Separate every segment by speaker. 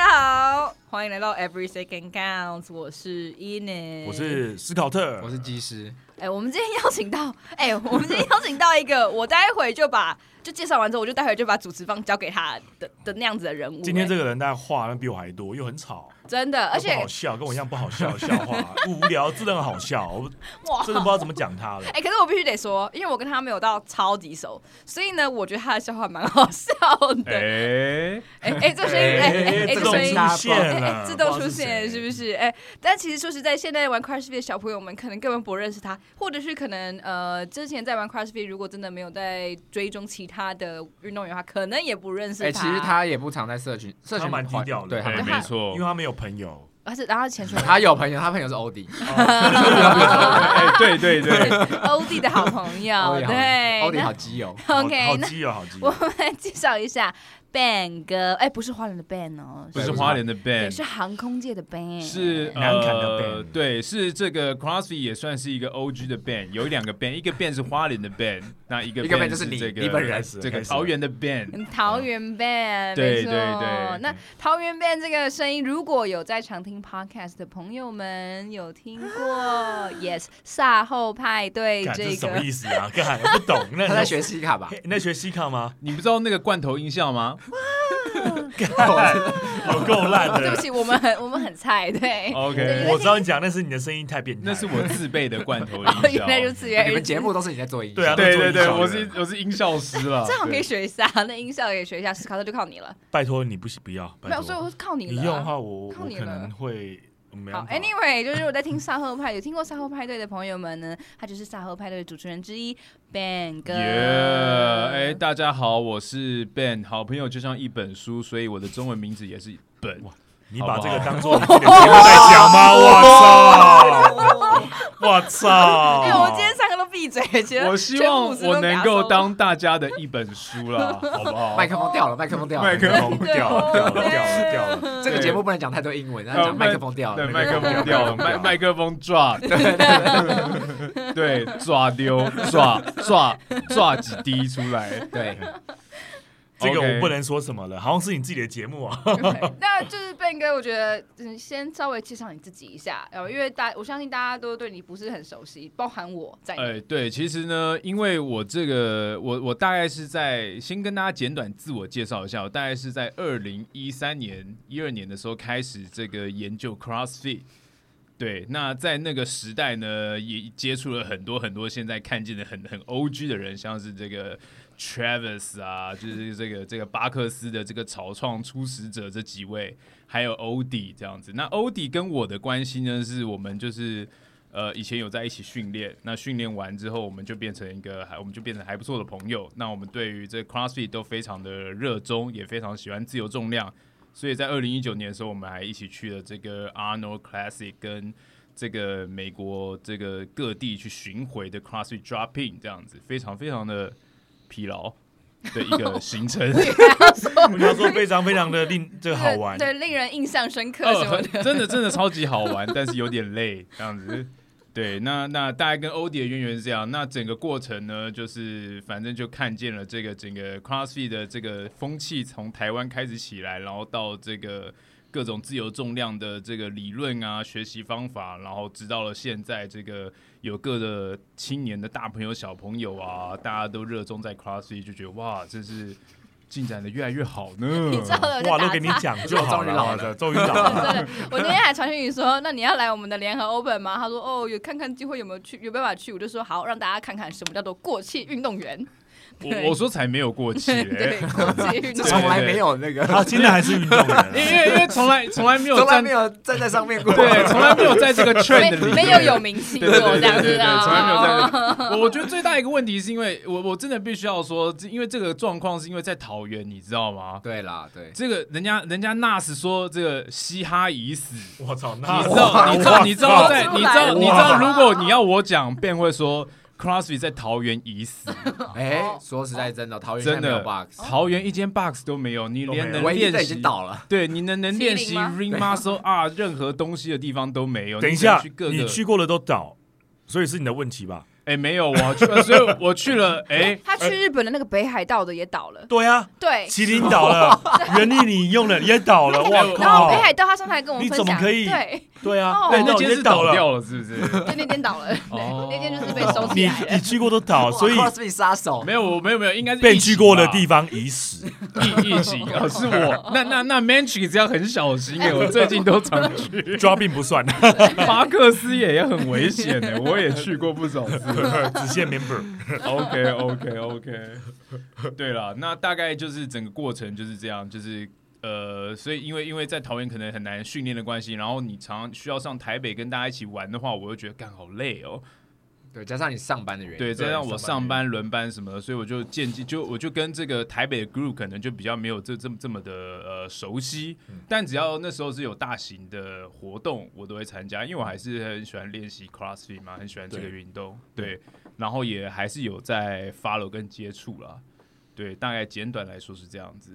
Speaker 1: 好，欢迎来到 Every Second Counts，我是 Ines，
Speaker 2: 我是斯考特，
Speaker 3: 我是技师，
Speaker 1: 哎、我们今天邀请到， 哎、我们今天邀请到一个，我待会就把就介绍完之后，我就待会就把主持棒交给他的的那样子的人物、
Speaker 2: 今天
Speaker 1: 哎
Speaker 2: 这个人大概话比我还多，又很吵，
Speaker 1: 真的，而
Speaker 2: 又
Speaker 1: 且
Speaker 2: 不好笑，跟我一样不好笑的笑话，无聊，真的很好笑，我
Speaker 1: 哇，
Speaker 2: 真的不知道怎么讲他 了。
Speaker 1: 哎、可是我必须得说，因为我跟他没有到超级熟，所以呢，我觉得他的笑话蛮好笑的。哎
Speaker 3: 哎，
Speaker 1: 哎、这个声音，哎哎哎，
Speaker 2: 自
Speaker 1: 这
Speaker 2: 动
Speaker 1: 声音。
Speaker 2: 出现
Speaker 1: 哎、哎
Speaker 2: 了，
Speaker 1: 自动
Speaker 2: 不知道
Speaker 1: 出
Speaker 2: 是
Speaker 1: 现
Speaker 2: 谁
Speaker 1: 是不是？哎、但其实说实在，现在玩 CrossFit 的小朋友们可能根本不认识他，或者是可能呃之前在玩 CrossFit，如果真的没有在追踪其他的运动员的话，可能也不认识他。
Speaker 3: 哎，其实他也不常在社群，社群
Speaker 2: 蛮低
Speaker 3: 环
Speaker 2: 调的
Speaker 3: 对，他
Speaker 4: 对，
Speaker 1: 嗯
Speaker 3: 蛮
Speaker 1: 没
Speaker 4: 没
Speaker 2: 因
Speaker 4: 错
Speaker 2: 为。他没有朋友，
Speaker 1: 而且然后他潜水
Speaker 3: 他有朋友，他朋友是欧弟，
Speaker 4: 哎，对对对，
Speaker 1: 欧弟的好朋友
Speaker 3: 欧，弟好
Speaker 1: 对，
Speaker 3: 欧弟好基 友，
Speaker 1: 那
Speaker 2: 好
Speaker 1: OK，
Speaker 2: 好
Speaker 1: 那
Speaker 2: 基友，好基
Speaker 1: 我
Speaker 2: 友，
Speaker 1: 们来介绍一下 Ben 哥，哎、不是花莲的 Ben 哦，
Speaker 4: 不是花莲的
Speaker 1: 对，
Speaker 4: band，
Speaker 1: 是航空界的 Ben，
Speaker 4: 是
Speaker 2: 南坎的
Speaker 4: 呃
Speaker 2: band
Speaker 4: 对，是这个 CrossFit 也算是一个 OG 的 band，有两个 band，一个 band 是花莲的 band，那一个
Speaker 3: 一个 band
Speaker 4: 是
Speaker 3: 就是你
Speaker 4: 这个
Speaker 3: 你本人
Speaker 4: 这个桃园的 band，
Speaker 1: 嗯桃园 band，、没
Speaker 4: 对
Speaker 1: 错
Speaker 4: 对对
Speaker 1: 那桃园 band 这个声音，如果有在常听 podcast 的朋友们有听过，yes，赛后派对
Speaker 2: 看这
Speaker 1: 哎这
Speaker 2: 是什么
Speaker 1: 个，
Speaker 2: 意思啊？干我不懂，那
Speaker 3: 他在学 西卡吧？
Speaker 2: 嘿你在学西卡吗？
Speaker 4: 你不知道那个罐头音效吗？
Speaker 2: 有够烂
Speaker 1: 对不
Speaker 2: 的。
Speaker 1: 起，我们很我们很菜，对
Speaker 4: OK
Speaker 1: 对
Speaker 2: 我知道你讲，那是你的声音太变态了。
Speaker 4: 那是我自备的罐头音
Speaker 1: 哦，
Speaker 4: 效啊
Speaker 1: 原。来如此，原来
Speaker 3: 哎你
Speaker 1: 如
Speaker 3: 们
Speaker 1: 此
Speaker 3: 节。目都是你在做音效，
Speaker 2: 对啊
Speaker 4: 对
Speaker 2: 做
Speaker 4: 对
Speaker 2: 音效
Speaker 4: 对，
Speaker 2: 的
Speaker 4: 我是我是音效师了。
Speaker 1: 这好像可以
Speaker 4: 对
Speaker 1: 学一下，那音效也学一下，思考的就靠你了。
Speaker 2: 拜托你不不要，拜
Speaker 1: 没有，所以
Speaker 2: 托
Speaker 1: 我靠你
Speaker 2: 你
Speaker 1: 了啊。
Speaker 2: 用的话，我我
Speaker 1: 靠你
Speaker 2: 可
Speaker 1: 了
Speaker 2: 能会没
Speaker 1: 好
Speaker 2: 办法
Speaker 1: ，Anyway，就是我在听赛后派，有听过赛后派对的朋友们呢，他就是赛后派对的主持人之一 Ben 哥。
Speaker 4: 耶！哎，大家好，我是 Ben，好朋友就像一本书，所以我的中文名字也是本。
Speaker 2: 你把这个当做你自己的节目在讲 吗？我操！我
Speaker 4: 哦
Speaker 2: 操！
Speaker 1: 对，哎我今天三个都闭嘴，其实
Speaker 4: 我希
Speaker 1: 全部
Speaker 4: 望
Speaker 1: 五十
Speaker 4: 我
Speaker 1: 都给他
Speaker 4: 能够
Speaker 1: 收
Speaker 4: 当大家的一本 书啦，好不好？
Speaker 3: 麦克风掉了，麦克风掉了，
Speaker 4: 麦克
Speaker 2: 掉了掉了
Speaker 1: 哦
Speaker 2: 掉了掉了掉了，
Speaker 3: 这个节目不能讲太多英文，然后
Speaker 4: 呃
Speaker 3: 讲麦克风掉
Speaker 4: 对，
Speaker 3: 了，
Speaker 4: 麦克风掉了，麦麦克风 抓，对，抓丢，抓抓抓几滴出来，
Speaker 3: 对，
Speaker 2: 这个
Speaker 4: OK
Speaker 2: 我不能说什么了，好像是你自己的节目 啊。
Speaker 1: 对那就是笨哥，我觉得嗯，先稍微介绍你自己一下，然后因为大我相信大家都对你不是很熟悉，包含我在内。
Speaker 4: 哎，对，其实呢，因为我这个，我我大概是在先跟大家简短自我介绍一下，我大概是在二零一三年、一二年的时候开始这个研究 CrossFit。对，那在那个时代呢，也接触了很多很多现在看见的很很 O G 的人，像是这个 Travis 啊，就是这个这个巴克斯的这个草创初始者这几位，还有欧弟这样子。那欧弟跟我的关系呢，是我们就是呃以前有在一起训练，那训练完之后，我们就变成一个还我们就变成还不错的朋友。那我们对于这 CrossFit 都非常的热衷，也非常喜欢自由重量，所以在二零一九年的时候，我们还一起去了这个 Arnold Classic 跟。这个美国这个各地去巡回的 CrossFit Dropping 这样子，非常非常的疲劳的一个行程。
Speaker 2: 我要说非常非常的令这
Speaker 1: 对
Speaker 2: 个好玩，
Speaker 1: 对，令人印象 深刻
Speaker 4: 呃，
Speaker 1: 什么
Speaker 4: 很
Speaker 1: 的。
Speaker 4: 真的真的超级好玩，但是有点累这样子。对，那那大概跟欧迪的渊源是这样。那整个过程呢，就是反正就看见了这个整个 CrossFit 的这个风气从台湾开始起来，然后到这个各种自由重量的这个理论啊、学习方法，然后直到了现在，这个有各个青年的大朋友、小朋友啊，大家都热衷在 CrossFit，就觉得哇，这是进展的越来越好 呢。
Speaker 1: 你知道的，我在
Speaker 2: 哇，都
Speaker 1: 打
Speaker 2: 给你
Speaker 1: 岔。
Speaker 2: 讲就好
Speaker 3: 终于老了
Speaker 2: 了， 终于老了。
Speaker 1: 真的，我那天还传讯你说，那你要来我们的联合 Open 吗？他说哦，有看看机会有没有去，有办法去。我就说好，让大家看看什么叫做过气运动员。对
Speaker 4: 我我说才没有 过气、
Speaker 1: 对，
Speaker 4: 欸。
Speaker 1: 过气运动员。
Speaker 3: 从来没有那个，
Speaker 2: 他今天还是运动
Speaker 4: 因
Speaker 2: 员，
Speaker 4: 为因为从来从来 没有
Speaker 3: 从来
Speaker 4: 站
Speaker 3: 没有站在上面过，
Speaker 4: 对，从来没有在 这个 trend 里
Speaker 1: 没
Speaker 4: 面
Speaker 1: 没有有名气
Speaker 4: 对
Speaker 1: 过这
Speaker 4: 对对
Speaker 1: 样
Speaker 4: 对
Speaker 1: 子
Speaker 4: 对对，
Speaker 1: 啊，
Speaker 4: 从来没有在这个。我我觉得最大一个问题是因为我我真的必须要说，这因为这个状况是因为在桃园，你知道吗？
Speaker 3: 对啦，对，
Speaker 4: 这个人家人家 Nas 说这个嘻哈已死，
Speaker 2: 我操，那
Speaker 4: 你知道你知道你知道在
Speaker 1: 哇
Speaker 4: 你知道你知
Speaker 1: 哇
Speaker 4: 道，如果你要我讲，便会说 CrossFit 在桃园已死，
Speaker 1: 哦
Speaker 3: 哎，说实在真的，桃园现在
Speaker 4: 真
Speaker 3: 没有
Speaker 4: 的
Speaker 3: box，
Speaker 4: 桃园一间 box 都没有，你
Speaker 2: 都没有
Speaker 4: 连能
Speaker 3: 唯一
Speaker 4: 练
Speaker 3: 的已
Speaker 4: 习
Speaker 3: 经倒了。
Speaker 4: 对，你能能
Speaker 1: 麒
Speaker 4: 练
Speaker 1: 麟
Speaker 4: 习
Speaker 1: 吗
Speaker 4: ring muscle 啊，任何东西的地方都没有。
Speaker 2: 等一
Speaker 4: 你只能
Speaker 2: 下
Speaker 4: 去，各个
Speaker 2: 你去过的都倒，所以是你的问题吧？
Speaker 4: 哎，没有，我去，呃所以我去了， 哎，
Speaker 1: 他去日本的那个北海道的也倒了，
Speaker 2: 对啊，
Speaker 1: 对，
Speaker 2: 麒麟倒了，原力你用了也 倒了，
Speaker 4: 然后
Speaker 2: 哇
Speaker 1: 然后
Speaker 2: 靠
Speaker 1: 北！海道他上次还跟我们分
Speaker 2: 你怎
Speaker 1: 享，
Speaker 2: 么可以
Speaker 1: 对，
Speaker 2: 对啊
Speaker 1: 哦，
Speaker 2: 北
Speaker 4: 哎
Speaker 2: 海
Speaker 4: 那
Speaker 2: 道
Speaker 4: 间
Speaker 2: 也
Speaker 4: 是
Speaker 2: 倒
Speaker 4: 倒
Speaker 2: 了，
Speaker 4: 掉了，是不是？
Speaker 1: 就那天倒了，
Speaker 4: 哦
Speaker 1: 对， 那天就是被收起
Speaker 2: 你
Speaker 1: 来了
Speaker 2: 你。去过都倒，所以
Speaker 3: CrossFit 杀手
Speaker 4: 没有，我没有没有，应该是
Speaker 2: 被
Speaker 4: 疫
Speaker 2: 去
Speaker 4: 情
Speaker 2: 过的
Speaker 4: 吧
Speaker 2: 地方 已死。
Speaker 4: 疫疫情啊，是我。那那那 Manchik 这样很小心哎，我最近都 常去。
Speaker 2: 抓病不算，
Speaker 4: 巴克斯也也很危险哎，我也去过不少次。
Speaker 2: 只限 member。
Speaker 4: OK OK OK，对了，那大概就是整个过程就是这样，就是呃，所以因为因为在桃园可能很难训练的关系，然后你常需要上台北跟大家一起玩的话，我又觉得干好累哦。
Speaker 3: 对，加上你上班的原因，
Speaker 4: 对，再让我上
Speaker 3: 班
Speaker 4: 班轮班什么的，所以我就渐渐就我就跟这个台北的 group 可能就比较没有这这么这么的呃熟悉，
Speaker 2: 嗯
Speaker 4: 但只要那时候是有大型的活动，我都会参加，因为我还是很喜欢练习 CrossFit 嘛，很喜欢这个
Speaker 2: 对嗯
Speaker 4: 运动，对，然后也还是有在 follow 跟接触啦，对，大概简短来说是这样子，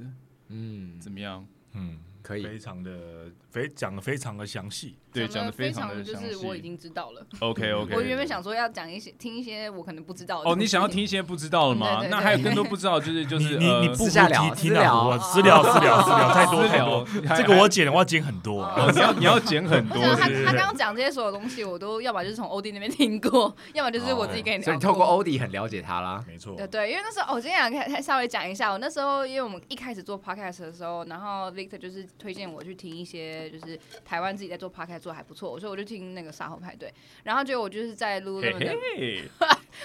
Speaker 3: 嗯，
Speaker 4: 怎么样？
Speaker 2: 嗯，
Speaker 3: 可以。
Speaker 2: 非常的非讲的非常的详细，
Speaker 4: 对，讲的
Speaker 1: 得非
Speaker 4: 常
Speaker 1: 的
Speaker 4: 的
Speaker 1: 就
Speaker 4: 详
Speaker 1: 是我已
Speaker 4: 细。
Speaker 1: 经知道了。
Speaker 4: OK OK，
Speaker 1: 我原本想说要讲一些听一些我可能不知道的。
Speaker 4: 哦，你想要听？一些不知道的吗？
Speaker 1: 对对
Speaker 4: 那
Speaker 1: 对
Speaker 4: 还有更多不知道，就是就
Speaker 2: 你
Speaker 4: 是
Speaker 2: 你
Speaker 4: 呃
Speaker 2: 你不
Speaker 3: 私
Speaker 2: 不
Speaker 3: 下聊
Speaker 2: 提
Speaker 3: 私
Speaker 2: 听到
Speaker 3: 聊
Speaker 2: 我私聊
Speaker 1: 哦
Speaker 2: 私聊私 聊太多
Speaker 4: 私
Speaker 2: 太
Speaker 4: 聊
Speaker 2: 多，，
Speaker 4: 还
Speaker 2: 这个我剪的话剪很多啊，
Speaker 4: 哦，你要你要剪很
Speaker 1: 我
Speaker 4: 多
Speaker 1: 想说，他
Speaker 4: 是不是
Speaker 1: 他刚刚讲这些所有东西，我都要么就是从欧弟那边听过，要么就是我自己跟你聊。
Speaker 3: 所以你透过。欧迪很了解他啦。
Speaker 2: 没错
Speaker 1: 对。对，因为那时候我今天想看稍微讲一下，我那时候因为我们一开始做 podcast 的时候，然后 Victor 就是推荐我去听一些就是台湾自己在做 podcast 做得还不错，所以我就听那个沙后派对，然后结果我就是 在 l u l
Speaker 4: 嘿
Speaker 1: u
Speaker 4: 嘿嘿，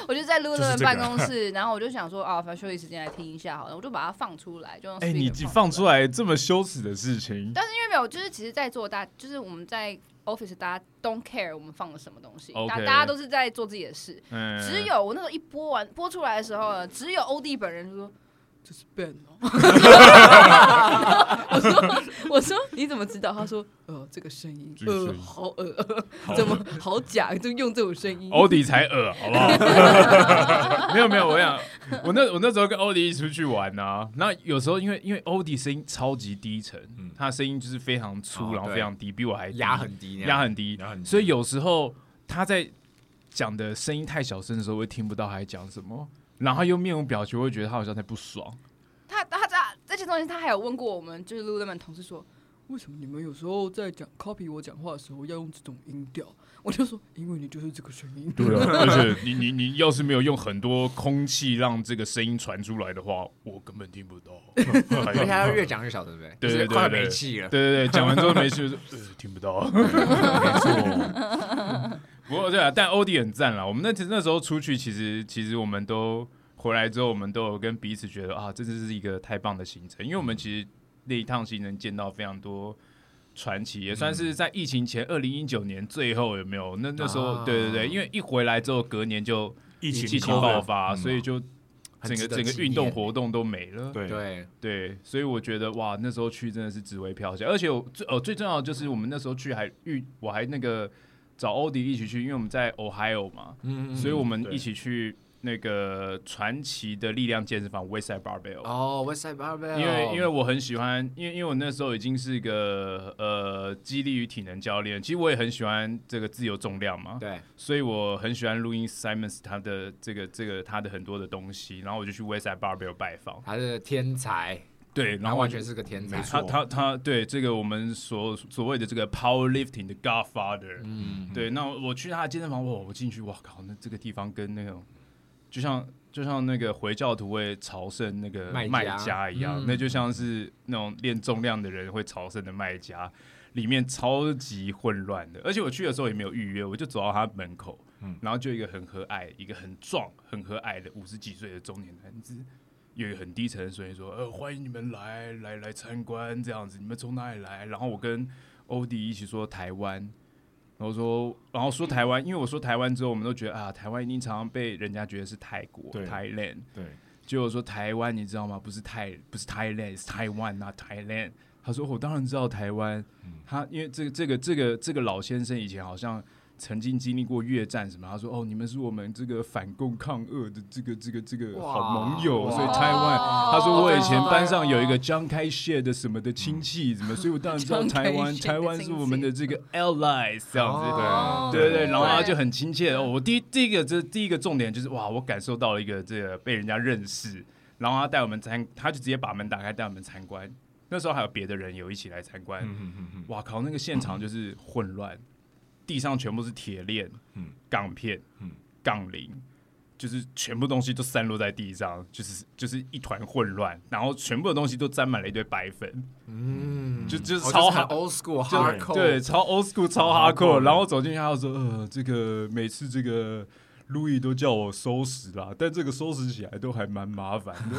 Speaker 1: 我就在 l u l
Speaker 2: 就是
Speaker 1: u
Speaker 2: 这个
Speaker 1: 办公室，然后我就想说啊，反正休息时间来听一下好了，我就把它放出来，就用
Speaker 4: 哎，你
Speaker 1: speaker
Speaker 4: 放出来这么羞耻的事情，
Speaker 1: 但是因为没有，就是其实，在座大就是我们在 office 大家 don't care 我们放了什么东西，大
Speaker 4: OK
Speaker 1: 大家都是在做自己的事。
Speaker 4: 嗯，
Speaker 1: 只有我那时候一播完播出来的时候呢，只有欧弟本人就说。这是 Ben 哦， 我说我说你怎么知道？他说呃这个声音
Speaker 4: 这个声
Speaker 1: 呃
Speaker 4: 音
Speaker 1: 好呃 怎么好假，就用这种声音。
Speaker 4: 欧迪才恶，好不好？ 没有没有，我想我那我那时候跟欧迪一起出去玩呐，那有时候因为因为欧迪声音超级低沉
Speaker 2: 嗯，
Speaker 4: 他声音就是非常粗，
Speaker 3: 哦
Speaker 4: 然后
Speaker 3: 对
Speaker 4: 非常低，比我还低
Speaker 3: 压很低那样，
Speaker 4: 压很低
Speaker 2: 压很，低
Speaker 4: 所以有时候他在讲的声音太小声的时候，会听不到他在讲什么。然后他又面无表情，我会觉得他好像在不爽。
Speaker 1: 他他他这些东西，他还有问过我们，就是 l u l 同事说，
Speaker 5: 为什么你们有时候在讲 copy 我讲话的时候要用这种音调？我就说，因为你就是这个声音。
Speaker 4: 啊，而且你你你要是没有用很多空气让这个声音传出来的话，我根本听不到。
Speaker 3: 而且他越讲越小，对不对？
Speaker 4: 对对
Speaker 3: 就
Speaker 4: 对
Speaker 3: 是快要
Speaker 4: 对
Speaker 3: 没气了。
Speaker 4: 对对对，讲完之后没事，就是呃听不到。不过对啊，但欧弟很赞啦。我们那那时候出去，其实其实我们都回来之后，我们都有跟彼此觉得啊，这真是一个太棒的行程，因为我们其实那一趟行程见到非常多。传奇也算是在疫情前，二零一九年最后有没有？那那时候，
Speaker 3: 啊
Speaker 4: 对对对，因为一回来之后，隔年就
Speaker 2: 疫情
Speaker 4: 疫情
Speaker 2: COVID
Speaker 4: 爆发，所以
Speaker 2: 嗯
Speaker 4: 就
Speaker 3: 很
Speaker 4: 整个
Speaker 3: 值得
Speaker 4: 整个
Speaker 3: 纪
Speaker 4: 运动
Speaker 3: 念欸
Speaker 4: 活动都没了。
Speaker 2: 对
Speaker 3: 对，
Speaker 4: 对，所以我觉得哇，那时候去真的是紫薇飘香，而且我最呃最重要的就是我们那时候去还遇我还那个找欧迪一起去，因为我们在 Ohio 嘛，
Speaker 3: 嗯
Speaker 4: 所以我们
Speaker 2: 对
Speaker 4: 一起去那个传奇的力量健身房 Westside Barbell，、
Speaker 3: 哦，West Side Barbell，
Speaker 4: 因为因为我很喜欢，因为因为我那时候已经是一个呃激励与体能教练，其实我也很喜欢这个自由重量嘛，
Speaker 3: 对，
Speaker 4: 所以我很喜欢 Louis Simons 他的这个这个他的很多的东西，然后我就去 Westside Barbell 拜访，
Speaker 3: 他是天才，
Speaker 4: 对，然
Speaker 3: 他
Speaker 4: 后
Speaker 3: 完
Speaker 4: 就
Speaker 3: 全是个天
Speaker 2: 没
Speaker 3: 才。
Speaker 2: 错
Speaker 4: 他他他对这个我们所所谓的这个 powerlifting 的 Godfather，、
Speaker 3: 嗯，
Speaker 4: 对，那我去他的健身房，哇，我进去，哇靠，那这个地方跟那种就像就像那个回教徒会朝圣那个
Speaker 3: 卖家
Speaker 4: 卖家一样，
Speaker 3: 嗯
Speaker 4: 那就像是那种练重量的人会朝圣的卖家，里面超级混乱的。而且我去的时候也没有预约，我就走到他门口，
Speaker 2: 嗯
Speaker 4: 然后就一个很和蔼、一个很壮、很和蔼的五十几岁的中年男子。有一个很低沉的声音说：“呃，欢迎你们来来来参观，这样子，你们从哪里来？”然后我跟欧弟一起说台湾，然后说，然后说台湾，因为我说台湾之后，我们都觉得啊，台湾一定常常被人家觉得是泰国
Speaker 2: 对
Speaker 4: （Thailand）。
Speaker 2: 对，
Speaker 4: 结果说台湾，你知道吗？不是泰，不是 Thailand，是台湾啊，Thailand。他说我当然知道台湾，他因为这个这个这个这个老先生以前好像曾经经历过越战什么，他说哦，你们是我们这个反共抗俄的这个这个这个
Speaker 3: 哇
Speaker 4: 好盟友，
Speaker 3: 哇
Speaker 4: 所以台湾。哦
Speaker 1: 哦
Speaker 4: 他说哦我以前班上有一个张开谢的什么的亲戚，怎么，所以 我当然知道
Speaker 1: 张开
Speaker 4: 台湾，
Speaker 1: 谢的
Speaker 4: 台湾是我们的这个 allies 这样子。
Speaker 3: 哦
Speaker 4: 对对对，
Speaker 1: 对
Speaker 4: 然后他就很亲切哦。我第一第一个这第一个重点就是哇，我感受到了一个这个被人家认识，然后他带我们参，他就直接把门打开带我们参观。那时候还有别的人有一起来参观，
Speaker 2: 嗯嗯嗯
Speaker 4: 哇靠，那个现场就是混乱，地上全部是铁链、
Speaker 2: 嗯
Speaker 4: 杠片、
Speaker 2: 嗯
Speaker 4: 杠铃，就是全部东西都散落在地上，就是就是一团混乱，然后全部的东西都沾满了一堆白粉，
Speaker 3: 嗯
Speaker 4: 就就是
Speaker 3: 哦
Speaker 4: 超
Speaker 3: 很
Speaker 4: 好。
Speaker 3: old school
Speaker 4: 就
Speaker 3: hardcore，
Speaker 4: 对，超 old school，超
Speaker 2: 超 hardcore
Speaker 4: hardcore。然后走进去，他就说：“呃，这个每次这个路易都叫我收拾啦，但这个收拾起来都还蛮麻烦的。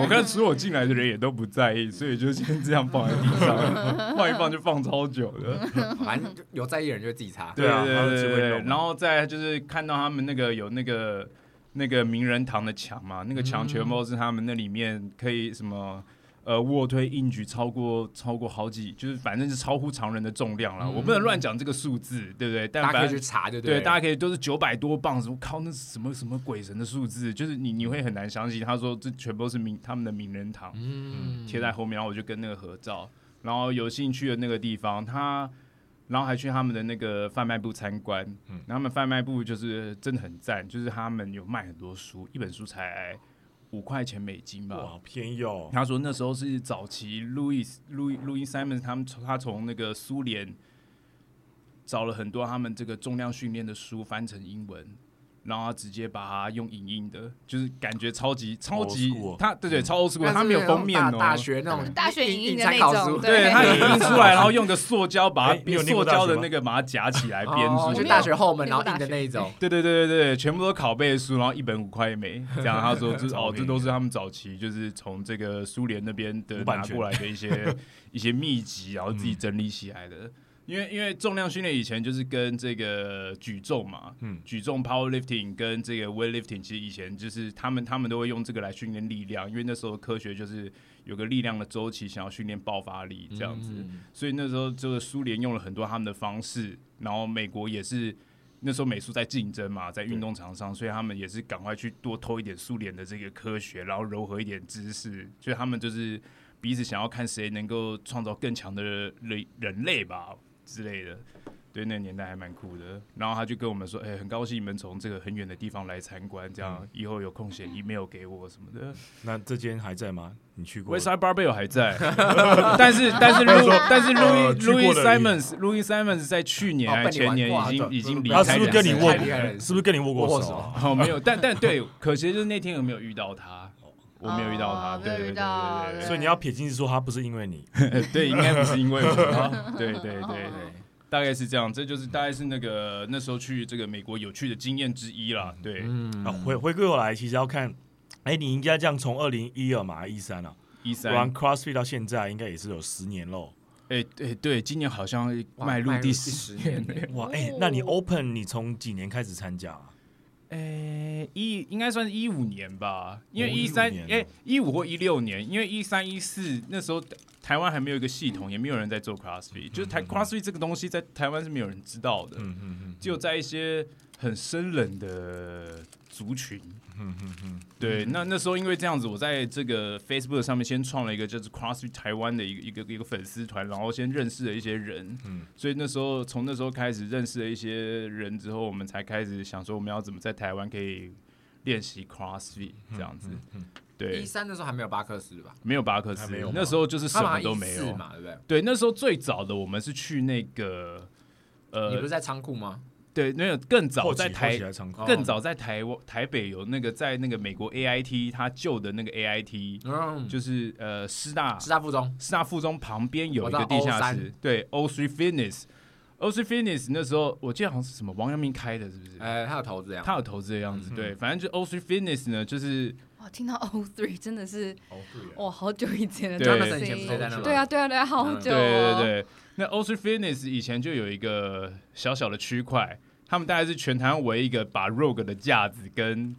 Speaker 4: 我看所有进来的人也都不在意，所以就先这样放在地上，放一放就放超久的。
Speaker 3: 反正就有在意的人就自己擦。
Speaker 4: 对
Speaker 2: 对啊他
Speaker 4: 对
Speaker 2: 就只
Speaker 4: 对
Speaker 2: 会
Speaker 4: 对，
Speaker 2: 弄
Speaker 4: 然后再来就是看到他们那个有那个那个名人堂的墙嘛，那个墙全部都是他们那里面可以什么。呃，卧推硬举超过超过好几，就是反正是超乎常人的重量了。我不能乱讲这个数字，对不对？但
Speaker 3: 大家可
Speaker 4: 反
Speaker 3: 以去
Speaker 4: 正
Speaker 3: 查，就
Speaker 4: 对，
Speaker 3: 对，
Speaker 4: 大家可以都是九百多磅，什么靠那是什么什么鬼神的数字，就是你你会很难相信。他说这全部都是名他们的名人堂，
Speaker 3: 嗯
Speaker 4: 贴在后面，然后我就跟那个合照。然后有兴趣的那个地方，他然后还去他们的那个贩卖部参观。
Speaker 2: 嗯
Speaker 4: 然后他们贩卖部就是真的很赞，就是他们有卖很多书，一本书才五块钱美金
Speaker 2: 嗯，
Speaker 4: 吧。
Speaker 2: 哇，偏右，
Speaker 4: 他说那时候是早期路易斯路易路易 Simon 他们从他从那个苏联找了很多他们这个重量训练的书翻成英文，然后他直接把它用影印的，就是感觉超级超
Speaker 2: Old
Speaker 4: 级
Speaker 2: school 嗯
Speaker 4: 他对对超 old
Speaker 3: 那
Speaker 4: school，
Speaker 3: 是
Speaker 4: 他没有封面
Speaker 3: 那
Speaker 4: 哦
Speaker 3: 种，大大学那种
Speaker 1: 大学
Speaker 3: 印
Speaker 1: 影
Speaker 3: 印
Speaker 1: 的
Speaker 3: 参
Speaker 1: 那
Speaker 3: 考
Speaker 1: 种
Speaker 3: 书，
Speaker 1: 对
Speaker 4: 对，它也印出 来，然后用个塑胶把
Speaker 2: 哎你有
Speaker 4: 它
Speaker 2: 念
Speaker 4: 塑
Speaker 2: 过大学
Speaker 4: 胶的
Speaker 2: 吗
Speaker 4: 那个把它夹起来编
Speaker 3: 哦
Speaker 4: 住
Speaker 3: 就
Speaker 1: 没。
Speaker 3: 大
Speaker 1: 有
Speaker 3: 学后门
Speaker 1: 没有
Speaker 3: 然后印
Speaker 1: 大
Speaker 3: 的
Speaker 1: 学
Speaker 3: 那一种。
Speaker 4: 对对对对对，全部都拷贝书，然后一本五块美，这样 他说这
Speaker 2: 超
Speaker 4: 哦，
Speaker 2: 便
Speaker 4: 这
Speaker 2: 宜
Speaker 4: 都是他们早期就是从这个苏联那边的
Speaker 2: 无版
Speaker 4: 拿
Speaker 2: 权嗯
Speaker 4: 过来的 一些一些秘籍，然后自己整理起来的。因为因为重量训练以前就是跟这个举重嘛，
Speaker 2: 嗯
Speaker 4: 举重 powerlifting 跟这个 weightlifting，其实以前就是他们他们都会用这个来训练力量，因为那时候科学就是有个力量的周期，想要训练爆发力
Speaker 2: 嗯
Speaker 4: 这样子。所以那时候就是苏联用了很多他们的方式，然后美国也是那时候美术在竞争嘛，在运动场上，所以他们也是赶快去多偷一点苏联的这个科学，然后糅合一点知识，所以他们就是彼此想要看谁能够创造更强的人人类吧之类的。对，那个年代还蛮酷的。然后他就跟我们说：“哎、很高兴你们从这个很远的地方来参观，这样、以后有空写 email 给我什么的。”
Speaker 2: 那这间还在吗？你去过
Speaker 4: w？e s t s i d Barbell 还在，但是但是路但是
Speaker 2: 呃
Speaker 4: Louis
Speaker 2: 去过
Speaker 4: Louis
Speaker 2: 的
Speaker 4: Simons Louis Simons 在去年
Speaker 3: 哦
Speaker 4: 还
Speaker 3: 被你
Speaker 4: 前
Speaker 3: 玩
Speaker 4: 年
Speaker 3: 挂
Speaker 4: 已经
Speaker 3: 对
Speaker 4: 已经离
Speaker 2: 他
Speaker 4: 开
Speaker 2: 是不是
Speaker 4: 两
Speaker 2: 跟你
Speaker 4: 次
Speaker 2: 握
Speaker 3: 太厉害？了
Speaker 2: 是不是跟你握
Speaker 3: 握
Speaker 2: 过
Speaker 3: 手
Speaker 2: 手？
Speaker 3: 啊
Speaker 4: 哦，没有，但但对，可惜就是那天有没有遇到他，我没有遇到他，
Speaker 1: 哦
Speaker 4: 对
Speaker 1: 没有
Speaker 4: 对
Speaker 1: 遇到
Speaker 4: 对
Speaker 2: 所以你要撇清是说他不是因为你，
Speaker 4: 对呃对，对应该不是因为 我，啊对对对对
Speaker 1: 哦。
Speaker 4: 大概是这样，这就是大概是那个那时候去这个美国有趣的经验之一啦。对，
Speaker 2: 啊，
Speaker 3: 嗯，
Speaker 2: 回回过来，其实要看，哎、你应该这样从二零一二嘛，一三啊，
Speaker 4: 一
Speaker 2: 玩
Speaker 4: 三，
Speaker 2: CrossFit 到现在，应该也是有十年喽。
Speaker 4: 哎哎，对，今年好像
Speaker 3: 哇
Speaker 4: 迈入第十
Speaker 3: 十年了，
Speaker 2: 哇，
Speaker 1: 哦
Speaker 2: 哎、那你 Open 你从几年开始参加、啊？
Speaker 4: 诶、哎一应该算是一五年吧，因为
Speaker 2: 哦
Speaker 4: 一三
Speaker 2: 15年哦
Speaker 4: 诶一五或一六年，因为一三一四那时候台湾还没有一个系统，也没有人在做 CrossFit，就是台 CrossFit 这个东西在台湾是没有人知道的，
Speaker 2: 嗯嗯嗯，
Speaker 4: 只有在一些很生冷的族群。
Speaker 2: 嗯嗯嗯，
Speaker 4: 对，那那时候因为这样子，我在这个 Facebook 上面先创了一个就是 CrossFit 台湾的一个一个一个粉丝团，然后先认识了一些人，
Speaker 2: 嗯
Speaker 4: 所以那时候从那时候开始认识了一些人之后，我们才开始想说我们要怎么在台湾可以练习 CrossFit
Speaker 2: 嗯
Speaker 4: 这样子。
Speaker 3: 一
Speaker 4: 对，
Speaker 3: 三的时候还没有巴克斯吧？
Speaker 4: 没有巴克斯
Speaker 2: 还没有吗，
Speaker 4: 那时候就是什
Speaker 3: 他们好
Speaker 4: 么
Speaker 3: 像
Speaker 4: 都没
Speaker 3: 14
Speaker 4: 有。
Speaker 3: 嘛，对不对？
Speaker 4: 对，那时候最早的我们是去那个
Speaker 3: 你不
Speaker 4: 呃
Speaker 3: 是，在仓库吗？
Speaker 4: 对，没有更
Speaker 2: 后
Speaker 4: 早
Speaker 2: 期
Speaker 4: 在
Speaker 2: 后
Speaker 4: 台
Speaker 2: 期。来啊唱歌
Speaker 3: 哦
Speaker 4: 更早在台湾台北有那个在那个美国 AIT，他旧的那个 AIT，、
Speaker 3: 嗯，
Speaker 4: 就是呃师大
Speaker 3: 师大附中。
Speaker 4: 师大附中旁边有一个
Speaker 3: 我知
Speaker 4: 地
Speaker 3: 道
Speaker 4: 下室
Speaker 3: O3，
Speaker 4: 对 O Three Fitness。O Three Fitness 那时候我记得好像是什么王阳明开的，是不是？
Speaker 3: 呃，他有投资呀，嗯
Speaker 4: 他有投资的样子，对，反正就 O Three Fitness 呢，就是
Speaker 1: 哇，听到 O three 真的是
Speaker 2: 哦对啊
Speaker 1: 哇，好久以前的
Speaker 4: 对嗯
Speaker 1: 东
Speaker 3: Jonathan 以前不是也在那
Speaker 1: 西。
Speaker 3: 吗
Speaker 1: 对啊，对啊，对啊，好久、
Speaker 4: 对
Speaker 1: 哦
Speaker 4: 对对。那 O Three Fitness 以前就有一个小小的区块，他们大概是全台湾唯一一个把 Rogue 的架子跟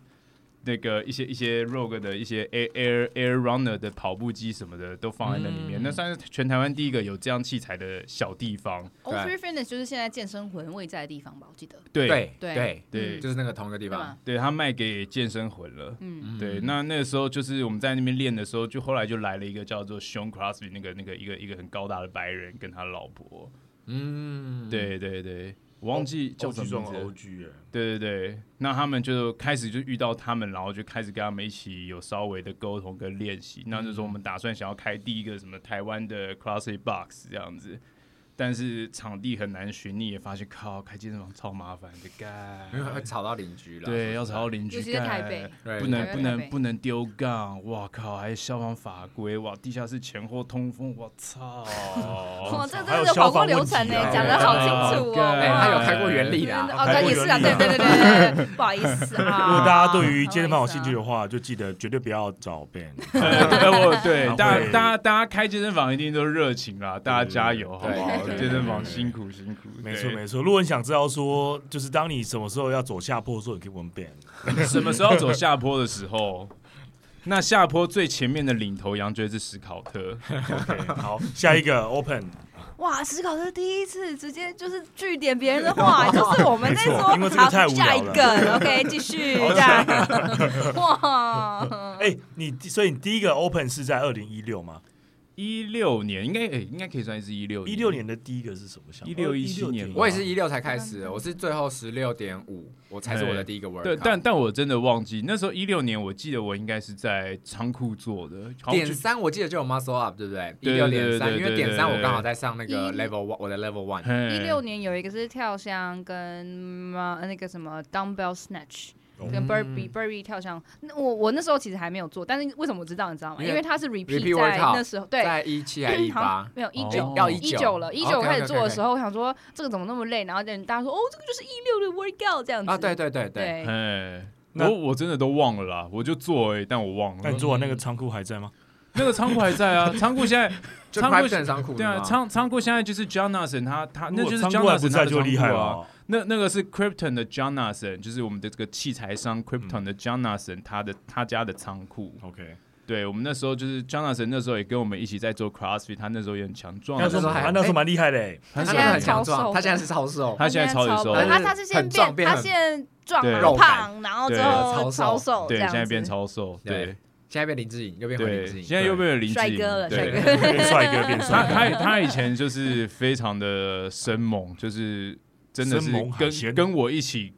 Speaker 4: 那个一些一些 Rogue 的一些 Air Air Air Runner 的跑步机什么的都放在那里面，
Speaker 3: 嗯
Speaker 4: 那算是全台湾第一个有这样器材的小地方。
Speaker 1: O Three 哦 Fitness 就是现在健身魂未在的地方吧？我记得。
Speaker 4: 对
Speaker 3: 对
Speaker 1: 对
Speaker 3: 对
Speaker 4: 对
Speaker 3: 就是那个同一个地
Speaker 1: 对
Speaker 3: 方
Speaker 1: 吧。
Speaker 4: 对他卖给健身魂了。
Speaker 1: 嗯，
Speaker 4: 对，那那个时候就是我们在那边练的时候，就后来就来了一个叫做 Sean Crosby 那个那个一个一个很高大的白人跟他老婆，
Speaker 3: 嗯，
Speaker 4: 对对对，我忘记叫什
Speaker 2: OG
Speaker 4: 么
Speaker 2: 算
Speaker 4: 名字了。
Speaker 2: OG 耶
Speaker 4: 对对对，那他们就开始就遇到他们，然后就开始跟他们一起有稍微的沟通跟练习。那那时候我们打算想要开第一个什么台湾的 Classy Box 这样子，但是场地很难寻，你也发现靠开健身房超麻烦的，
Speaker 3: 因为会
Speaker 4: 干。
Speaker 3: 吵到邻居了。
Speaker 4: 对，要找到邻居，
Speaker 1: 尤其在台
Speaker 4: 干
Speaker 1: 北
Speaker 3: 对
Speaker 4: 不
Speaker 1: 台
Speaker 4: 能
Speaker 1: 北
Speaker 4: 不
Speaker 1: 台北
Speaker 4: 能不能丢杠，哇靠！还有消防法规，哇，地下室前后通风，我操！
Speaker 1: 哇，哦这
Speaker 2: 还
Speaker 1: 真
Speaker 2: 有
Speaker 1: 的是跑过
Speaker 2: 消防
Speaker 1: 流
Speaker 2: 问题
Speaker 1: 程呢
Speaker 2: 啊，
Speaker 1: 讲的好清楚哦。
Speaker 4: 啊
Speaker 3: 哎，
Speaker 4: 对
Speaker 1: 哇
Speaker 3: 他有开过原力的啊，
Speaker 1: 哦，
Speaker 2: 开
Speaker 1: 对，
Speaker 2: 过
Speaker 1: 也是啊，
Speaker 2: 原理
Speaker 1: 对
Speaker 2: 啊
Speaker 1: 对对对对，不好意思啊。
Speaker 2: 如果大家对于健身房有兴趣
Speaker 1: 不好意思啊
Speaker 2: 的话，就记得绝对不要找 Ben。
Speaker 4: 呃对我对，
Speaker 2: 他
Speaker 4: 大
Speaker 2: 会
Speaker 4: 家大家大家开健身房一定都热情啦，大家加油好不好？
Speaker 3: 对
Speaker 4: 健身房辛苦辛苦，
Speaker 2: 没错
Speaker 4: 错。
Speaker 2: 没错，如果你想知道说，就是当你什么时候要走下坡的时候，你可以问 Ben。
Speaker 4: 什么时候走下坡的时候？那下坡最前面的领头羊就是史考特，
Speaker 2: OK，好，下一个 Open，
Speaker 1: 哇，史考特第一次直接就是据点别人的话，哎就是我们在说，
Speaker 2: 没错因为这个
Speaker 1: 好
Speaker 2: 太无聊
Speaker 1: 下一
Speaker 2: 了
Speaker 1: 个，OK，继续这样。 哇，
Speaker 2: 哎、你所以你第一个 Open 是在二零一六吗？
Speaker 4: 一六年应该诶、应该可以算是一六
Speaker 2: 一六年的第一个是什么项目？
Speaker 4: 16 17年
Speaker 3: 我也是一六才开始的，我是最后十六点五，我才是我的第一个 work。
Speaker 4: 对，但但我真的忘记那时候一六年，我记得我应该是在仓库做的，好像
Speaker 3: 点
Speaker 4: 就
Speaker 3: 三我记得就有 muscle up，对不对？一
Speaker 4: 对
Speaker 3: 六
Speaker 4: 对
Speaker 3: 点三，
Speaker 4: 对对
Speaker 3: 因为点
Speaker 4: 对
Speaker 3: 三
Speaker 4: 对
Speaker 3: 我刚好在上那个
Speaker 1: 一
Speaker 3: level one，我的 level one。
Speaker 4: 嘿
Speaker 1: 一六年有一个是跳箱跟呃那个什么 dumbbell snatch。跟
Speaker 2: 哦
Speaker 1: Burberry Burberry 跳箱，那我我那时候其实还没有做，但是为什么我知道你知道吗？
Speaker 3: 因为
Speaker 1: 因为它是 repeat
Speaker 3: repeat
Speaker 1: 在
Speaker 3: workout，
Speaker 1: 那时候对，
Speaker 3: 在一七还一
Speaker 1: 好
Speaker 3: 八
Speaker 1: 像，没有一
Speaker 4: 哦
Speaker 1: 九
Speaker 3: 要
Speaker 1: 一
Speaker 3: 19
Speaker 1: 九了，一九开
Speaker 3: OK，OK，OK，OK
Speaker 1: 始做的时候，我想说这个怎么那么累，然后就大家说哦，这个就是一六的 workout 这样子
Speaker 3: 啊，对对对对，
Speaker 1: 对，
Speaker 4: 哎，
Speaker 2: 那哎
Speaker 4: 我我真的都忘了啦，我就做而已，但我忘
Speaker 2: 那
Speaker 4: 了
Speaker 2: 你。做完那个仓库还在吗？
Speaker 4: 那个仓库还在啊，仓库现在
Speaker 3: 就
Speaker 4: 仓库
Speaker 3: private 仓库
Speaker 4: 对啊，仓仓库现在就是 Jonathan 他他啊那就是
Speaker 2: 如果仓库还
Speaker 4: Jonathan
Speaker 2: 不
Speaker 4: 他
Speaker 2: 在
Speaker 4: 的
Speaker 2: 就厉害了
Speaker 4: 仓库啊。
Speaker 2: 哦。
Speaker 4: 那那个是 Krypton 的 Jonathan，就是我们的这个器材
Speaker 2: 嗯
Speaker 4: 商 Krypton 的 Jonathan 他的他家的仓库。
Speaker 2: OK，
Speaker 4: 对我们那时候就是 Jonathan 那时候也跟我们一起在做 CrossFit，他那时候也很强壮
Speaker 2: 那
Speaker 4: 啊。
Speaker 2: 时
Speaker 3: 时
Speaker 2: 候
Speaker 3: 候还
Speaker 2: 他那时候蛮厉 害的欸，
Speaker 3: 他
Speaker 4: 他
Speaker 3: 现在
Speaker 4: 现在
Speaker 3: 很
Speaker 1: 很
Speaker 3: 强
Speaker 1: 强
Speaker 3: 壮，
Speaker 1: 壮
Speaker 3: 他现在是超瘦，
Speaker 4: 他现在超级瘦
Speaker 1: 他
Speaker 3: 他
Speaker 1: 啊他是
Speaker 3: 很
Speaker 1: 先
Speaker 3: 壮
Speaker 1: 变，
Speaker 3: 变
Speaker 1: 他
Speaker 3: 很
Speaker 1: 现壮
Speaker 4: 对
Speaker 1: 然
Speaker 3: 肉
Speaker 1: 后
Speaker 3: 感
Speaker 1: 胖，然后
Speaker 4: 对
Speaker 1: 之后
Speaker 3: 超
Speaker 1: 超
Speaker 3: 瘦
Speaker 1: 瘦，
Speaker 4: 对，
Speaker 1: 这样
Speaker 4: 现在变
Speaker 1: 子
Speaker 4: 超瘦，
Speaker 3: 对
Speaker 4: 对
Speaker 3: 现在变林志颖，又变回
Speaker 4: 对，
Speaker 3: 林志颖，
Speaker 4: 现在又变成林志
Speaker 1: 帅
Speaker 4: 颖
Speaker 1: 哥了，
Speaker 4: 对
Speaker 1: 帅哥。
Speaker 2: 变帅哥变
Speaker 4: 他
Speaker 2: 帅
Speaker 4: 他他以前就是非常的生猛，就是真的
Speaker 2: 生
Speaker 4: 是
Speaker 2: 猛海鲜
Speaker 4: 跟跟我一起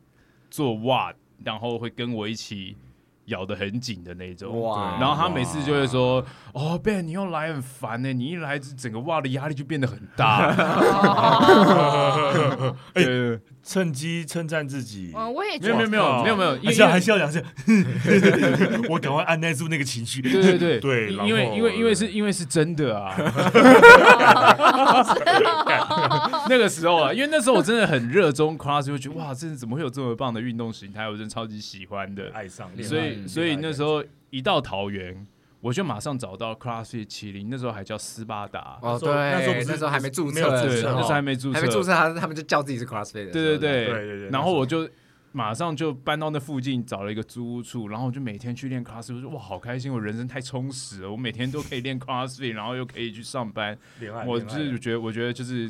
Speaker 4: 做袜，然后会跟我一起咬得很紧的那种。
Speaker 3: 哇
Speaker 4: 然后他每次就会说：“哦，Ben，你又来很烦呢、欸你一来整个袜的压力就变得很 大。对”对，
Speaker 2: 哥，趁机称赞自己。
Speaker 1: 嗯，我也觉
Speaker 4: 对没有没
Speaker 1: 得
Speaker 4: 有没有没有没有，因
Speaker 2: 还
Speaker 4: 为
Speaker 2: 是要还是要讲是， 我赶快按耐住那个情绪。
Speaker 4: 对对对
Speaker 2: 对，然
Speaker 4: 因为
Speaker 2: 后
Speaker 4: 因为因为是因为是真 的啊， 那个时候啊，因为那时候我真的很热衷 cross，就觉得哇，真的怎么会有这么棒的运动形态，我真的超级喜欢的，
Speaker 2: 爱上，
Speaker 4: 所
Speaker 3: 嗯
Speaker 4: 以所以那时候一到桃园，我就马上找到 crossfit 麒麟，那时候还叫斯巴达，
Speaker 3: 哦，对，
Speaker 2: 那时候不是
Speaker 3: 那时候还没注
Speaker 2: 没有注
Speaker 3: 册
Speaker 2: 册
Speaker 3: 的
Speaker 4: 对，
Speaker 3: 时候，
Speaker 4: 那时候还没注册，
Speaker 3: 还没注册，他他们就叫自己是 CrossFit 的时候，
Speaker 2: 对
Speaker 4: 对对对
Speaker 2: 对对对
Speaker 4: 然后我就马上就搬到那附近找了一个租屋处，然后我就每天去练 CrossFit，我说哇好开心，我人生太充实了，我每天都可以练 CrossFit，然后又可以去上 班，
Speaker 2: 恋爱，
Speaker 4: 我
Speaker 2: 恋
Speaker 4: 就
Speaker 2: 爱
Speaker 4: 是觉得我觉得就是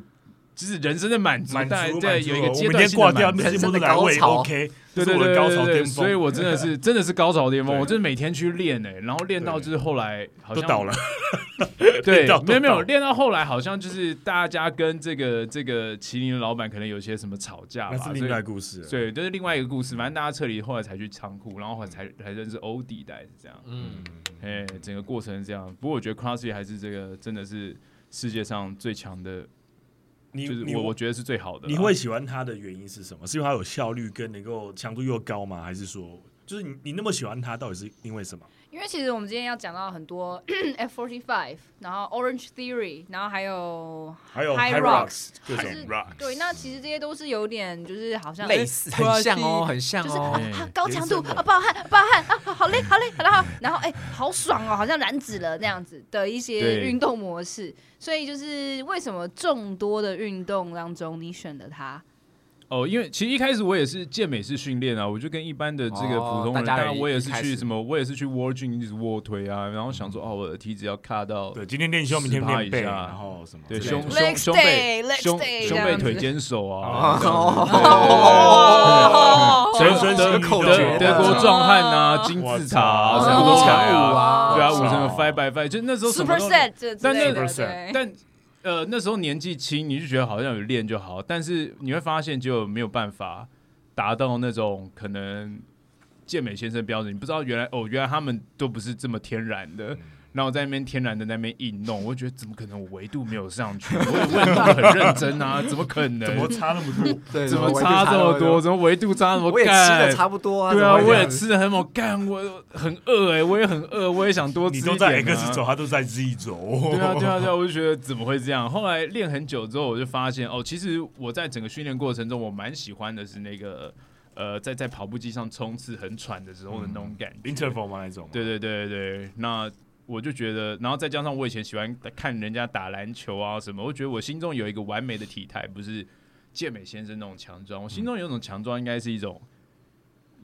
Speaker 4: 就是人生的满足
Speaker 2: 满，足
Speaker 4: 但
Speaker 2: 满
Speaker 4: 对
Speaker 2: 足
Speaker 4: 有一个
Speaker 2: 我
Speaker 4: 阶
Speaker 2: 们
Speaker 4: 段
Speaker 2: 先
Speaker 4: 性
Speaker 2: 挂
Speaker 4: 的
Speaker 2: 掉，
Speaker 4: 满足。
Speaker 2: 那
Speaker 3: 人
Speaker 2: 些
Speaker 3: 生
Speaker 2: 不
Speaker 3: 的
Speaker 2: 是来
Speaker 3: 高
Speaker 2: 我也
Speaker 3: 潮
Speaker 2: OK，这
Speaker 4: 对
Speaker 2: 是
Speaker 4: 对
Speaker 2: 我的
Speaker 4: 对
Speaker 2: 高
Speaker 4: 对
Speaker 2: 潮
Speaker 4: 对，
Speaker 2: 巅
Speaker 4: 所以
Speaker 2: 峰，
Speaker 4: 我真的是真的是高潮巅 峰，
Speaker 2: 对
Speaker 4: 我真的每天去练诶、然后练到就是后来好
Speaker 2: 都
Speaker 4: 像
Speaker 2: 倒了，
Speaker 4: 对
Speaker 2: 练到，
Speaker 4: 没有没
Speaker 2: 都倒
Speaker 4: 有练到后来，好像就是大家跟这个这个麒麟的老板可能有些什么吵架吧，
Speaker 2: 那是
Speaker 4: 所以
Speaker 2: 另外故事了。
Speaker 4: 对，这、是另外一个故事。反正大家撤离后来才去仓库，然后后来才才认识欧弟，大概是这样。
Speaker 3: 嗯，
Speaker 4: 哎、整个过程是这样。不过我觉得 CrossFit 还是这个真的是世界上最强的，
Speaker 2: 你
Speaker 4: 就是
Speaker 2: 你
Speaker 4: 我我觉得是啊最好的啦。
Speaker 2: 你会喜欢他的原因是什么？是因为他有效率跟能够强度又高吗？还是说，就是你你那么喜欢他，到底是因为什么？
Speaker 1: 因为其实我们今天要讲到很多 F forty five，然后 Orange Theory，然后还有
Speaker 2: 还有
Speaker 1: High
Speaker 2: Rocks 各
Speaker 1: 就
Speaker 2: 种
Speaker 1: 是
Speaker 2: Rock，
Speaker 1: 对，那其实这些都是有点就是好像
Speaker 3: 类似，很像哦，很像
Speaker 1: 哎就是
Speaker 3: 哦
Speaker 1: 啊，
Speaker 4: 哎
Speaker 1: 啊高强度
Speaker 2: 人生的
Speaker 1: 啊，暴汗暴汗啊，好累好累，然后然后哎、好爽哦，好像燃脂了那样子的一些
Speaker 4: 对
Speaker 1: 运动模式。所以就是为什么众多的运动当中，你选了它？
Speaker 4: 哦，因为其实一开始我也是健美式训练啊，我就跟一般的这个
Speaker 3: 哦
Speaker 4: 普通人，
Speaker 3: 大家
Speaker 4: 当
Speaker 3: 也
Speaker 4: 然我也是
Speaker 3: 一开
Speaker 4: 去
Speaker 3: 始嗯
Speaker 4: 什么，我也是去 War Gym 一直卧推啊，然后想说哦，我的体脂要卡到
Speaker 2: 对，今天练胸，明天
Speaker 4: 10%
Speaker 2: 练背，
Speaker 4: 以下
Speaker 2: 然后什么之
Speaker 4: 对
Speaker 2: 类的？
Speaker 4: 胸
Speaker 1: Leg
Speaker 4: 胸胸背
Speaker 1: day，leg
Speaker 4: 胸
Speaker 1: day
Speaker 4: 胸
Speaker 1: 这
Speaker 4: 背
Speaker 1: 样
Speaker 4: 腿
Speaker 1: 子
Speaker 4: 肩手啊，
Speaker 1: 哦
Speaker 2: 深深
Speaker 3: 得
Speaker 2: 吸
Speaker 3: 口
Speaker 2: 一个
Speaker 3: 诀
Speaker 4: 德
Speaker 3: 啊
Speaker 4: 德国壮汉啊，金字塔啊，
Speaker 2: 哇
Speaker 4: 什么都踩
Speaker 3: 舞
Speaker 4: 啊，
Speaker 3: 啊
Speaker 4: 对啊，
Speaker 2: 哇
Speaker 4: 五
Speaker 2: 塞
Speaker 4: 什么 five by five，就那时候什么
Speaker 1: 哦，super
Speaker 4: 都
Speaker 1: set 这之
Speaker 4: 但
Speaker 1: 类
Speaker 4: 那
Speaker 1: 的，对
Speaker 2: Superset
Speaker 4: 但呃那时候年纪轻，你就觉得好像有练就好，但是你会发现就没有办法达到那种可能健美先生标准。你不知道原来哦，原来他们都不是这么天然的。然后我在那边天然的那边硬弄，我觉得怎么可能我维度没有上去？我也我也弄得很认真啊，怎么可能？
Speaker 2: 怎么差那么多？
Speaker 3: 对
Speaker 4: 怎么差这么多？？怎么维度差那么？
Speaker 3: 我也吃
Speaker 4: 干
Speaker 3: 的差不多啊。
Speaker 4: 对啊，
Speaker 3: 怎么
Speaker 4: 我
Speaker 3: 会这
Speaker 4: 也
Speaker 3: 样子
Speaker 4: 吃的很猛，干我很饿哎、我也很饿，我也想多吃
Speaker 2: 你
Speaker 4: 一
Speaker 2: 都
Speaker 4: 点、啊。
Speaker 2: 在 X 轴，他都在 Z 轴。
Speaker 4: 对啊，对啊，对啊，我就觉得怎么会这样？后来练很久之后，我就发现哦，其实我在整个训练过程中，我蛮喜欢的是那个呃，在在跑步机上冲刺很喘的时候的那种感觉。
Speaker 2: 嗯 Interval 吗？那种？
Speaker 4: 对对对对，那我就觉得，然后再加上我以前喜欢看人家打篮球啊什么，我觉得我心中有一个完美的体态，不是健美先生那种强
Speaker 2: 嗯
Speaker 4: 壮，我心中有一种强壮应该是一种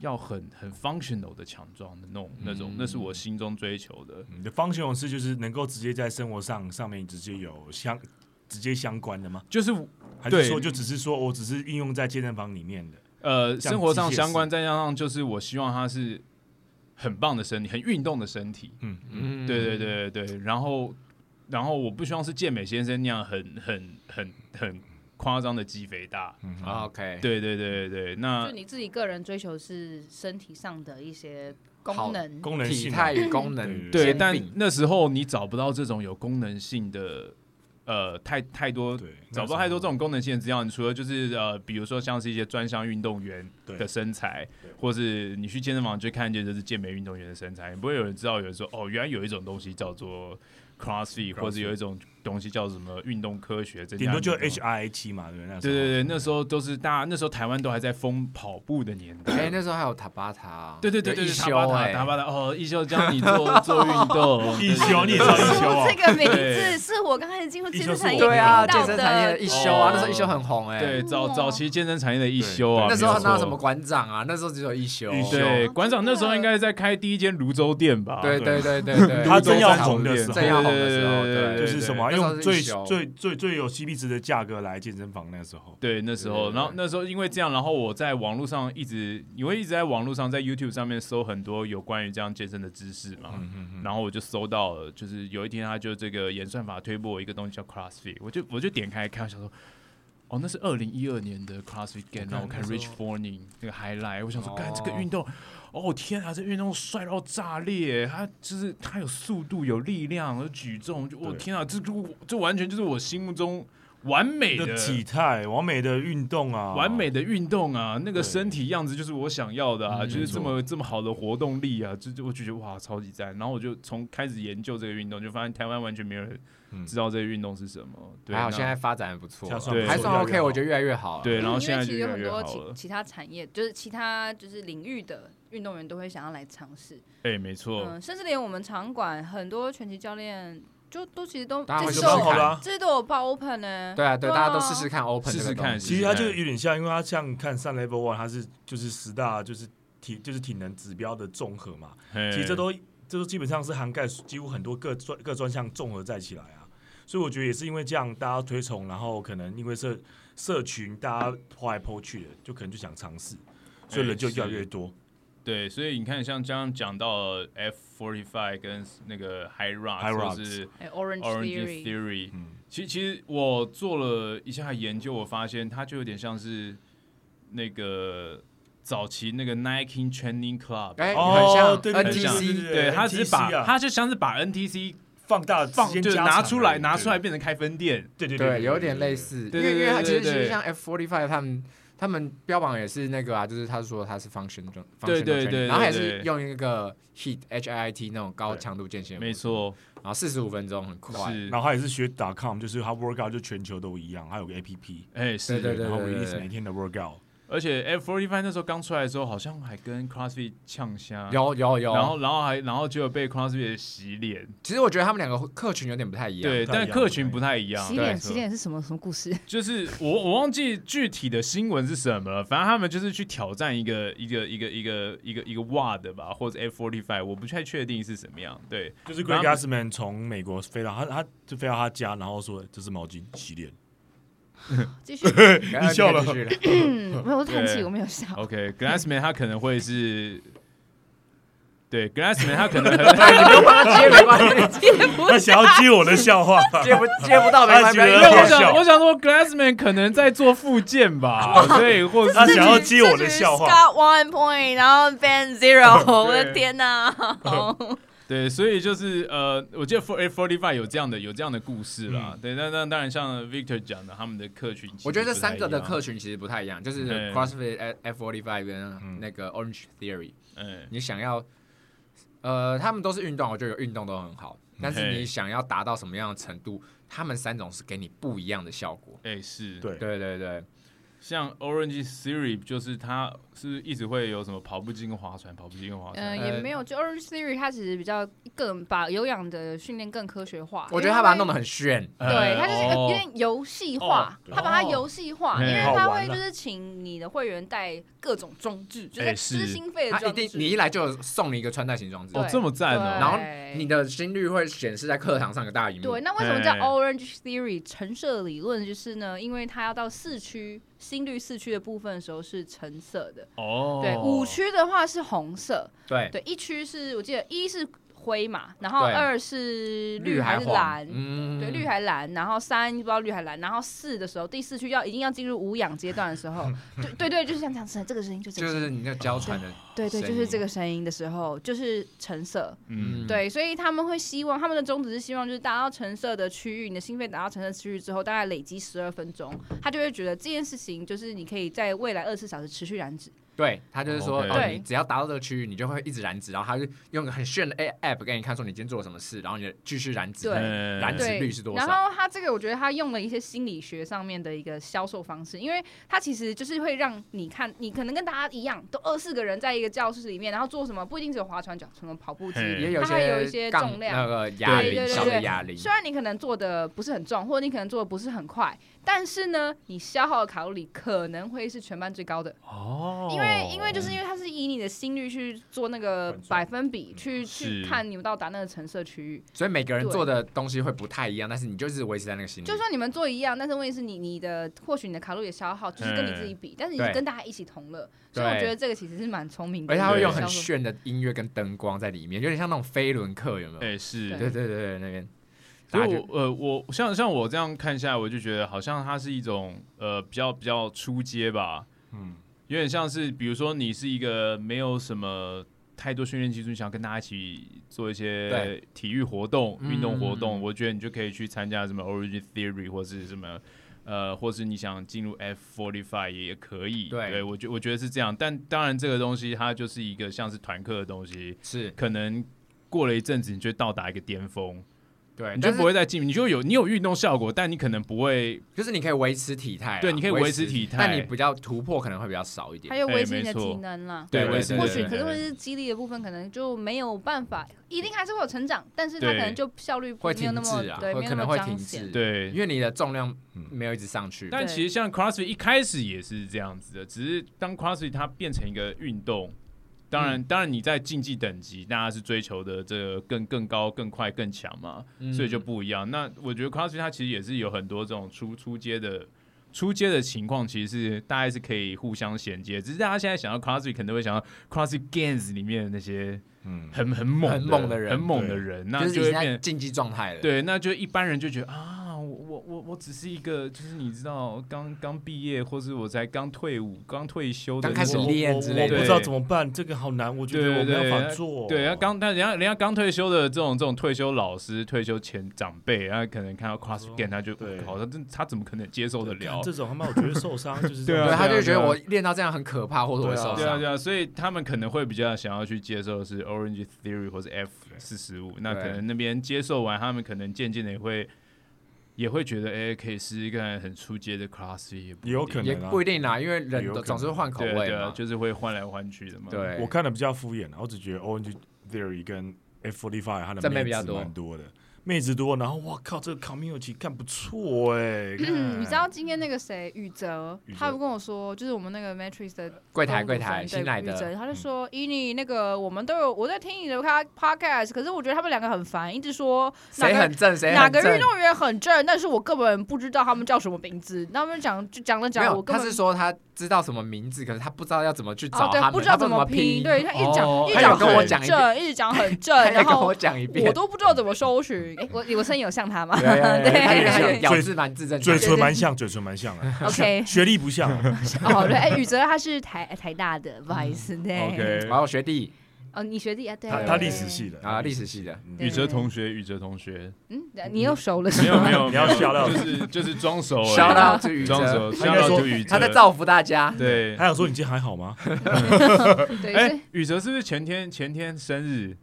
Speaker 4: 要很很 functional 的强壮的那种那
Speaker 2: 嗯
Speaker 4: 种，那是我心中追求的。
Speaker 2: 你的方形勇士就是能够直接在生活上上面直接有相直接相关的吗？
Speaker 4: 就是
Speaker 2: 还
Speaker 4: 对
Speaker 2: 是说就只是说我只是运用在健身房里面的？
Speaker 4: 呃，
Speaker 2: 像
Speaker 4: 生活上
Speaker 2: 机械
Speaker 4: 相
Speaker 2: 式
Speaker 4: 关，再加上就是我希望他是很棒的身体，很运动的身体。
Speaker 2: 嗯，
Speaker 3: 嗯
Speaker 4: 对对对对对，然后然后我不希望是健美先生那样很很很很夸张的肌肥大。
Speaker 3: 啊，OK，
Speaker 4: 对对对对对，
Speaker 6: 就
Speaker 4: 那
Speaker 6: 你自己个人追求是身体上的一些
Speaker 3: 好
Speaker 6: 功能，
Speaker 2: 功能
Speaker 3: 体
Speaker 2: 性
Speaker 3: 态
Speaker 2: 啊
Speaker 3: 与功能
Speaker 4: 对，
Speaker 3: 兼
Speaker 4: 但
Speaker 3: 并
Speaker 4: 那时候你找不到这种有功能性的，呃，太太多。
Speaker 2: 对，
Speaker 4: 找不到太多这种功能性的资料，你除了就是呃，比如说像是一些专项运动员的身材，或是你去健身房去看见就是健美运动员的身材，你不会有人知道有人说哦，原来有一种东西叫
Speaker 2: 嗯
Speaker 4: 做 CrossFit，或者有一种东西叫什么运动科学，增加
Speaker 2: 顶多就
Speaker 4: 运动
Speaker 2: HIT 嘛，对不对？那时
Speaker 4: 啊对
Speaker 2: 候
Speaker 4: 对对，那时候都是大家，那时候台湾都还在疯跑步的年代。
Speaker 3: 哎，那时候还有塔巴塔，
Speaker 4: 对对对对，
Speaker 3: 有一
Speaker 4: 塔
Speaker 3: 休
Speaker 4: 巴塔
Speaker 3: 哎
Speaker 4: 塔巴塔哦，一休教你做 做运动，
Speaker 2: 一休你也知道一休
Speaker 1: 说
Speaker 2: 啊
Speaker 1: 这，个名
Speaker 4: 哦对
Speaker 1: 字是我刚开始进入健身产业
Speaker 3: 对啊，
Speaker 1: 哎听到
Speaker 3: 健身产业
Speaker 1: 的
Speaker 3: 的一休啊
Speaker 4: 哦，
Speaker 3: 那时候一休很红哎。
Speaker 4: 对早
Speaker 1: 哦
Speaker 4: 早期健身产业的一休啊，
Speaker 3: 那时候
Speaker 4: 没有
Speaker 3: 哪
Speaker 4: 错
Speaker 3: 有什么馆长啊？那时候只有一休。
Speaker 2: 一休
Speaker 4: 对，
Speaker 1: 哦
Speaker 4: 馆长
Speaker 1: 真的
Speaker 4: 那时候应该在开第一间泸州店吧？
Speaker 3: 对对对对 对，
Speaker 2: 他正要红的时候
Speaker 3: 正要红的时候，
Speaker 4: 对对对
Speaker 3: 对，
Speaker 2: 就是什么
Speaker 3: 那时候
Speaker 2: 用
Speaker 3: 是
Speaker 2: 最
Speaker 3: 一休
Speaker 2: 最最最有 CP 值的价格来健身房那时候。
Speaker 4: 对，那时候，
Speaker 3: 哦对
Speaker 4: 然后那时候因为这样，然后我在网络上一直，你会一直在网络上在 YouTube 上面搜很多有关于这样健身的知识嘛？
Speaker 3: 嗯
Speaker 4: 然后我就搜到了，就是有一天他就这个演算法推播我一个东西叫 CrossFit，我就我就点开看，想说。哦，那是二零一二年的 CrossFit Game，然后我看
Speaker 3: 那时候
Speaker 4: Rich Forning 那个 highlight，我想说，
Speaker 3: 哦
Speaker 4: 干、这个运动，哦天啊，这运动帅到炸裂！他就是他有速度，有力量，有举重，就我、
Speaker 2: 对
Speaker 4: 天啊，这就这完全就是我心目中完美
Speaker 2: 的
Speaker 4: 的
Speaker 2: 体态，完美的运动啊，
Speaker 4: 完美的运动啊，那
Speaker 2: 对
Speaker 4: 个身体样子就是我想要的啊，
Speaker 3: 嗯
Speaker 4: 就是这
Speaker 2: 没
Speaker 4: 么这么好的活动力啊，就就我就觉得哇，超级赞。然后我就从开始研究这个运动，就发现台湾完全没有人
Speaker 2: 嗯
Speaker 4: 知道这个运动是什么。对，啊
Speaker 3: 还好
Speaker 4: 那
Speaker 3: 现在发展的不错
Speaker 2: 现在，算
Speaker 4: 不错
Speaker 3: 还算
Speaker 2: 越来越
Speaker 3: OK，
Speaker 2: 好
Speaker 3: 我觉得越来越好。
Speaker 4: 对，然后
Speaker 1: 因
Speaker 4: 现
Speaker 1: 为
Speaker 4: 在
Speaker 1: 其
Speaker 4: 就
Speaker 1: 实有
Speaker 4: 越来
Speaker 1: 很
Speaker 4: 越好
Speaker 1: 多其
Speaker 4: 了。
Speaker 1: 其他产业，就是其他就是领域的运动员都会想要来尝试，
Speaker 4: 哎，没错，
Speaker 1: 嗯，甚至连我们场馆很多拳击教练就都其实都
Speaker 3: 大家
Speaker 1: 这
Speaker 3: 会
Speaker 1: 些
Speaker 2: 就
Speaker 3: 试
Speaker 1: 都
Speaker 2: 蛮
Speaker 3: 试
Speaker 2: 好
Speaker 1: 有
Speaker 2: 的
Speaker 3: 看。
Speaker 2: 啊。
Speaker 1: 这些都有报 open 呢，
Speaker 3: 对啊，对，
Speaker 1: 对啊
Speaker 3: 大家都试试看 open
Speaker 4: 试试
Speaker 3: 这个东
Speaker 4: 看
Speaker 3: 西
Speaker 2: 其实它就有点像，因为它像看上 level one，它是就是十大就是体就是体能指标的综合嘛。
Speaker 4: 其
Speaker 2: 其实这都这都基本上是涵盖几乎很多各专各专项综合在起来啊。所以我觉得也是因为这样，大家推崇，然后可能因为社社群大家抛来抛去的，就可能就想尝试，所以人就越来越多。
Speaker 4: 对，所以你看，像刚刚讲到 F forty five 跟那个 High
Speaker 2: High
Speaker 4: Rock，
Speaker 2: Rocks
Speaker 4: 就是
Speaker 1: 哎
Speaker 6: Orange
Speaker 4: Orange
Speaker 6: Theory，
Speaker 4: Theory。
Speaker 2: 嗯
Speaker 4: 其其实我做了一下研究，我发现它就有点像是那个早期那个 Nike Training Club，、
Speaker 3: 哎，很
Speaker 2: 哦，
Speaker 3: 像
Speaker 2: 对
Speaker 3: NTC，
Speaker 4: 对，它只是把、
Speaker 2: 它
Speaker 4: 它就像是把 NTC
Speaker 2: 放大
Speaker 4: 放就拿出来拿出来，变成开分店，
Speaker 2: 对对
Speaker 3: 对，有点类。似。
Speaker 4: 对
Speaker 3: 因
Speaker 4: 对
Speaker 3: 为因
Speaker 4: 对
Speaker 3: 为它其
Speaker 4: 对
Speaker 3: 实
Speaker 4: 对
Speaker 3: 其
Speaker 4: 对
Speaker 3: 实像 F forty five 他们。他们标榜也是那个啊，就是他说他是 function 中，
Speaker 4: 对对
Speaker 3: functional training，
Speaker 4: 对
Speaker 3: 然后也
Speaker 4: 对
Speaker 3: 是
Speaker 4: 对
Speaker 3: 用一个 heat H I I T 那种高强度间歇，
Speaker 4: 没，错，
Speaker 3: 然后四十五分钟很快，
Speaker 4: 是
Speaker 2: 然，后他也是学 .com，就是他 workout 就全球都一样，他有个 APP，
Speaker 4: 哎是，
Speaker 3: 对对
Speaker 2: 然后我一直每天的 workout，
Speaker 4: 而且 F Forty Five 那时候刚出来的时候，好像还跟 CrossFit 呛虾，
Speaker 3: 有有有，
Speaker 4: 然后然后还然后就有被 CrossFit 洗脸，
Speaker 3: 其实我觉得他们两个客群有点不太 一样。哎
Speaker 4: 对，
Speaker 2: 不太一
Speaker 4: 但
Speaker 2: 样
Speaker 4: 客群不太一样。
Speaker 6: 洗
Speaker 4: 对
Speaker 6: 脸
Speaker 4: 没错
Speaker 6: 洗脸是什么什么故 事？
Speaker 4: 就是我我忘记具体的新闻是什么了，反正他们就是去挑战一个一个一个一个一个一个 WAD 吧，或者 F Forty Five，我不太确定是什么样。对，
Speaker 2: 就是 Greg
Speaker 4: 然后
Speaker 2: Glassman 从美国飞到他，他就飞到他家，然后说这是毛巾洗脸。
Speaker 6: 继续，
Speaker 3: 然后
Speaker 2: 你笑了
Speaker 3: 继续
Speaker 6: 嗯，没有，我叹气，我没有笑。
Speaker 4: OK，Glassman 他可能会是，对 Glassman 他可能很
Speaker 3: 接没关系，
Speaker 2: 他想要接我的笑话，
Speaker 3: 接不 接不到没关系。
Speaker 2: 他觉得
Speaker 3: 不
Speaker 4: 因
Speaker 3: 要
Speaker 4: 为
Speaker 3: 紧
Speaker 4: 我
Speaker 2: 好笑
Speaker 4: 想我想说 Glassman 可能在做复健吧，所以或者
Speaker 2: 他
Speaker 4: 是
Speaker 2: 想要接我的笑话。
Speaker 1: Scott one point，然后 Ben zero，我的
Speaker 4: 对
Speaker 1: 天 哪！
Speaker 4: 对，所以就是呃，我记得 For F Forty Five 有这样的有这样的故事啦。对，那那当然像 Victor 讲的，他们的客群其实
Speaker 3: 我觉得这
Speaker 4: 不太
Speaker 3: 三个的
Speaker 4: 一样
Speaker 3: 客，群其实不太一样，就是
Speaker 4: 对
Speaker 3: CrossFit、F Forty Five 跟
Speaker 2: 嗯
Speaker 3: 那个 Orange Theory。
Speaker 4: 嗯，
Speaker 3: 你想要，呃，他们都是运动，我觉得有运动都很好，但是
Speaker 4: 嘿
Speaker 3: 你想要达到什么样的程度，他们三种是给你不一样的效果。
Speaker 4: 哎、是，
Speaker 2: 对，
Speaker 3: 对对对，
Speaker 4: 像 Orange Theory 就是它是一直会有什么跑步机跟划船，跑步机跟划船。
Speaker 1: 嗯，也没有，就 Orange Theory 它其实比较更把有氧的训练更科学化。
Speaker 3: 我觉得他把它弄
Speaker 1: 得
Speaker 3: 得很炫，
Speaker 1: 对，它就是一个有
Speaker 4: 呃哦
Speaker 1: 点游戏化，
Speaker 2: 哦
Speaker 1: 它把它
Speaker 4: 哦
Speaker 1: 游戏化，因为
Speaker 4: 好
Speaker 1: 它
Speaker 2: 玩
Speaker 1: 会就
Speaker 2: 啊
Speaker 1: 是请你的会员带各种装置，就是
Speaker 4: 哎
Speaker 1: 就是
Speaker 4: 是
Speaker 1: 心肺的
Speaker 3: 他一
Speaker 1: 装
Speaker 3: 定
Speaker 1: 置。
Speaker 3: 你一来就有送你一个穿戴型装置
Speaker 1: 对，
Speaker 4: 哦，这么赞哦。
Speaker 1: 对
Speaker 3: 然后你的心率会显示在课堂上的大荧幕
Speaker 1: 对，。那为什么叫
Speaker 4: 哎
Speaker 1: Orange Theory 橙色理论？就是呢，因为它要到四区心率四区的部分的时候是橙色的，
Speaker 4: 哦，
Speaker 1: 对，五区的话是红色，
Speaker 3: 对，
Speaker 1: 对，一区是我记得一是灰嘛，然后
Speaker 3: 对
Speaker 1: 二是绿还
Speaker 3: 还
Speaker 1: 是
Speaker 3: 黄
Speaker 1: 蓝，
Speaker 3: 嗯
Speaker 1: 对，绿还蓝，然后三不知道绿还蓝，然后四的时候，第四区要已经要进入无氧阶段的时 候，对对对，就是像这样子，这个声音就这
Speaker 3: 就
Speaker 1: 个声音，
Speaker 3: 是你那娇喘的，
Speaker 1: 对对，就
Speaker 3: 声
Speaker 1: 是
Speaker 3: 音
Speaker 1: 这个声音的时候，就是橙色，
Speaker 4: 嗯，
Speaker 1: 对，所以他们会希望他们的宗旨是希望就是达到橙色的区域，你的心肺达到橙色区域之后，大概累积十二分钟，他就会觉得这件事情就是你可以在未来二十四小时持续燃脂，
Speaker 3: 对他就是说，
Speaker 4: OK
Speaker 3: 哦，
Speaker 1: 对
Speaker 3: 你只要达到这个区域，你就会一直燃脂，然后他就用个很炫的 A app 给你看，说你今天做了什么事，然后你继续燃脂，
Speaker 1: 对
Speaker 4: 哎
Speaker 3: 燃脂
Speaker 1: 对
Speaker 3: 率是多
Speaker 1: 然
Speaker 3: 少？
Speaker 1: 后他这个，我觉得他用了一些心理学上面的一个销售方式，因为他其实就是会让你看，你可能跟大家一样，都二四个人在一个教室里面，然后做什么，不一定只有划船、脚什么跑步机。
Speaker 4: 嘿
Speaker 3: 也有
Speaker 1: 它还有一
Speaker 3: 一
Speaker 1: 些
Speaker 3: 些
Speaker 1: 重
Speaker 3: 杠
Speaker 1: 量
Speaker 3: 那个哑
Speaker 4: 对
Speaker 1: 对
Speaker 3: 铃，
Speaker 1: 对
Speaker 3: 小
Speaker 1: 对
Speaker 3: 的哑铃，
Speaker 1: 虽然你可能做的不是很重，或者你可能做的不是很快，但是呢，你消耗的卡路里可能会是全班最高的，
Speaker 4: 哦，
Speaker 1: 因为因为就是因为它是以你的心率去做那个
Speaker 2: 换算
Speaker 1: 百分比，去去
Speaker 4: 是
Speaker 1: 看你们到达那个橙色区域。
Speaker 3: 所以每个人
Speaker 1: 对
Speaker 3: 做的东西会不太一样，但是你就是维持在那个心里。
Speaker 1: 就算你们做一样，但是问题是你你的或许你的卡路里消耗就是跟你自己比，但是你
Speaker 3: 对
Speaker 1: 跟大家一起同乐，所以我
Speaker 3: 对
Speaker 1: 觉得这个其实是蛮聪明的
Speaker 3: 而
Speaker 1: 一
Speaker 3: 且
Speaker 1: 个
Speaker 3: 他
Speaker 1: 销售
Speaker 3: 会
Speaker 1: 方式。
Speaker 3: 用很炫的音乐跟灯光在里面，有点像那种飞轮课，有没有？
Speaker 4: 哎是，
Speaker 1: 对
Speaker 3: 对对对对，那边。
Speaker 4: 所
Speaker 3: 大
Speaker 4: 以
Speaker 3: 家
Speaker 4: 我呃，我像像我这样看下来，我就觉得好像它是一种呃比较比较出街吧，
Speaker 2: 嗯，
Speaker 4: 有点像是比如说你是一个没有什么太多训练基础，你想跟大家一起做一些
Speaker 3: 对
Speaker 4: 体育活动、
Speaker 3: 嗯
Speaker 4: 运动活动，我觉得你就可以去参加什么 Origin Theory 或是什么。呃，或是你想进入 F forty five 也可以，
Speaker 3: 对
Speaker 4: 我觉我觉得是这样，但当然这个东西它就是一个像是团课的东西，
Speaker 3: 是
Speaker 4: 可能过了一阵子你就到达一个巅峰，
Speaker 3: 对，
Speaker 4: 你就
Speaker 3: 但是
Speaker 4: 不会再进，你就有你有运动效果，但你可能不会
Speaker 3: 就是你可以维持体态啊，
Speaker 4: 对你可以维持体态
Speaker 3: 但你比较突破可能会比较少一
Speaker 1: 还
Speaker 3: 点。
Speaker 1: 有维
Speaker 4: 哎
Speaker 1: 持你
Speaker 4: 没
Speaker 1: 的
Speaker 4: 错
Speaker 1: 体能啦。
Speaker 3: 对
Speaker 4: 维持
Speaker 3: 对
Speaker 4: 你
Speaker 1: 或
Speaker 4: 的
Speaker 1: 许，
Speaker 4: 体
Speaker 1: 可是
Speaker 4: 能
Speaker 1: 问题是激励的部分，可能就没有办法，一定还是会有成长，但是它可
Speaker 4: 对
Speaker 1: 能就效率
Speaker 3: 会
Speaker 1: 没有那么
Speaker 3: 停滞啊
Speaker 1: 对，
Speaker 3: 会
Speaker 1: 没有
Speaker 3: 可
Speaker 1: 那
Speaker 3: 能
Speaker 1: 么
Speaker 3: 会
Speaker 1: 彰
Speaker 3: 停
Speaker 1: 显。
Speaker 3: 滞
Speaker 4: 对嗯
Speaker 3: 因为你的重量没有一直上去。
Speaker 4: 但其实像 CrossFit 一开始也是这样子的，只是当 CrossFit 它变成一个运动，当
Speaker 3: 嗯
Speaker 4: 然、当然你在竞技等级，大家是追求的这个更更高、更快、更强嘛，
Speaker 3: 嗯
Speaker 4: 所以就不一样。那我觉得 CrossFit 它其实也是有很多这种出出街的。出街的情况其实是大概是可以互相衔接，只是大家现在想到 CrossFit 可能会想到 CrossFit Games 里面的那些
Speaker 2: 嗯
Speaker 4: 很很猛
Speaker 3: 很猛的人
Speaker 4: 很猛的
Speaker 2: 对
Speaker 4: 人，
Speaker 3: 就
Speaker 4: 那
Speaker 3: 是你
Speaker 4: 会
Speaker 3: 现
Speaker 4: 变
Speaker 3: 在竞技状态了。
Speaker 4: 对，那就一般人就觉得啊，我我我我只是一个，就是你知道，刚刚毕业，或是我才刚退伍、刚退休的
Speaker 3: 刚
Speaker 4: 那
Speaker 3: 开始
Speaker 4: 种
Speaker 3: 练之类
Speaker 2: 我
Speaker 4: 的
Speaker 2: 不知道怎么办，这个好难，我觉得我没有办法做。
Speaker 4: 对，要刚但人家人家刚退休的这种这种退休老师、退休前长辈，然后可能看到 CrossFit
Speaker 2: 哦
Speaker 4: Game，他就
Speaker 2: 对
Speaker 4: 好像他怎么可能接受得了
Speaker 2: 干？这种他妈，我觉得受伤就是
Speaker 4: 对啊
Speaker 3: 对，他就觉
Speaker 4: 对
Speaker 3: 得
Speaker 4: 啊
Speaker 3: 我练到这样很可怕，或者我会受
Speaker 4: 对啊，对
Speaker 3: 伤。
Speaker 4: 啊，所以他们可能会比较想要去接受的是 Orange Theory 或者 F 四十五，那可能那边接受完，他们可能渐渐的也会也会觉得，哎、可以试试看很出街的 CrossFit，也不
Speaker 2: 也有
Speaker 4: 一定
Speaker 2: 可能
Speaker 3: 也
Speaker 2: 啊
Speaker 3: 不一定啦，因为人
Speaker 2: 有可能
Speaker 3: 总是会换口
Speaker 4: 对啊
Speaker 3: 味
Speaker 4: 对啊
Speaker 3: 嘛，。
Speaker 4: 就是会换来换去的嘛。
Speaker 3: 对，
Speaker 2: 我看的比较敷衍啊，我只觉得 Orange Theory 跟 F Forty Five 它的
Speaker 3: 正面
Speaker 2: 妹
Speaker 3: 比较
Speaker 2: 子
Speaker 3: 多
Speaker 2: 蛮多的，妹子多，然后哇靠，这个 community 看不错
Speaker 1: 嗯
Speaker 2: 哎、看
Speaker 1: 你知道今天那个谁宇哲
Speaker 2: 宇，哲
Speaker 1: 他不跟我说，就是我们那个 Matrix 的
Speaker 3: 柜台
Speaker 1: 公
Speaker 3: 柜
Speaker 1: 主生
Speaker 3: 台
Speaker 1: 对
Speaker 3: 新来
Speaker 1: 宇哲
Speaker 3: 的，嗯
Speaker 1: 他就说：“伊妮，那个我们都有我在听你的 pod- podcast，可是我觉得他们两个很烦，一直说哪
Speaker 3: 谁
Speaker 1: 个
Speaker 3: 很正谁
Speaker 1: 哪
Speaker 3: 很
Speaker 1: 个
Speaker 3: 正
Speaker 1: 运。动员很正，但是我根本不知道他们叫什么名字。那他们讲就讲了
Speaker 3: 没
Speaker 1: 讲，
Speaker 3: 有，
Speaker 1: 我根
Speaker 3: 他
Speaker 1: 本
Speaker 3: 是说他知道什么名字，可是他不知道要怎么去
Speaker 1: 哦
Speaker 3: 找他
Speaker 1: 对，
Speaker 3: 们，
Speaker 1: 不知道
Speaker 3: 他
Speaker 1: 怎
Speaker 3: 怎么
Speaker 1: 拼，对他一直
Speaker 4: 哦
Speaker 1: 讲一直
Speaker 3: 他
Speaker 1: 讲
Speaker 3: 有跟我
Speaker 1: 很
Speaker 3: 讲一
Speaker 1: 正，一直 讲很正，
Speaker 3: 他要
Speaker 1: 然
Speaker 3: 跟
Speaker 1: 后
Speaker 3: 我讲一遍
Speaker 1: 我，都不知道怎么搜寻。诶我我声音有像他吗？
Speaker 3: 对啊对对，他
Speaker 1: 对
Speaker 3: 有
Speaker 2: 对
Speaker 3: 点咬字蛮字
Speaker 4: 嗯
Speaker 3: 正腔
Speaker 2: 嘴
Speaker 3: 圆，
Speaker 2: 唇蛮像，嘴唇蛮像的，
Speaker 1: OK，
Speaker 2: 学历不像啊，
Speaker 1: 哦对，哎，宇哲他是台台大的，不好意
Speaker 3: 嗯
Speaker 1: 思，对
Speaker 4: OK，
Speaker 3: 然后学弟
Speaker 1: 哦，你学弟啊，对，
Speaker 2: 他他历史系的
Speaker 3: 啊，历史系的，
Speaker 2: 嗯
Speaker 4: 宇哲同学，宇哲同学，
Speaker 1: 嗯，你又熟了是
Speaker 4: 没有
Speaker 1: 吗？
Speaker 4: 没有，
Speaker 2: 你要
Speaker 4: 没有
Speaker 2: shout out
Speaker 4: 就是就是装熟而已，
Speaker 3: shout out to 宇
Speaker 4: 装
Speaker 3: 哲，
Speaker 4: 熟
Speaker 2: 他应该
Speaker 4: ，shout out
Speaker 2: 说
Speaker 4: to 宇哲，
Speaker 3: 他在造福大家，
Speaker 4: 对。
Speaker 2: 他想说你今天还好吗？
Speaker 1: 对，
Speaker 4: 哎、
Speaker 1: 所以
Speaker 4: 宇哲是不是前天前天生日？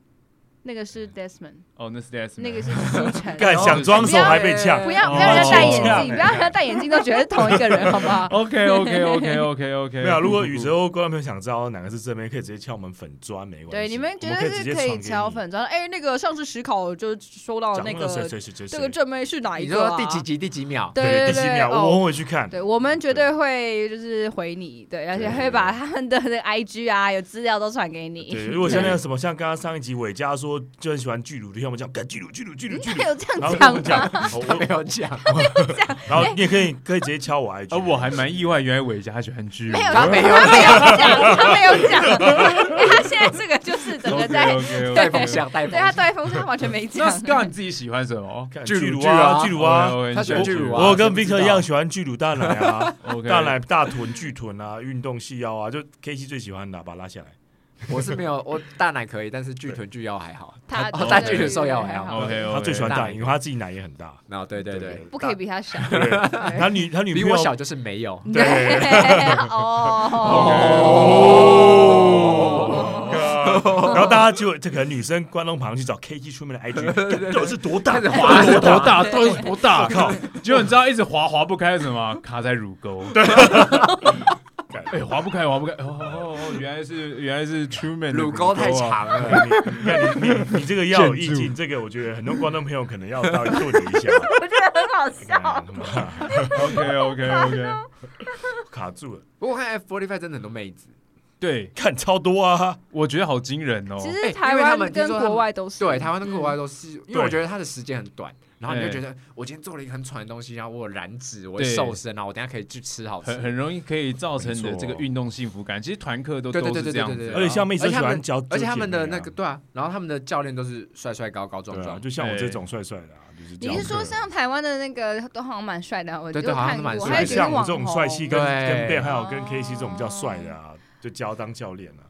Speaker 1: 那个是 Desmond，
Speaker 4: 哦，那是 Des，
Speaker 1: 那个 是苏晨。
Speaker 4: 哦
Speaker 2: 干想装熟还被呛，
Speaker 1: 不要不要
Speaker 2: 哦
Speaker 1: 人家戴眼
Speaker 2: 这样
Speaker 1: 镜，不要人家戴眼镜都觉得是同一个人，好不好？
Speaker 4: OK OK OK OK OK。
Speaker 2: 没有啊，如果宇哲观众朋友想知道哪个是正面，可以直接敲我们粉砖，没关系。
Speaker 1: 对，你们绝
Speaker 2: 我可
Speaker 1: 对
Speaker 2: 以直接
Speaker 1: 是可以
Speaker 2: 传给
Speaker 1: 敲
Speaker 2: 你，
Speaker 1: 粉砖。哎，那个上次实考就收到
Speaker 2: 讲
Speaker 1: 那
Speaker 2: 谁
Speaker 1: 个
Speaker 2: 谁谁谁
Speaker 1: 这个
Speaker 2: 谁，
Speaker 1: 正妹是哪一
Speaker 3: 你
Speaker 1: 个
Speaker 3: 说
Speaker 1: 啊？
Speaker 3: 第几集第几秒？
Speaker 1: 对对
Speaker 2: 第几
Speaker 1: 对
Speaker 2: 秒，
Speaker 1: 哦
Speaker 2: 我会去看。
Speaker 1: 对，我们绝对会就是回你，对，而且会把他们的那个 IG 啊有资料都传给
Speaker 2: 对，
Speaker 1: 你。
Speaker 2: 如果像那个什么，像刚刚上一集伟嘉说就很喜欢巨乳的，像我们讲干巨乳巨乳巨乳巨乳
Speaker 1: 他，有这
Speaker 2: 然后
Speaker 1: 样
Speaker 2: 跟我们
Speaker 1: 讲
Speaker 2: 讲，
Speaker 1: 吗？
Speaker 2: 哦
Speaker 3: 他没
Speaker 2: 我
Speaker 3: 有讲，
Speaker 2: 然后你也可以可以直接敲我 IG，
Speaker 4: 而我还蛮意外，原来伟嘉喜欢巨乳。
Speaker 1: 没有，
Speaker 3: 他没有
Speaker 1: 他没有讲，他没有讲，因为他现在这个就是整个在
Speaker 4: OK OK
Speaker 3: 带
Speaker 4: OK。
Speaker 3: 风向带风
Speaker 1: 对他
Speaker 3: 向，
Speaker 1: 对风扇完全没讲
Speaker 4: 那。Scott 你自己喜欢什么？
Speaker 2: 干
Speaker 3: 巨
Speaker 2: 巨
Speaker 3: 乳
Speaker 2: 乳啊
Speaker 3: 巨
Speaker 2: 巨乳啊，
Speaker 4: OK，OK，
Speaker 3: 他喜欢巨乳啊
Speaker 2: 我有跟
Speaker 3: 谁不知
Speaker 2: Victor
Speaker 3: 道
Speaker 2: 一样喜欢巨乳大奶啊，
Speaker 4: OK，
Speaker 2: 大奶大臀巨臀啊，运动细腰啊，就 K C 最喜欢的啊，把它拉下来。
Speaker 3: 我是没有，我大奶可以，但是巨臀巨腰还好，
Speaker 1: 他
Speaker 3: 哦
Speaker 1: 对
Speaker 3: 他
Speaker 1: 对
Speaker 3: 巨
Speaker 1: 对
Speaker 3: 乳瘦腰
Speaker 1: 对
Speaker 3: 还好，
Speaker 4: OK，
Speaker 2: 他最喜欢
Speaker 3: 大
Speaker 2: 大
Speaker 3: 奶
Speaker 2: 奶，因为他自己奶也很大。
Speaker 3: 那对对对，
Speaker 1: 不可以比他小。
Speaker 2: 对，
Speaker 1: 对
Speaker 2: 他女他女
Speaker 3: 比
Speaker 2: 朋
Speaker 3: 我
Speaker 2: 友
Speaker 3: 小就是没有，
Speaker 2: 对
Speaker 1: 哦，
Speaker 2: 哦，然后大家就这可能女生观众旁去找 K T 出面的 IG，干到底是多大
Speaker 3: 开始滑
Speaker 4: 多多大？
Speaker 1: 对
Speaker 4: 到底是多大？
Speaker 2: 靠！
Speaker 4: 结果你知道一直滑滑不开是什么？卡在乳沟。对。哎，滑不开，滑不开。哦哦哦，原来是原来是 Truman 的
Speaker 3: 乳沟太
Speaker 4: 啊。
Speaker 3: 长了。
Speaker 2: 你你你这个要有意
Speaker 4: 建
Speaker 2: 境，这个我觉得很多观众朋友可能要稍微顿一 下。 啊
Speaker 1: 我觉得很好
Speaker 3: 哦
Speaker 1: 笑。
Speaker 2: 干妈
Speaker 4: OK OK OK。
Speaker 2: 啊卡住了，
Speaker 3: 不过我看 F forty five 真的很多妹子，
Speaker 4: 对，
Speaker 2: 看超多啊！
Speaker 4: 我觉得好惊人哦。
Speaker 1: 其
Speaker 3: 哎
Speaker 1: 实
Speaker 3: 因
Speaker 1: 台
Speaker 3: 为他
Speaker 1: 湾
Speaker 3: 们
Speaker 1: 跟
Speaker 3: 听说他们
Speaker 1: 国外都是，
Speaker 3: 对台湾跟国外都是，因为
Speaker 2: 对
Speaker 3: 我觉得它的时间很短，然后你就觉得我今天做了一个很喘的东西，然后我有燃脂，我有
Speaker 4: 对
Speaker 3: 瘦身，然后我等一下可以去吃好吃
Speaker 4: 很。很容易可以造成你的
Speaker 2: 没错
Speaker 4: 这个运动幸福感。其实团课都
Speaker 3: 对对
Speaker 4: 都
Speaker 3: 对对
Speaker 4: 是这
Speaker 3: 对
Speaker 4: 样
Speaker 3: 对
Speaker 4: 子
Speaker 3: 对，
Speaker 4: 啊，
Speaker 2: 而且像妹子
Speaker 3: 而且
Speaker 2: 喜
Speaker 3: 他们
Speaker 2: 欢脚，
Speaker 3: 而且他们的
Speaker 2: 脚姐妹
Speaker 3: 那
Speaker 2: 啊
Speaker 3: 个对啊，然后他们的教练都是帅帅高高壮
Speaker 2: 对啊，
Speaker 3: 壮，
Speaker 2: 就像我这种帅帅的啊，就是这
Speaker 1: 你
Speaker 2: 样
Speaker 1: 是说像台湾的那个都好像蛮帅的啊，我
Speaker 3: 对对
Speaker 1: 就
Speaker 3: 好像
Speaker 1: 看
Speaker 3: 都蛮
Speaker 1: 过，
Speaker 3: 帅的
Speaker 1: 还有几个
Speaker 2: 像我
Speaker 1: 网
Speaker 2: 这种
Speaker 1: 红
Speaker 2: 帅气跟
Speaker 3: 对
Speaker 2: 跟 Ben 还有跟
Speaker 1: 哦
Speaker 2: K C 这种比较帅的啊，就教当教练啊。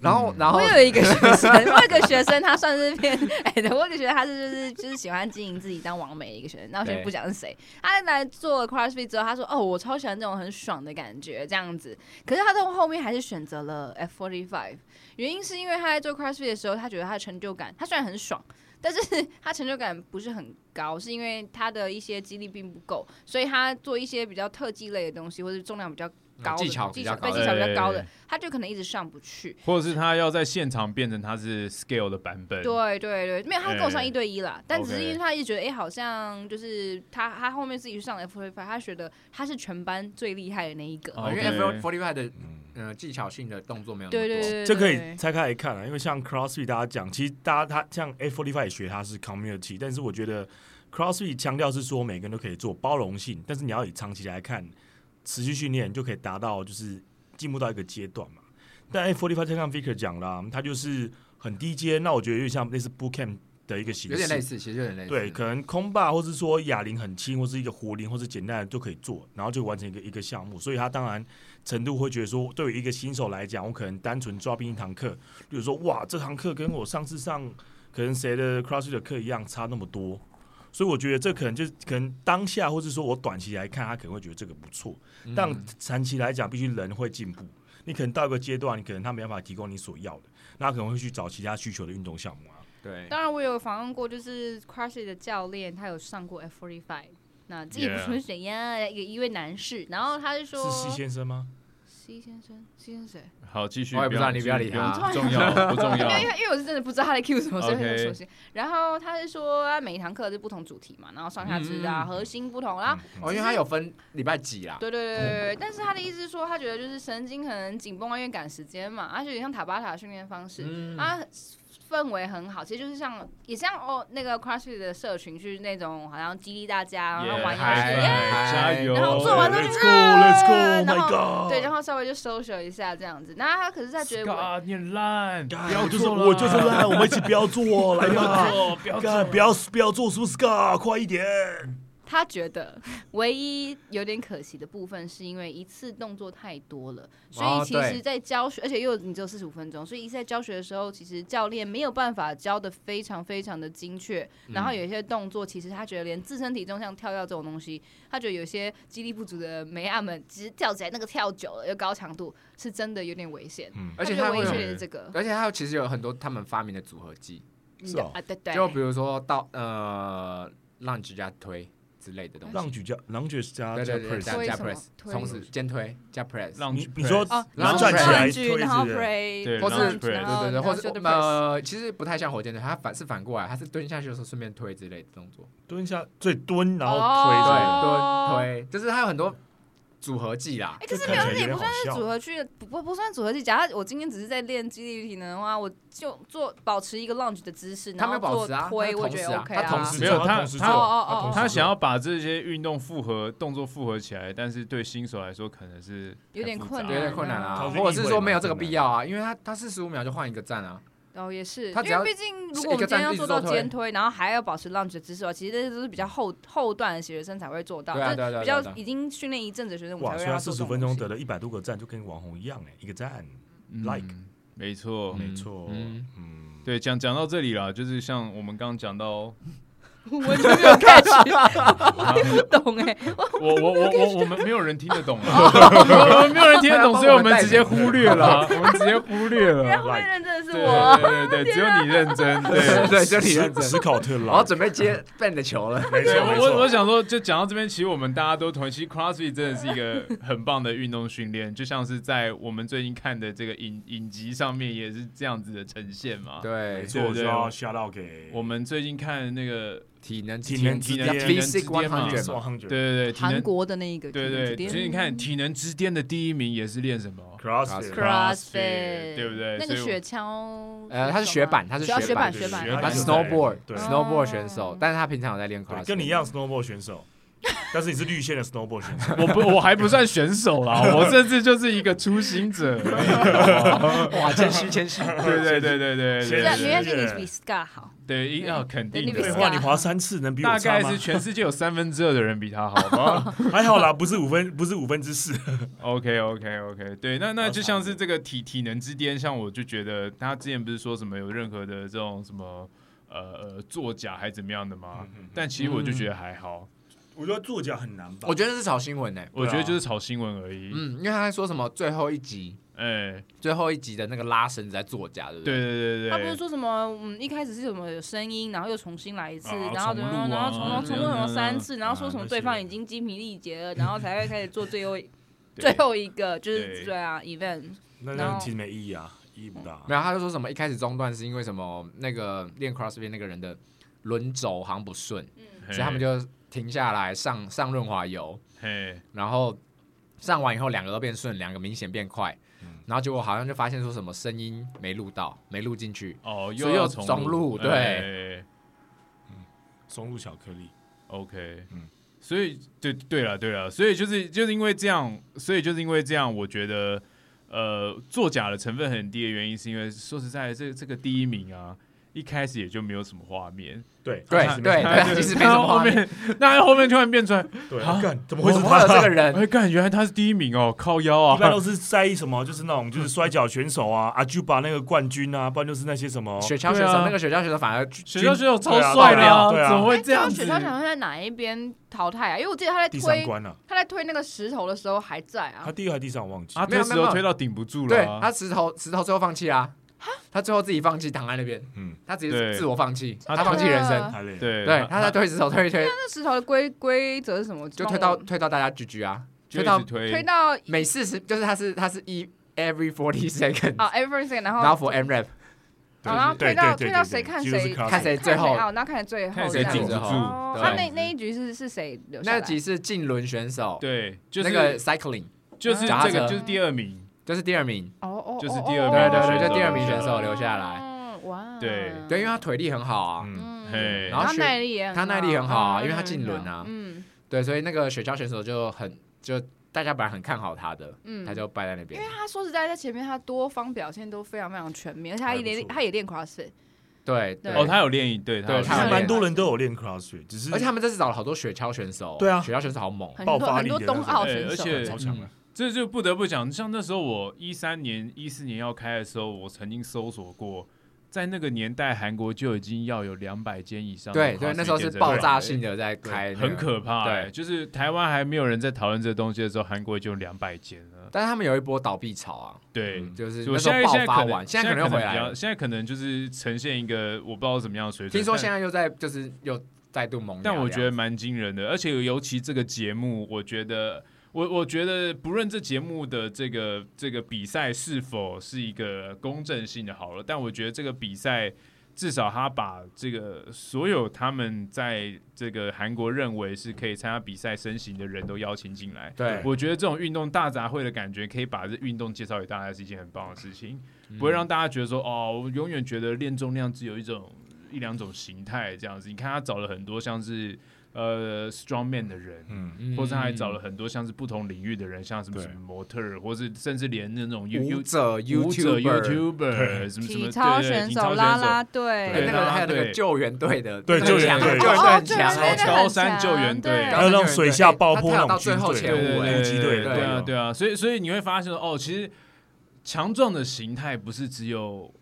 Speaker 3: 然后然后
Speaker 1: 我有一个学生，我有一个学生，他算是偏 哎，对，我有一个学生，他是就是就是喜欢经营自己当王美的一个学生。那我先
Speaker 3: 对
Speaker 1: 不讲是谁，他来做 CrossFit 之后，他说：“哦，我超喜欢这种很爽的感觉，这样子。”可是他到后面还是选择了 F forty five，原因是因为他在做 CrossFit 的时候，他觉得他的成就感，他虽然很爽。但是他成就感不是很高，是因为他的一些肌力并不够，所以他做一些比较特技类的东西，或者重量比较高的、
Speaker 3: 啊技巧比
Speaker 1: 技
Speaker 3: 较
Speaker 1: 巧
Speaker 3: 高
Speaker 1: 对
Speaker 3: 的
Speaker 1: 技巧比较高的
Speaker 4: 对，
Speaker 1: 他就可能一直上不去。
Speaker 4: 或者是他要在现场变成他是 scale 的版本。
Speaker 1: 对对对，没有，他跟我上
Speaker 4: 哎
Speaker 1: 一对一啦，但只是
Speaker 4: OK
Speaker 1: 因为他一直觉得，哎、好像就是他他后面自己去上 F F，他觉得他是全班最厉害的那一个。
Speaker 4: 哦
Speaker 3: 因为
Speaker 4: OK
Speaker 3: F forty five 的
Speaker 2: 嗯。
Speaker 3: 呃技巧性的动作没有那
Speaker 1: 对
Speaker 3: 么
Speaker 1: 对
Speaker 3: 多
Speaker 1: 对，对，
Speaker 2: 这可
Speaker 1: 对
Speaker 2: 以拆开来看啊，因为像 CrossFit 大家讲，其实大家他像 F forty five 也学它是 community，但是我觉得 CrossFit 强调是说每个人都可以做包容性，但是你要以长期来看，持续训练你就可以达到就是进步到一个阶段嘛。但 F forty five 就像 Vicker 讲啦、它就是很低阶，那我觉得有点像类似 bootcamp 的一个形式，
Speaker 3: 有点类似，其实有点类似。
Speaker 2: 对，可能空霸或是说哑铃很轻，或是一个活铃，或是简单的就可以做，然后就完成一个一个项目。所以他当然程度会觉得说，对于一个新手来讲，我可能单纯抓拼一堂课，比如说哇，这堂课跟我上次上可能谁的 CrossFit 的课一样差那么多。所以我觉得这可能就是可能当下，或是说我短期来看，他可能会觉得这个不错，
Speaker 3: 嗯
Speaker 2: 但长期来讲，必须人会进步。你可能到一个阶段，你可能他没办法提供你所要的，那他可能会去找其他需求的运动项目啊。
Speaker 3: 对
Speaker 1: 当然我有访问过，就是 CrossFit 的教练，他有上过 F forty five。那这也不是谁呀，一一位男士，然后他就说
Speaker 2: 是西先生吗？
Speaker 1: 西先生，西先生谁？
Speaker 4: 好，继续。
Speaker 3: 我也不知道
Speaker 4: 要
Speaker 3: 你不要理他
Speaker 4: 不重要，不重
Speaker 1: 因
Speaker 4: 要。
Speaker 1: 为因为因为我是真的不知道他在 Q 什么，所以
Speaker 4: OK
Speaker 1: 很熟悉。然后他是说，他每一堂课是不同主题嘛，然后上下肢啊、
Speaker 3: 嗯
Speaker 1: 核心不同，然后
Speaker 2: 嗯
Speaker 3: 哦，因为它有分礼拜几啦，
Speaker 1: 对对对对对，但是他的意思是说，他觉得就是神经很紧绷啊，因为赶时间嘛，而且有点像塔巴塔的训练方式，
Speaker 3: 嗯
Speaker 1: 啊，氛围很好，其实就是像也像哦那个 CrossFit 的社群去那种好像激励大家，然后玩游戏
Speaker 3: 嗨
Speaker 1: 耶。
Speaker 3: 嗨
Speaker 4: 加油！
Speaker 1: 然后做完之后
Speaker 2: 哦 Let's
Speaker 1: 就
Speaker 2: go，Let's go，Oh
Speaker 1: 然
Speaker 2: my
Speaker 1: 后
Speaker 2: god！
Speaker 1: 对，然后稍微就 social 一下这样子，那他可是他觉得我，
Speaker 4: Scott，你很烂，不
Speaker 2: 干
Speaker 4: 要
Speaker 2: 我就是
Speaker 4: 做
Speaker 2: 我就是
Speaker 4: 了
Speaker 2: 烂，我们一起不要做，来
Speaker 4: 不要
Speaker 2: 吧，
Speaker 4: 做，不要做，
Speaker 2: 干不要不要做，是不是？嘎，快一点！
Speaker 1: 他觉得唯一有点可惜的部分，是因为一次动作太多了，所以
Speaker 3: 哦
Speaker 1: 其实，
Speaker 3: 对
Speaker 1: 在教学，而且又你只有四十五分钟，所以一次在教学的时候，其实教练没有办法教的非常非常的精确。
Speaker 3: 嗯
Speaker 1: 然后有一些动作，其实他觉得连自身体重像跳跃这种东西，他觉得有些肌力不足的梅亚们，其实跳起来那个跳久了又高强度，是真的有点危险。
Speaker 2: 嗯，
Speaker 3: 而且
Speaker 1: 他
Speaker 3: 它
Speaker 1: 觉得唯
Speaker 3: 会
Speaker 1: 一缺
Speaker 3: 有，
Speaker 1: 点是这个
Speaker 3: 而且它其实有很多他们发明的组合技，
Speaker 2: 是哦
Speaker 1: 啊，对对，
Speaker 3: 就比如说到呃让举加推之类的东西，
Speaker 2: 浪举加浪举加
Speaker 3: 对
Speaker 2: 加
Speaker 3: 对对，
Speaker 2: press，
Speaker 3: 加加
Speaker 1: 推什么
Speaker 3: press，
Speaker 1: 推
Speaker 3: 同时肩推加 press，
Speaker 4: 让
Speaker 2: 你你说
Speaker 1: 哦，
Speaker 2: 然
Speaker 3: 后
Speaker 1: 站
Speaker 3: 站起
Speaker 2: 来
Speaker 1: 举
Speaker 2: 推
Speaker 1: 然后
Speaker 2: 是不是
Speaker 1: pray，
Speaker 4: 对
Speaker 1: 然后
Speaker 3: 或是
Speaker 1: 然
Speaker 3: 对
Speaker 1: 后哦
Speaker 3: 对对，
Speaker 1: 然
Speaker 3: 或
Speaker 1: 后
Speaker 3: 是
Speaker 1: shoulder press
Speaker 3: 呃，其实不太像火箭腿，它反是反过来，它是蹲下去的时候顺便推之类的动作。
Speaker 2: 蹲下，对蹲，然后
Speaker 3: 对，
Speaker 2: 推，
Speaker 1: 哦
Speaker 3: 蹲推，就是它有很多组合技啦
Speaker 1: 哎、。
Speaker 2: 这
Speaker 1: 可是
Speaker 2: 看
Speaker 1: 没
Speaker 2: 起
Speaker 1: 有，那也
Speaker 2: 来有点
Speaker 1: 不算是
Speaker 2: 好笑
Speaker 1: 组合剧，不不不算组合剧。假如我今天只是在练肌力体能的话，我就做保持一个 lunge 的姿势，
Speaker 3: 他
Speaker 1: 然
Speaker 3: 没
Speaker 1: 后
Speaker 3: 有保
Speaker 1: 做
Speaker 3: 持啊
Speaker 1: 推，
Speaker 3: 他
Speaker 1: 我
Speaker 3: 同
Speaker 1: 觉
Speaker 3: 时
Speaker 1: 得
Speaker 3: 啊
Speaker 1: OK
Speaker 3: 他同
Speaker 1: 啊
Speaker 2: 时。
Speaker 4: 没有
Speaker 2: 做
Speaker 4: 他
Speaker 2: 同时
Speaker 4: 他
Speaker 1: 哦
Speaker 2: 做
Speaker 1: 哦哦
Speaker 2: 同时
Speaker 4: 他
Speaker 2: 做
Speaker 4: 想要把这些运动复合动作复合起来，但是对新手来说可能是
Speaker 1: 有点
Speaker 4: 太复杂
Speaker 1: 困
Speaker 3: 有
Speaker 1: 难
Speaker 3: 点困难
Speaker 2: 它
Speaker 3: 啊，
Speaker 2: 是
Speaker 3: 或者是说没有这个
Speaker 2: 立位嘛
Speaker 3: 必要啊，因为它它四十五秒就换一个站啊，
Speaker 1: 哦，也是，
Speaker 3: 他只
Speaker 1: 因为
Speaker 3: 要
Speaker 1: 毕竟如
Speaker 3: 是
Speaker 1: 果我
Speaker 3: 一
Speaker 1: 们
Speaker 3: 个
Speaker 1: 今天
Speaker 3: 站
Speaker 1: 要
Speaker 3: 立
Speaker 1: 做
Speaker 3: 之
Speaker 1: 到
Speaker 3: 后
Speaker 1: 肩推，然后还要保持 lunge 的姿势的话，其实这些都是比较后后段的学生才会做到，
Speaker 3: 对啊对啊
Speaker 1: 就是比
Speaker 3: 对啊对啊
Speaker 1: 较
Speaker 3: 对啊
Speaker 1: 已经训练一阵子的学生，我
Speaker 2: 哇，
Speaker 1: 才会
Speaker 2: 虽
Speaker 1: 让他
Speaker 2: 然四
Speaker 1: 做这
Speaker 2: 十
Speaker 1: 种
Speaker 2: 五分钟
Speaker 1: 东西
Speaker 2: 得了一百多个赞，就跟网红一样哎、一个赞，like
Speaker 4: 嗯没错，
Speaker 2: 没错，
Speaker 3: 嗯
Speaker 2: 嗯，
Speaker 4: 对，讲讲到这里啦，就是像我们刚刚讲到，
Speaker 1: 完全没有 catch，
Speaker 4: 啊
Speaker 1: 懂 哎、
Speaker 4: 我我我我我们没有人听得懂啊， 我们没有人听得懂，所以我们直接忽略了，我们直接忽略
Speaker 1: 然后
Speaker 4: 了。
Speaker 1: 后面
Speaker 2: 啊 like 啊
Speaker 1: 认真的是
Speaker 4: 对
Speaker 1: 我，
Speaker 4: 对对对，只有你认 真。对，
Speaker 3: 对，就你认真
Speaker 2: 史。史考特
Speaker 3: 然后
Speaker 2: 拉，
Speaker 3: 准备接 Ben 的球了，
Speaker 2: 没
Speaker 4: 对
Speaker 2: 错没
Speaker 4: 我我我
Speaker 2: 错，
Speaker 4: 想说，就讲到这边，其实我们大家都同意，其实 CrossFit 真的是一个很棒的运动训练，就像是在我们最近看的这个影影集上面也是这样子的呈现嘛。，
Speaker 2: 没
Speaker 3: 对，
Speaker 2: 错，
Speaker 4: 对
Speaker 2: 我
Speaker 4: 对
Speaker 2: 就要 shout out 给
Speaker 4: 我们最近看那个，
Speaker 3: 体能
Speaker 2: 体能之
Speaker 4: 体
Speaker 2: 巅
Speaker 4: 能之巅
Speaker 3: Basic
Speaker 4: 嘛
Speaker 2: 对
Speaker 3: Hundred
Speaker 2: 双
Speaker 3: 嘛，
Speaker 2: hundred
Speaker 4: 对对对，体
Speaker 6: 韩
Speaker 4: 能，
Speaker 6: 国的那一个，
Speaker 4: 对对，所以你看体能之巅的第一名也是练什么？
Speaker 2: crossfit，
Speaker 3: Crossfit
Speaker 4: CrossFit，
Speaker 6: CrossFit，
Speaker 4: 对不对
Speaker 6: 那个
Speaker 4: 所以我
Speaker 6: 雪橇，
Speaker 3: 呃，他是雪板，他是
Speaker 6: 主要
Speaker 3: 雪
Speaker 6: 雪板
Speaker 3: 板，
Speaker 6: 雪板
Speaker 2: 雪板
Speaker 3: 他
Speaker 2: 对
Speaker 3: 是 snowboard
Speaker 2: 对
Speaker 3: snowboard
Speaker 6: 哦
Speaker 3: 选手，但是他平常有在练
Speaker 2: 对，
Speaker 3: cross，
Speaker 2: 跟你一样 snowboard 选手，但是你是绿线的 snowboard 选 手，
Speaker 4: 我不，我还不算选手啦，我甚至就是一个初心者。
Speaker 3: 哦 哇，谦虚谦虚，
Speaker 4: 对对对对对
Speaker 2: 先
Speaker 6: 对啊，
Speaker 2: 是
Speaker 4: 对，
Speaker 6: 你看这个
Speaker 2: 是
Speaker 6: 比 Scar 好，
Speaker 4: 对，一要肯定
Speaker 6: 对
Speaker 2: 废
Speaker 4: 的
Speaker 6: 你。
Speaker 2: 话，你滑三次能比
Speaker 4: 啊大
Speaker 2: 我差
Speaker 4: 概
Speaker 2: 吗
Speaker 4: 是？全世界有三分之二的人比他好吗
Speaker 2: 还好啦，不是五分，不是五分之四，
Speaker 4: ？OK OK OK，对，那那就像是这个体体能之巅，像我就觉得他之前不是说什么有任何的这种什么呃呃作假还怎么样的吗？但其实我就觉得还好，
Speaker 2: 我觉得作假很难吧
Speaker 3: 我觉得是炒新闻呢，欸
Speaker 4: 我觉得就是炒新闻而已。
Speaker 3: 嗯，因为他在说什么最后一集，
Speaker 4: 哎，
Speaker 3: 最后一集的那个拉绳子在作假，对不
Speaker 4: 对？对对
Speaker 1: 他不是
Speaker 4: 对对，
Speaker 1: 说什么，嗯，一开始是什么有声音，然后又重新来一次，
Speaker 2: 啊
Speaker 1: 然后
Speaker 4: 重
Speaker 1: 怎
Speaker 4: 录
Speaker 1: 么
Speaker 4: 啊
Speaker 1: 样，然后重
Speaker 3: 嗯
Speaker 1: 重录什么三次，
Speaker 4: 嗯
Speaker 1: 然后说什么对方已经精疲力竭了，然后才会开始做最 后最后一个，就
Speaker 4: 对
Speaker 1: 是对啊，event
Speaker 2: 那
Speaker 1: 然
Speaker 2: 那
Speaker 1: 后
Speaker 2: 其实没意义啊，意义不大。
Speaker 3: 没有，他就说什么一开始中断是因为什么那个练 CrossFit 那个人的轮轴好像不顺，所以他们就停下来上上润滑油，
Speaker 4: 嘿
Speaker 3: 然后上完以后两个都变顺，两个明显变快，
Speaker 2: 嗯
Speaker 3: 然后结果好像就发现说什么声音没录到，没录进去，
Speaker 4: 哦
Speaker 3: 所
Speaker 4: 又
Speaker 3: 以
Speaker 4: 要
Speaker 3: 又重录对
Speaker 4: 哎
Speaker 2: 松露巧克力，
Speaker 4: OK，嗯
Speaker 2: 嗯，
Speaker 4: 所以对对了对了，所以就是就是因为这样，所以就是因为这样，我觉得呃作假的成分很低的原因，是因为说实在的，这这个第一名啊。一开始也就没有什么画面，
Speaker 2: 对
Speaker 3: 对
Speaker 2: 其实没
Speaker 3: 对
Speaker 2: 差
Speaker 3: 对其实没
Speaker 4: 然
Speaker 3: 什
Speaker 4: 后
Speaker 3: 么
Speaker 4: 后
Speaker 3: 画面
Speaker 4: 面，那后面突然变出来，
Speaker 2: 对
Speaker 4: 啊
Speaker 2: 啊，干怎么会
Speaker 3: 我
Speaker 2: 是
Speaker 3: 怎么会有
Speaker 2: 他？
Speaker 3: 这个人？
Speaker 4: 哎，干，原来他是第一名哦，靠腰
Speaker 2: 一般都
Speaker 4: 啊！
Speaker 2: 是在意什么，就是那种就是摔跤选手啊，阿就把那个冠军啊，不然就是那些什么
Speaker 3: 雪橇选
Speaker 4: 对
Speaker 3: 手
Speaker 4: 啊，
Speaker 3: 那个雪橇选手反而
Speaker 4: 雪橇选手超
Speaker 2: 对啊
Speaker 4: 帅的啊，
Speaker 2: 对啊
Speaker 4: 怎么会这
Speaker 1: 这
Speaker 4: 样
Speaker 1: 样
Speaker 4: 子
Speaker 1: 雪？橇想会在哪一边淘汰啊？因为我记得他在
Speaker 2: 第三
Speaker 1: 推
Speaker 2: 关啊，
Speaker 1: 他在推那个石头的时候还在
Speaker 2: 他
Speaker 1: 啊，
Speaker 2: 第一还是第三我忘记
Speaker 4: 啊，
Speaker 3: 没
Speaker 4: 推
Speaker 3: 有
Speaker 4: 石
Speaker 3: 没
Speaker 4: 头
Speaker 3: 有
Speaker 4: 推到顶不住
Speaker 3: 对
Speaker 4: 了啊，
Speaker 3: 他石头石头最后放弃啊，他最后自己放弃躺在那边，
Speaker 2: 嗯
Speaker 3: 他直接
Speaker 4: 对
Speaker 3: 自我放弃，
Speaker 4: 他
Speaker 3: 他放弃人生，
Speaker 1: 啊
Speaker 2: 太累了。
Speaker 4: 对
Speaker 3: 对，他在推石头推一推，
Speaker 1: 那石头的规规则是什么？
Speaker 3: 就
Speaker 1: 帮
Speaker 3: 推
Speaker 1: 我
Speaker 3: 到推到大家居居啊，
Speaker 4: 就
Speaker 3: 推
Speaker 4: 一
Speaker 3: 到
Speaker 4: 直推
Speaker 1: 推到啊
Speaker 3: 每四十，就是他是他是一 every forty second，
Speaker 1: 哦 everything，然后啊
Speaker 3: 然后 for m rap，
Speaker 1: 哦然后
Speaker 2: 对
Speaker 1: 推到
Speaker 2: 对对
Speaker 1: 推到
Speaker 2: 对
Speaker 1: 谁
Speaker 2: 对
Speaker 1: 看
Speaker 2: 几乎是
Speaker 1: 谁
Speaker 2: crossfit
Speaker 3: 看谁
Speaker 1: 看
Speaker 3: 最后
Speaker 1: 啊，然后看谁最后
Speaker 4: 看
Speaker 1: 这
Speaker 4: 谁
Speaker 1: 样
Speaker 4: 顶
Speaker 3: 最
Speaker 4: 得
Speaker 3: 后
Speaker 4: 住，
Speaker 1: 哦，
Speaker 3: 对
Speaker 1: 那那那一局是是谁留下
Speaker 3: 那
Speaker 1: 来？
Speaker 3: 集是竞轮选手，
Speaker 4: 对，就
Speaker 3: 那
Speaker 4: 是
Speaker 3: 个 cycling
Speaker 4: 就是
Speaker 3: 脚踏
Speaker 4: 这个
Speaker 3: 车
Speaker 4: 就是第二名，
Speaker 3: 就是第二名，
Speaker 1: 哦哦，
Speaker 4: 就是
Speaker 1: 哦
Speaker 4: 第二
Speaker 1: 哦
Speaker 4: 名
Speaker 1: 哦
Speaker 3: 对
Speaker 1: 哦
Speaker 3: 对对，
Speaker 4: 选
Speaker 3: 就
Speaker 4: 手
Speaker 3: 第二
Speaker 4: 留
Speaker 3: 名
Speaker 4: 下
Speaker 3: 选手
Speaker 4: 来
Speaker 3: 留下来，
Speaker 1: 嗯哇，
Speaker 4: 对
Speaker 3: 对，因为他腿力很好啊，
Speaker 2: 嗯，
Speaker 1: 嗯
Speaker 4: 嘿
Speaker 1: 然
Speaker 3: 然后
Speaker 1: 后
Speaker 3: 雪
Speaker 1: 耐力也很好，
Speaker 3: 他耐力很好啊
Speaker 1: 嗯
Speaker 3: 因为他进轮啊
Speaker 1: 嗯
Speaker 3: 对，所以那个雪橇选手就很就大家本来很看好他的，
Speaker 1: 嗯，
Speaker 3: 他就败在那边
Speaker 1: 因为，他说实在，在前面他多方表现都非常非常全面，而且他
Speaker 2: 还
Speaker 1: 也
Speaker 2: 不
Speaker 1: 练
Speaker 2: 错
Speaker 1: 他也练 CrossFit，
Speaker 3: 对对，
Speaker 4: 哦，他有练一对，
Speaker 3: 对
Speaker 4: 有
Speaker 2: 其
Speaker 3: 他
Speaker 2: 实
Speaker 4: 练
Speaker 2: 蛮多人都有练 CrossFit，只是
Speaker 3: 而且他们这次找了好多雪橇选手，
Speaker 2: 嗯对啊
Speaker 3: 雪橇选手好猛，
Speaker 1: 很
Speaker 2: 爆
Speaker 1: 多
Speaker 2: 发
Speaker 1: 很
Speaker 2: 力
Speaker 1: 多
Speaker 2: 的
Speaker 1: 冬
Speaker 2: 那种
Speaker 1: 奥
Speaker 4: 对
Speaker 1: 选
Speaker 4: 而
Speaker 1: 手，
Speaker 4: 且
Speaker 2: 超强的。
Speaker 4: 这就不得不讲，像那时候我一三年、一四年要开的时候，我曾经搜索过，在那个年代，韩国就已经要有两百间以上的
Speaker 3: 对对，
Speaker 4: CrossFit
Speaker 3: 那时候是
Speaker 4: 健身
Speaker 3: 爆
Speaker 4: 房
Speaker 3: 炸
Speaker 4: 了
Speaker 3: 性的在开，
Speaker 4: 很。可怕、
Speaker 3: 对
Speaker 4: 欸。就是台湾还没有人在讨论这个东西的时候，韩国就两百间了。
Speaker 3: 但是他们有一波倒闭潮啊，
Speaker 4: 对，
Speaker 3: 嗯就是
Speaker 4: 我
Speaker 3: 那时候
Speaker 4: 现在
Speaker 3: 爆
Speaker 4: 现在
Speaker 3: 发
Speaker 4: 可
Speaker 3: 完，
Speaker 4: 能
Speaker 3: 现在可能
Speaker 4: 可
Speaker 3: 又回
Speaker 4: 比
Speaker 3: 来
Speaker 4: 较
Speaker 3: 了。
Speaker 4: 现在可能就是呈现一个我不知道怎么样的水准。
Speaker 3: 听说
Speaker 4: 但
Speaker 3: 现在又在就是又再度萌芽这
Speaker 4: 但
Speaker 3: 样，
Speaker 4: 我觉得蛮惊人的，而且尤其这个节目，我觉得我我觉得不论这节目的这个这个比赛是否是一个公正性的好了，但我觉得这个比赛至少他把这个所有他们在这个韩国认为是可以参加比赛身形的人都邀请进来。
Speaker 3: 对，
Speaker 4: 我觉得这种运动大杂烩的感觉，可以把这运动介绍给大家是一件很棒的事情，
Speaker 3: 嗯
Speaker 4: 不会让大家觉得说哦，我永远觉得练重量只有一种一两种形态这样子。你看他找了很多像是呃 strongman 的人。
Speaker 2: 嗯，
Speaker 3: 嗯
Speaker 4: 或是他还找了很多像是不同领域的人，像什么
Speaker 2: 对
Speaker 4: 什么模特儿，或是甚至连那种 U
Speaker 3: 舞
Speaker 4: U
Speaker 3: 者、
Speaker 4: 舞者
Speaker 3: YouTuber，
Speaker 4: YouTuber 什么什么
Speaker 1: 体操
Speaker 4: 对
Speaker 1: 选
Speaker 4: 体操
Speaker 1: 手、
Speaker 4: 选
Speaker 1: 啦啦队，
Speaker 3: 哎
Speaker 4: 对
Speaker 3: 那个还有那个
Speaker 4: 啦啦队
Speaker 3: 救援队的，
Speaker 2: 对
Speaker 3: 很
Speaker 2: 救援
Speaker 3: 强
Speaker 2: 队
Speaker 3: 救援队
Speaker 1: 哦
Speaker 3: 很
Speaker 1: 救
Speaker 3: 强
Speaker 1: 援队
Speaker 3: 欸，
Speaker 1: 那个
Speaker 4: 高山救援队
Speaker 1: 对
Speaker 2: 还有那种水下爆
Speaker 3: 他
Speaker 2: 破
Speaker 3: 他
Speaker 2: 那种
Speaker 3: 有到
Speaker 2: 军
Speaker 3: 最后
Speaker 2: 队
Speaker 3: 前五
Speaker 2: 对
Speaker 3: 哎
Speaker 2: 突击队
Speaker 4: 对啊，
Speaker 2: 对
Speaker 4: 对啊，所以所以你会发现哦，其实强壮的形态不是只有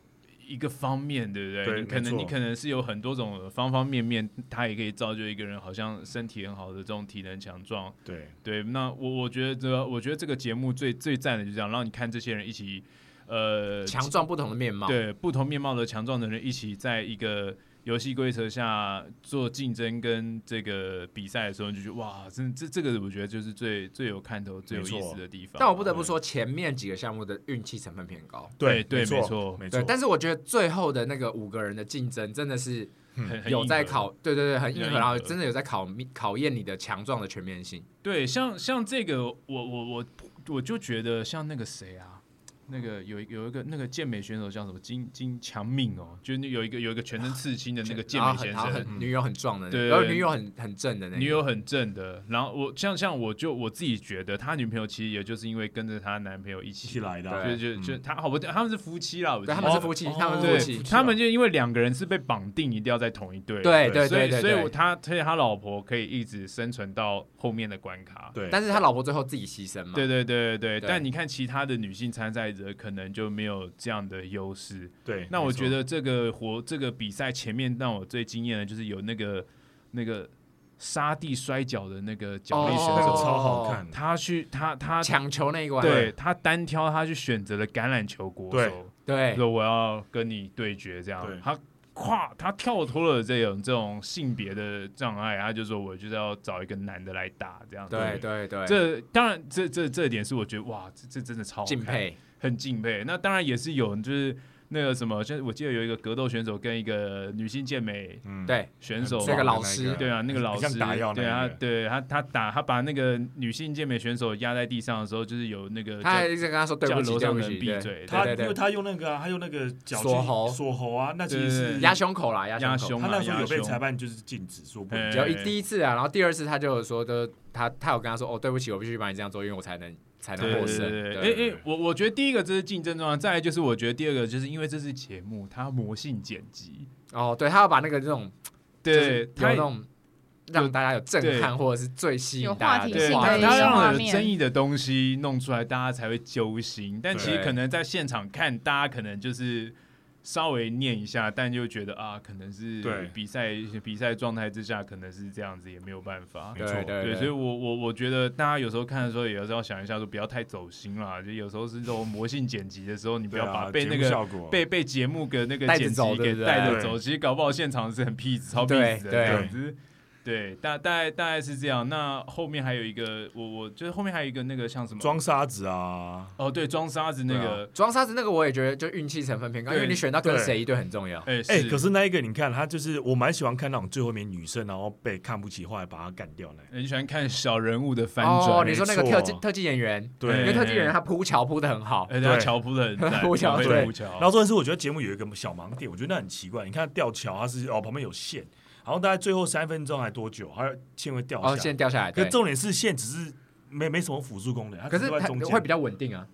Speaker 4: 一个方面，对不对？
Speaker 2: 对
Speaker 4: 你可
Speaker 2: 没
Speaker 4: 能
Speaker 2: 错
Speaker 4: 你可能是有很多种方方面面，它也可以造就一个人好像身体很好的这种体能强壮。
Speaker 2: 对，
Speaker 4: 对，那我我觉得我觉得这个节目最最赞的就是这样，让你看这些人一起呃
Speaker 3: 强壮不同的面貌，
Speaker 4: 对不同面貌的强壮的人一起在一个游戏规则下做竞争跟这个比赛的时候，你就觉得哇，真这这个我觉得就是最最有看头、最有意思的地方。
Speaker 3: 但我不得不，说，前面几个项目的运气成分偏高。
Speaker 2: 对
Speaker 4: 对
Speaker 2: 没
Speaker 4: 没错
Speaker 2: 没错
Speaker 3: 对，。但是我觉得最后的那个五个人的竞争真的是
Speaker 4: 很
Speaker 3: 有在。
Speaker 4: 很硬核
Speaker 3: 考，对对对，很硬
Speaker 4: 很
Speaker 3: 核，
Speaker 4: 硬
Speaker 3: 然后
Speaker 4: 核
Speaker 3: 真的有在考考验你的强壮的全面性。
Speaker 4: 对，像像这个，我我我我就觉得像那个谁啊，那个有一有一个那个健美选手叫什么金金强命哦，就是有一个有一个全身刺青的那个健
Speaker 3: 然后
Speaker 4: 美
Speaker 3: 啊很
Speaker 4: 先
Speaker 3: 然后
Speaker 4: 生，嗯
Speaker 3: 很女友很壮的那个，
Speaker 4: 对
Speaker 3: 然后女友很很正的那个
Speaker 4: 女友很正的。然后我像像我就我自己觉得，她女朋友其实也就是因为跟着她男朋友一
Speaker 2: 一
Speaker 4: 起
Speaker 2: 起来的啊，
Speaker 4: 就就就
Speaker 2: 嗯
Speaker 4: 他好，我哎他们是夫妻啦，我
Speaker 3: 对，
Speaker 4: 记
Speaker 3: 他
Speaker 4: 得
Speaker 3: 们是夫妻，哦他们是
Speaker 4: 对
Speaker 3: 夫妻，啊
Speaker 4: 他们就因为两个人是被绑定，一定要在同一队，
Speaker 3: 对
Speaker 2: 对
Speaker 3: 对
Speaker 4: 所以
Speaker 3: 对对
Speaker 4: 所以我
Speaker 3: 对。
Speaker 4: 他所以他老婆可以一直生存到后面的关卡，
Speaker 2: 对，
Speaker 3: 但是他老婆最后自己牺牲嘛，
Speaker 4: 对对对对
Speaker 3: 对
Speaker 4: 对。但你看其他的女性参赛者可能就没有这样的优势。
Speaker 2: 对，
Speaker 4: 那我
Speaker 2: 没错
Speaker 4: 觉得这个活这个比赛前面让我最惊艳的就是有那个那个沙地摔跤的那个脚力选
Speaker 3: 哦
Speaker 2: 那个
Speaker 4: 手，
Speaker 2: 超好看的，
Speaker 4: 他去他他
Speaker 3: 抢球那一关，
Speaker 4: 对他单挑，他去选择了橄榄球国
Speaker 2: 对
Speaker 4: 手。
Speaker 3: 对
Speaker 4: 说我要跟你对决，这样
Speaker 2: 对
Speaker 4: 他跨他跳脱了这种这种性别的障碍，他就说我就是要找一个男的来打这样。
Speaker 3: 对对对，
Speaker 4: 这当然这这这点是我觉得哇，这这真的超好看
Speaker 3: 敬，佩，
Speaker 4: 很敬佩。那当然也是有就是那个什么，像我记得有一个格斗选手跟一个女性健美
Speaker 2: 嗯，
Speaker 3: 对
Speaker 4: 选手
Speaker 2: 很
Speaker 3: 这
Speaker 4: 嘛，
Speaker 2: 壮
Speaker 3: 个
Speaker 2: 的
Speaker 3: 老师
Speaker 2: 那个
Speaker 4: 对啊，那个老师
Speaker 2: 很像打药那
Speaker 4: 对啊，
Speaker 2: 个
Speaker 4: 对他他打他把那个女性健美选手压在地上的时候，嗯就是有那个
Speaker 3: 他还一直跟他说对
Speaker 4: 叫
Speaker 3: 不起，
Speaker 4: 楼
Speaker 3: 对
Speaker 4: 上
Speaker 3: 不
Speaker 4: 的人
Speaker 3: 起，
Speaker 4: 闭
Speaker 3: 对，
Speaker 4: 嘴，
Speaker 2: 他
Speaker 3: 对对对
Speaker 2: 因为他用那个啊，他用那个脚去
Speaker 3: 锁喉
Speaker 2: 锁喉啊，那其实
Speaker 4: 对
Speaker 2: 是
Speaker 3: 压胸口啦，压
Speaker 4: 压
Speaker 3: 胸口。
Speaker 4: 胸
Speaker 2: 他
Speaker 4: 啊，
Speaker 2: 那时候
Speaker 4: 压
Speaker 2: 有被
Speaker 4: 胸
Speaker 2: 裁判就是禁止说不能
Speaker 4: 哎
Speaker 3: 只
Speaker 2: 讲
Speaker 3: 有一第一次啊，然后第二次他就有说，就是他他有跟他说，哦，对不起，我必须把你这样做，因为我才能才能获
Speaker 4: 对对
Speaker 3: 胜。
Speaker 4: 对
Speaker 3: 对
Speaker 4: 对，哎哎，我我觉得第一个这是竞争状态，再来就是我觉得第二个就是因为这是节目，它魔性剪辑，
Speaker 3: 哦，对，他要把那个这种，就是
Speaker 4: 对，
Speaker 3: 有
Speaker 4: 它
Speaker 3: 那种让大家有震撼，
Speaker 4: 对
Speaker 3: 或者是最吸引大家
Speaker 1: 有话题
Speaker 4: 对
Speaker 1: 性
Speaker 3: 的
Speaker 1: 的一
Speaker 4: 它
Speaker 3: 题
Speaker 1: 些
Speaker 4: 它
Speaker 1: 画
Speaker 4: 让人
Speaker 1: 面
Speaker 4: 有争议的东西弄出来，大家才会揪心。但其实
Speaker 3: 对
Speaker 4: 可能在现场看，大家可能就是稍微念一下，但就觉得啊，可能是
Speaker 2: 对
Speaker 4: 比赛比赛状态之下，可能是这样子，也没有办法。
Speaker 2: 没错
Speaker 3: 对对
Speaker 4: 对，所以我我我觉得大家有时候看的时候，也要是要想一下，说不要太走心啦。就有时候是这种魔性剪辑的时候，你不
Speaker 2: 对
Speaker 4: 要
Speaker 2: 啊
Speaker 4: 把被那
Speaker 2: 节目
Speaker 4: 个
Speaker 2: 效果
Speaker 4: 被被节目的那个
Speaker 3: 带着
Speaker 4: 剪
Speaker 3: 走
Speaker 4: 辑
Speaker 3: 对
Speaker 4: 给
Speaker 3: 不对
Speaker 4: 带着
Speaker 2: 对
Speaker 4: 走，其实搞不好现场是很 peace 超
Speaker 3: 对
Speaker 4: peace 的
Speaker 3: 对
Speaker 4: 这样子。对，大大概大概是这样。那后面还有一个，我我就是后面还有一个那个像什么
Speaker 2: 装啊沙子啊，
Speaker 4: 哦，对，装沙子那个，
Speaker 3: 啊装沙子那个我也觉得就运气成分偏高，因为
Speaker 4: 对
Speaker 3: 你选到跟
Speaker 2: 对
Speaker 3: 谁一队很重要。
Speaker 4: 哎、
Speaker 2: 哎、
Speaker 4: 是
Speaker 2: 可是那一个你看，他就是我蛮喜欢看那种最后面女生然后被看不起，后来把她干掉那个。
Speaker 4: 很喜欢看小人物的翻转、
Speaker 3: 哦，你说那个
Speaker 2: 没
Speaker 3: 特
Speaker 2: 错
Speaker 3: 技特技演员，
Speaker 2: 对
Speaker 3: 因为特技演员他铺桥铺的很好，
Speaker 4: 哎、欸，对，
Speaker 2: 对
Speaker 4: 乔布的很 赞，
Speaker 3: 铺桥
Speaker 4: 被
Speaker 2: 对
Speaker 4: 铺
Speaker 3: 哦
Speaker 4: 桥，
Speaker 2: 然后重点是，我觉得节目有一个小盲点，我觉得那很奇怪。你看吊桥，它是哦旁边有线，然后大概最后三分钟还多久，它线会掉
Speaker 3: 哦，
Speaker 2: 下来。
Speaker 3: 线掉下来，
Speaker 2: 可
Speaker 3: 对
Speaker 2: 是，重点是线只是没没什么辅助功能，它
Speaker 3: 可
Speaker 2: 只
Speaker 3: 是
Speaker 2: 是在
Speaker 3: 它
Speaker 2: 中间
Speaker 3: 会比较稳定啊，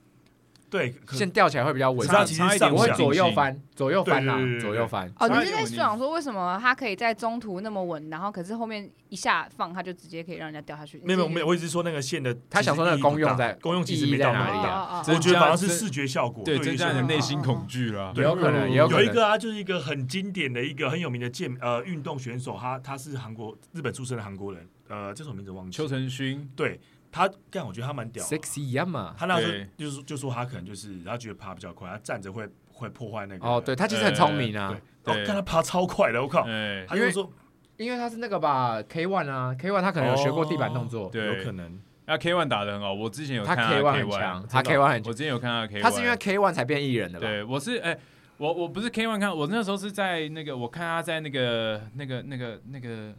Speaker 2: 对，可
Speaker 3: 线掉起来会比较稳
Speaker 2: 可是它
Speaker 3: 定。
Speaker 2: 其实
Speaker 4: 差一
Speaker 2: 上
Speaker 4: 点
Speaker 3: 我会
Speaker 2: 下
Speaker 3: 左右翻，左右翻啦
Speaker 2: 对对对，对
Speaker 3: 左右翻。
Speaker 1: 哦，你
Speaker 4: 所以
Speaker 1: 是
Speaker 4: 我
Speaker 1: 在
Speaker 4: 的意
Speaker 1: 想说为什么他可以在中途那么稳，然后可是后面一下放他就直接可以让人家掉下去？
Speaker 2: 没有没有没有，我一直说那个线的其实意义不大，
Speaker 3: 他想说那个功用在
Speaker 2: 功用其实没到
Speaker 3: 意义在
Speaker 2: 那
Speaker 3: 哪里
Speaker 2: 里。
Speaker 1: 哦
Speaker 3: 啊
Speaker 1: 哦哦
Speaker 4: 这
Speaker 2: 我
Speaker 1: 哦
Speaker 2: 觉得反而是视觉效果，
Speaker 4: 对，
Speaker 2: 于
Speaker 4: 增加你
Speaker 2: 选手
Speaker 4: 的内心恐惧啦。
Speaker 2: 对
Speaker 3: 有可能也有可能
Speaker 2: 一个啊，就是一个很经典的一个很有名的健呃运动选手，他他是韩国日本出生的韩国人，呃，这首名字忘记
Speaker 4: 邱
Speaker 2: 了。
Speaker 4: 成勋，
Speaker 2: 对他，干我觉得他蛮屌啊的。
Speaker 3: Sexy Yama，
Speaker 2: 他那时候
Speaker 4: 对
Speaker 2: 就是就说他可能就是他觉得爬比较快，他站着会会破坏那个。
Speaker 3: 哦，对他其实很聪明啊
Speaker 2: 对，，哦，
Speaker 4: 对
Speaker 2: 看他爬超快的，我靠！
Speaker 4: 哎、
Speaker 2: 他就说
Speaker 3: 因为他是那个吧 K One 啊，K One 他可能有学过地板动作，
Speaker 4: 对，
Speaker 2: 有可能，
Speaker 4: 那 K One 打的很好，我之前有
Speaker 3: 他
Speaker 4: 看
Speaker 3: K
Speaker 4: One
Speaker 3: One 很强，他
Speaker 2: 真的
Speaker 3: K One 很强
Speaker 4: 我，之前有看他 K One，
Speaker 3: 他是因为 K One 才变艺人的吧？
Speaker 4: 对，我是哎、我我不是 K One 看，我那时候是在那个，我看他在那个那个那个那个，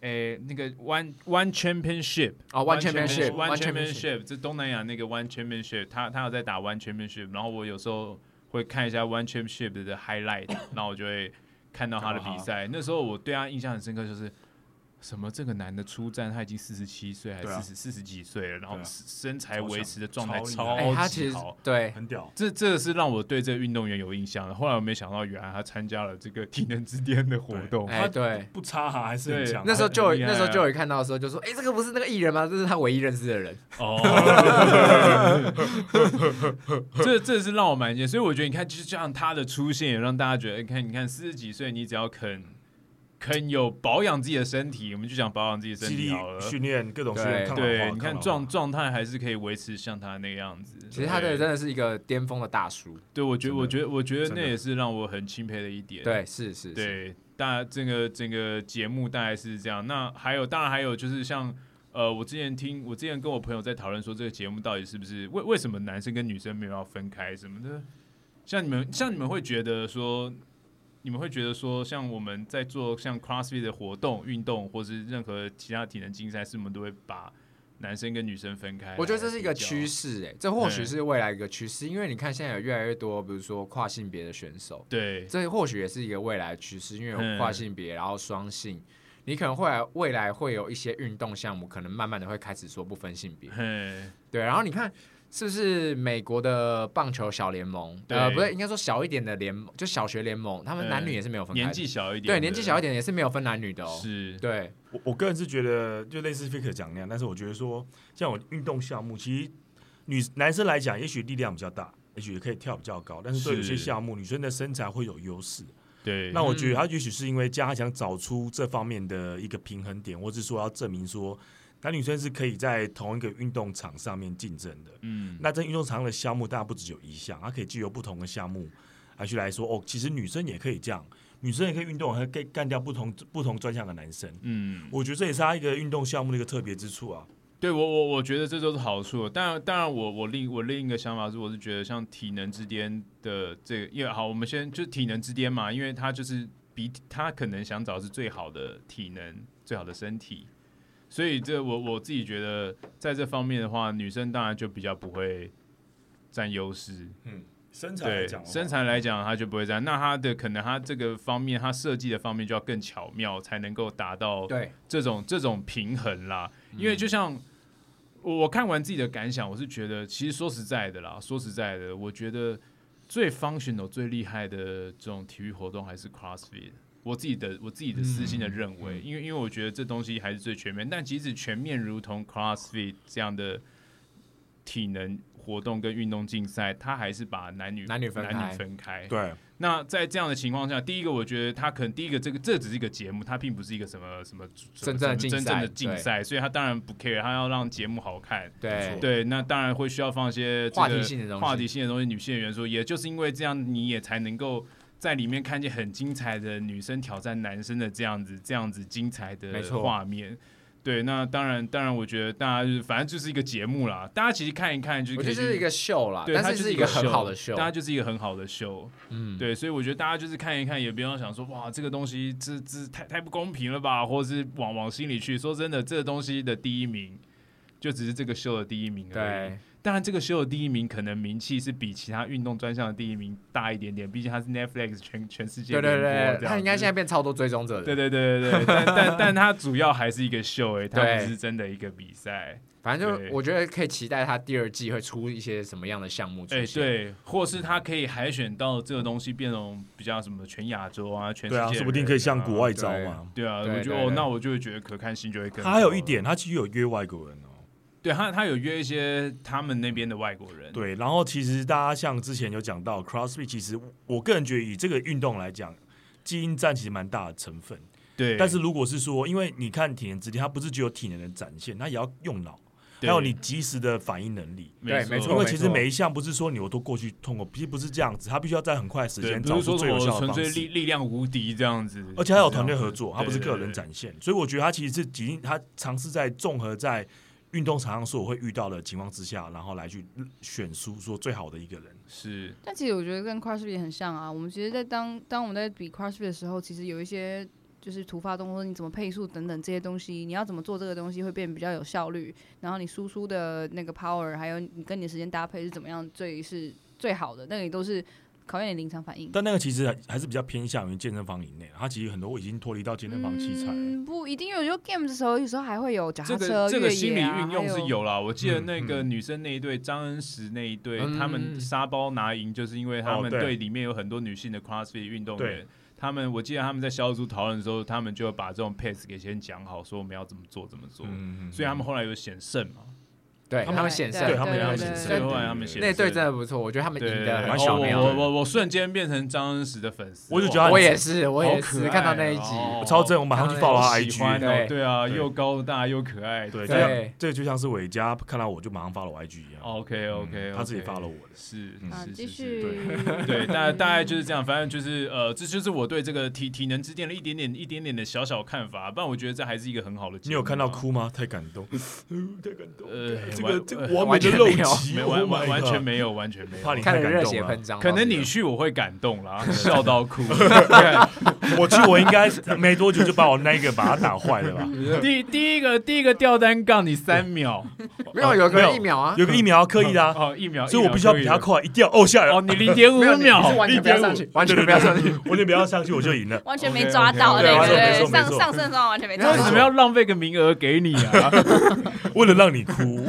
Speaker 4: 哎、那个 One One Championship。
Speaker 3: 哦，One Championship
Speaker 4: One
Speaker 3: One
Speaker 4: Championship，这东南亚那个 One Championship，他他有在打 One Championship，然后我有时候会看一下 One Championship 的 highlight，然后我就会看到他的比赛。那时候我对他印象很深刻，就是什么这个男的出战，他已经四十七岁还
Speaker 2: 对啊
Speaker 4: 四十四十几岁了，然后
Speaker 2: 对啊
Speaker 4: 身材维持的状态
Speaker 2: 超强超
Speaker 4: 超
Speaker 2: 厉
Speaker 3: 哎、
Speaker 4: 级好。
Speaker 3: 他其实对
Speaker 2: 很屌。
Speaker 4: 这这是让我对这个运动员有印象的。后来我没想到，原来他参加了这个体能之巅的活动。
Speaker 3: 哎
Speaker 2: 他
Speaker 3: 对
Speaker 2: 不差啊哈，还是很
Speaker 4: 对
Speaker 2: 强。
Speaker 3: 那时候就
Speaker 4: 很厉
Speaker 3: 有
Speaker 4: 害啊
Speaker 3: 那时候就有看到的时候就说，哎、这个不是那个艺人吗？这是他唯一认识的人。
Speaker 4: 哦，这这是让我蛮惊，所以我觉得你看，就是这样他的出现，也让大家觉得，你看，你看四十几岁，你只要肯肯有保养自己的身体，我们就讲保养自己的身
Speaker 2: 激
Speaker 4: 体
Speaker 2: 励
Speaker 4: 好了。
Speaker 2: 训练各种训练，抗老化
Speaker 3: 对
Speaker 4: 对，你
Speaker 2: 抗
Speaker 4: 看
Speaker 2: 老
Speaker 4: 状
Speaker 2: 化
Speaker 4: 状态还是可以维持像他那个样子。
Speaker 3: 其实他
Speaker 4: 对
Speaker 3: 的真的是一个巅峰的大叔。
Speaker 4: 对我觉得，
Speaker 2: 真的
Speaker 4: 我觉得，我觉得
Speaker 2: 真
Speaker 4: 那
Speaker 2: 的
Speaker 4: 也是让我很钦佩的一点。
Speaker 3: 对，是是是，
Speaker 4: 对，大这个整个节目大概是这样。那还有，当然还有就是像呃，我之前听，我之前跟我朋友在讨论说，这个节目到底是不是为为什么男生跟女生没有要分开什么的？像你们，像你们会觉得说，你们会觉得说，像我们在做像 CrossFit 的活动、运动，或是任何其他体能竞赛，是我们都会把男生跟女生分开来比较。
Speaker 3: 我觉得这是一个趋势，哎，这或许是未来一个趋势，因为你看现在有越来越多，比如说跨性别的选手，
Speaker 4: 对。
Speaker 3: 这或许也是一个未来的趋势，因为
Speaker 4: 嗯
Speaker 3: 有跨性别，然后双性，你可能会来未来会有一些运动项目，可能慢慢的会开始说不分性别。
Speaker 4: 嘿，
Speaker 3: 对，然后你看是不是美国的棒球小联盟？
Speaker 4: 对
Speaker 3: 呃，不对，应该说小一点的联盟，就小学联盟，他们男
Speaker 4: 嗯
Speaker 3: 女也是没有分开的
Speaker 4: 年纪小一点的，
Speaker 3: 对年纪小一点也是没有分男女的哦。
Speaker 4: 是，
Speaker 3: 对，
Speaker 2: 我我个人是觉得，就类似 Faker 讲那样，但是我觉得说，像我运动项目，其实女男生来讲，也许力量比较大，也许也可以跳比较高，但是对有
Speaker 4: 是
Speaker 2: 些项目，女生的身材会有优势。
Speaker 4: 对，
Speaker 2: 那我觉得他也许是因为家想找出这方面的一个平衡点，或是说要证明说，男女生是可以在同一个运动场上面竞争的。
Speaker 4: 嗯，
Speaker 2: 那这运动场的项目，大家不只有一项，它可以具有不同的项目来去来说，哦，其实女生也可以这样，女生也可以运动，还可以干掉不同不同专项的男生。
Speaker 4: 嗯，
Speaker 2: 我觉得这也是他一个运动项目的一个特别之处啊。
Speaker 4: 对我我我觉得这都是好处，当然当然我我另我另一个想法是，我是觉得像体能之巅的这个，因为好，我们先就是体能之巅嘛，因为他就是比他可能想找的是最好的体能、最好的身体，所以这我我自己觉得在这方面的话，女生当然就比较不会占优势，
Speaker 2: 嗯，身材来
Speaker 4: 对
Speaker 2: 讲，
Speaker 4: 身材来讲，他就不会占，那他的可能他这个方面，他设计的方面就要更巧妙，才能够达到
Speaker 3: 对，
Speaker 4: 这种这种平衡啦。
Speaker 3: 嗯
Speaker 4: 因为就像我我看完自己的感想，我是觉得，其实说实在的啦，说实在的，我觉得最 functional 最厉害的这种体育活动还是 CrossFit。我自己的我自己的私心的认
Speaker 3: 嗯
Speaker 4: 为，因为因为我觉得这东西还是最全面。但即使全面如同 CrossFit 这样的体能活动跟运动竞赛，他还是把男女
Speaker 3: 男女分
Speaker 4: 男
Speaker 3: 开
Speaker 4: 女分开。
Speaker 2: 对，
Speaker 4: 那在这样的情况下，第一个我觉得他可能第一个这个这只是一个节目，它并不是一个什么什么什
Speaker 3: 真
Speaker 4: 么
Speaker 3: 正的竞赛
Speaker 4: 真正的竞
Speaker 3: 对
Speaker 4: 赛，所以他当然不 care，他要让节目好看。
Speaker 3: 对
Speaker 4: 对，那当然会需要放一些、这个、
Speaker 3: 话题性的东西
Speaker 4: 话题性的东西，女性的元素，也就是因为这样，你也才能够在里面看见很精彩的女生挑战男生的这样子这样子精彩的
Speaker 3: 没错
Speaker 4: 画面。对，那当然，当然，我觉得大家就是反正就是一个节目啦，大家其实看一看就
Speaker 3: 我
Speaker 4: 可
Speaker 3: 觉得
Speaker 4: 以
Speaker 3: 这是
Speaker 4: 去
Speaker 3: 一个秀啦，
Speaker 4: 对，它
Speaker 3: 啊但
Speaker 4: 就是
Speaker 3: 一
Speaker 4: 个
Speaker 3: 个很好的秀
Speaker 4: 大，家就是一个很好的秀，
Speaker 3: 嗯，
Speaker 4: 对，所以我觉得大家就是看一看，也不要想说哇，这个东西这这太太不公平了吧，或者是往往心里去。说真的，这个东西的第一名就只是这个秀的第一名而已。
Speaker 3: 对，
Speaker 4: 当然，这个秀的第一名可能名气是比其他运动专项的第一名大一点点，毕竟它是 Netflix 全全世界
Speaker 3: 对对
Speaker 4: 联播
Speaker 3: 对
Speaker 4: 这
Speaker 3: 对，
Speaker 4: 样
Speaker 3: 他应该
Speaker 4: 子
Speaker 3: 现在变超多追踪者的，
Speaker 4: 对对对对对，但但但它主要还是一个秀诶、它
Speaker 3: 对
Speaker 4: 不是真的一个比赛。
Speaker 3: 反正
Speaker 4: 对
Speaker 3: 就我觉得可以期待他第二季会出一些什么样的项目出
Speaker 4: 哎、
Speaker 3: 现。
Speaker 4: 对，或是他可以海选到这个东西，变成比较什么全亚洲啊，全世
Speaker 2: 对
Speaker 4: 界、
Speaker 2: 啊，说不定可以向国。外招嘛。
Speaker 4: 对啊，
Speaker 3: 对
Speaker 4: 我觉
Speaker 3: 对
Speaker 4: 得哦
Speaker 3: 对
Speaker 4: 那我就会觉得可看性就会更。啊
Speaker 2: 他还有一，点，他其实有约外国人哦。
Speaker 4: 对他他有约一些他们那边的外国人，
Speaker 2: 对，然后其实大家像之前有讲到 CrossFit，其实我个人觉得以这个运动来讲，基因占其实蛮大的成分。
Speaker 4: 对，
Speaker 2: 但是如果是说，因为你看体能之巅，它不是只有体能的展现，它也要用脑，还
Speaker 4: 对
Speaker 2: 有你及时的反应能力。
Speaker 3: 对没
Speaker 2: 因
Speaker 3: 错
Speaker 2: 为其实每一项不是说你有多过去通过，其实不是这样子，它必须要在很快的时
Speaker 4: 对，
Speaker 2: 间
Speaker 4: 不
Speaker 2: 找
Speaker 4: 是
Speaker 2: 出
Speaker 4: 说什
Speaker 2: 最有效
Speaker 4: 么
Speaker 2: 的
Speaker 4: 纯
Speaker 2: 方
Speaker 4: 粹
Speaker 2: 式
Speaker 4: 力。力量无敌这样子，
Speaker 2: 而且还有团队合作，它不是
Speaker 4: 对对
Speaker 2: 个人展现，所以我觉得它其实是已经它尝试在综合在运动场上所有会遇到的情况之下，然后来去选出说最好的一个人。
Speaker 4: 是
Speaker 1: 但其实我觉得跟 CrossFit 也很像啊。我们其实，在当当我们在比 CrossFit 的时候，其实有一些就是突发动作，你怎么配速等等这些东西，你要怎么做这个东西会变比较有效率，然后你输出的那个 power，还有你跟你的时间搭配是怎么样最是最好的，那个也都是考验你临场反应。
Speaker 2: 但那个其实还还是比较偏向于健身房以内，它其实很多已经脱离到健身房器材了。
Speaker 1: 嗯，不一定有，有 game 的时候，有时候还会有脚踏
Speaker 4: 这
Speaker 1: 车、
Speaker 4: 个这个心
Speaker 1: 越
Speaker 4: 理
Speaker 1: 野啊
Speaker 4: 运用是
Speaker 1: 还
Speaker 4: 有啦。我记得
Speaker 3: 嗯
Speaker 4: 那个女生那一队张恩石那一队，
Speaker 3: 嗯
Speaker 4: 他们沙包拿赢，就是因为他
Speaker 2: 哦
Speaker 4: 们
Speaker 2: 对
Speaker 4: 队里面有很多女性的 CrossFit 运动员
Speaker 2: 对。
Speaker 4: 他们，我记得他们在小组讨论的时候，他们就把这种 pace 给先讲好，说我们要怎么做怎么做，
Speaker 2: 嗯
Speaker 4: 所以他们后来有险胜嘛，
Speaker 3: 对，
Speaker 2: 他
Speaker 3: 他
Speaker 2: 们
Speaker 3: 们显
Speaker 1: 对
Speaker 3: 胜，
Speaker 2: 对他们
Speaker 1: 对
Speaker 2: 他们
Speaker 1: 对
Speaker 2: 显
Speaker 1: 对
Speaker 2: 胜，
Speaker 4: 对后来他们显
Speaker 3: 那队真的不错，我觉得他们
Speaker 4: 对哦
Speaker 3: 赢得
Speaker 2: 蛮
Speaker 3: 很
Speaker 2: 巧
Speaker 3: 巧
Speaker 2: 妙
Speaker 3: 妙
Speaker 2: 的
Speaker 4: 我我我瞬间变成张恩石的粉丝，哦
Speaker 2: 我就觉得他很
Speaker 3: 我也是，我也
Speaker 4: 好可
Speaker 3: 是
Speaker 4: 爱
Speaker 3: 看到那一
Speaker 4: 哦
Speaker 3: 集，
Speaker 4: 我
Speaker 2: 超正，我马上去 follow 他
Speaker 4: 好喜欢
Speaker 2: IG。
Speaker 4: 哦，
Speaker 3: 对
Speaker 4: 对啊，
Speaker 2: 对
Speaker 4: 又高大又可爱，
Speaker 2: 对，这样
Speaker 3: 对
Speaker 2: 这个就像是伟嘉看到我就马上 follow 我 IG 一样。
Speaker 4: ，OK 哦 OK，
Speaker 2: 嗯他自己 follow 我的。
Speaker 4: 是
Speaker 2: 嗯
Speaker 1: 啊
Speaker 4: 是，
Speaker 1: 继
Speaker 4: 是是
Speaker 1: 续
Speaker 4: 对，大大 概就是这样，反正就是呃，这就是我对这个体体能之巅的一点点、一点点的小小看法。不然我觉得这还是一个很好的节目啊。
Speaker 2: 你有看到哭吗？太感动，太感动。
Speaker 4: 呃
Speaker 2: 这
Speaker 4: 完
Speaker 2: 个这个
Speaker 4: 呃
Speaker 2: 完美的
Speaker 3: 完全
Speaker 2: 肉
Speaker 3: 没有
Speaker 2: 体，
Speaker 4: 没
Speaker 2: Oh
Speaker 4: 完完
Speaker 2: my
Speaker 4: 完
Speaker 2: God
Speaker 4: 全没有，完全没有。
Speaker 2: 怕啊你
Speaker 3: 看
Speaker 2: 太
Speaker 3: 得
Speaker 2: 感
Speaker 3: 热
Speaker 2: 动
Speaker 3: 血
Speaker 2: 了
Speaker 3: 喷张，
Speaker 4: 可能你去我会感 动啦，笑到哭。对
Speaker 2: 我去，我应该没多久就把我那一个把它打坏了吧？
Speaker 4: 第第一个第一个吊单杠你三秒
Speaker 3: 没有有
Speaker 4: 哦
Speaker 2: 没
Speaker 3: 个
Speaker 2: 有
Speaker 3: 一秒啊，
Speaker 2: 有个疫苗刻意的啊，
Speaker 4: 哦一秒，
Speaker 2: 所以
Speaker 4: 一
Speaker 2: 我
Speaker 4: 秒
Speaker 2: 必须要
Speaker 4: 可以
Speaker 2: 比他
Speaker 4: 了。
Speaker 2: 快，一定要哦下来
Speaker 4: 哦，，你零点五
Speaker 3: 没有你
Speaker 4: 秒
Speaker 3: 是，完全不要上去，完全不要上去。
Speaker 2: 去，我那不要上去我就赢了。
Speaker 1: 完全
Speaker 4: OK，
Speaker 1: 没抓
Speaker 4: OK，
Speaker 1: 到那
Speaker 2: 对
Speaker 1: 个
Speaker 2: 完全没
Speaker 1: 对
Speaker 2: 错没
Speaker 1: 上
Speaker 2: 错
Speaker 1: 上升上完全没抓
Speaker 4: 那为
Speaker 1: 到
Speaker 4: 什么。要浪费个名额给你啊？
Speaker 2: 为了让你哭，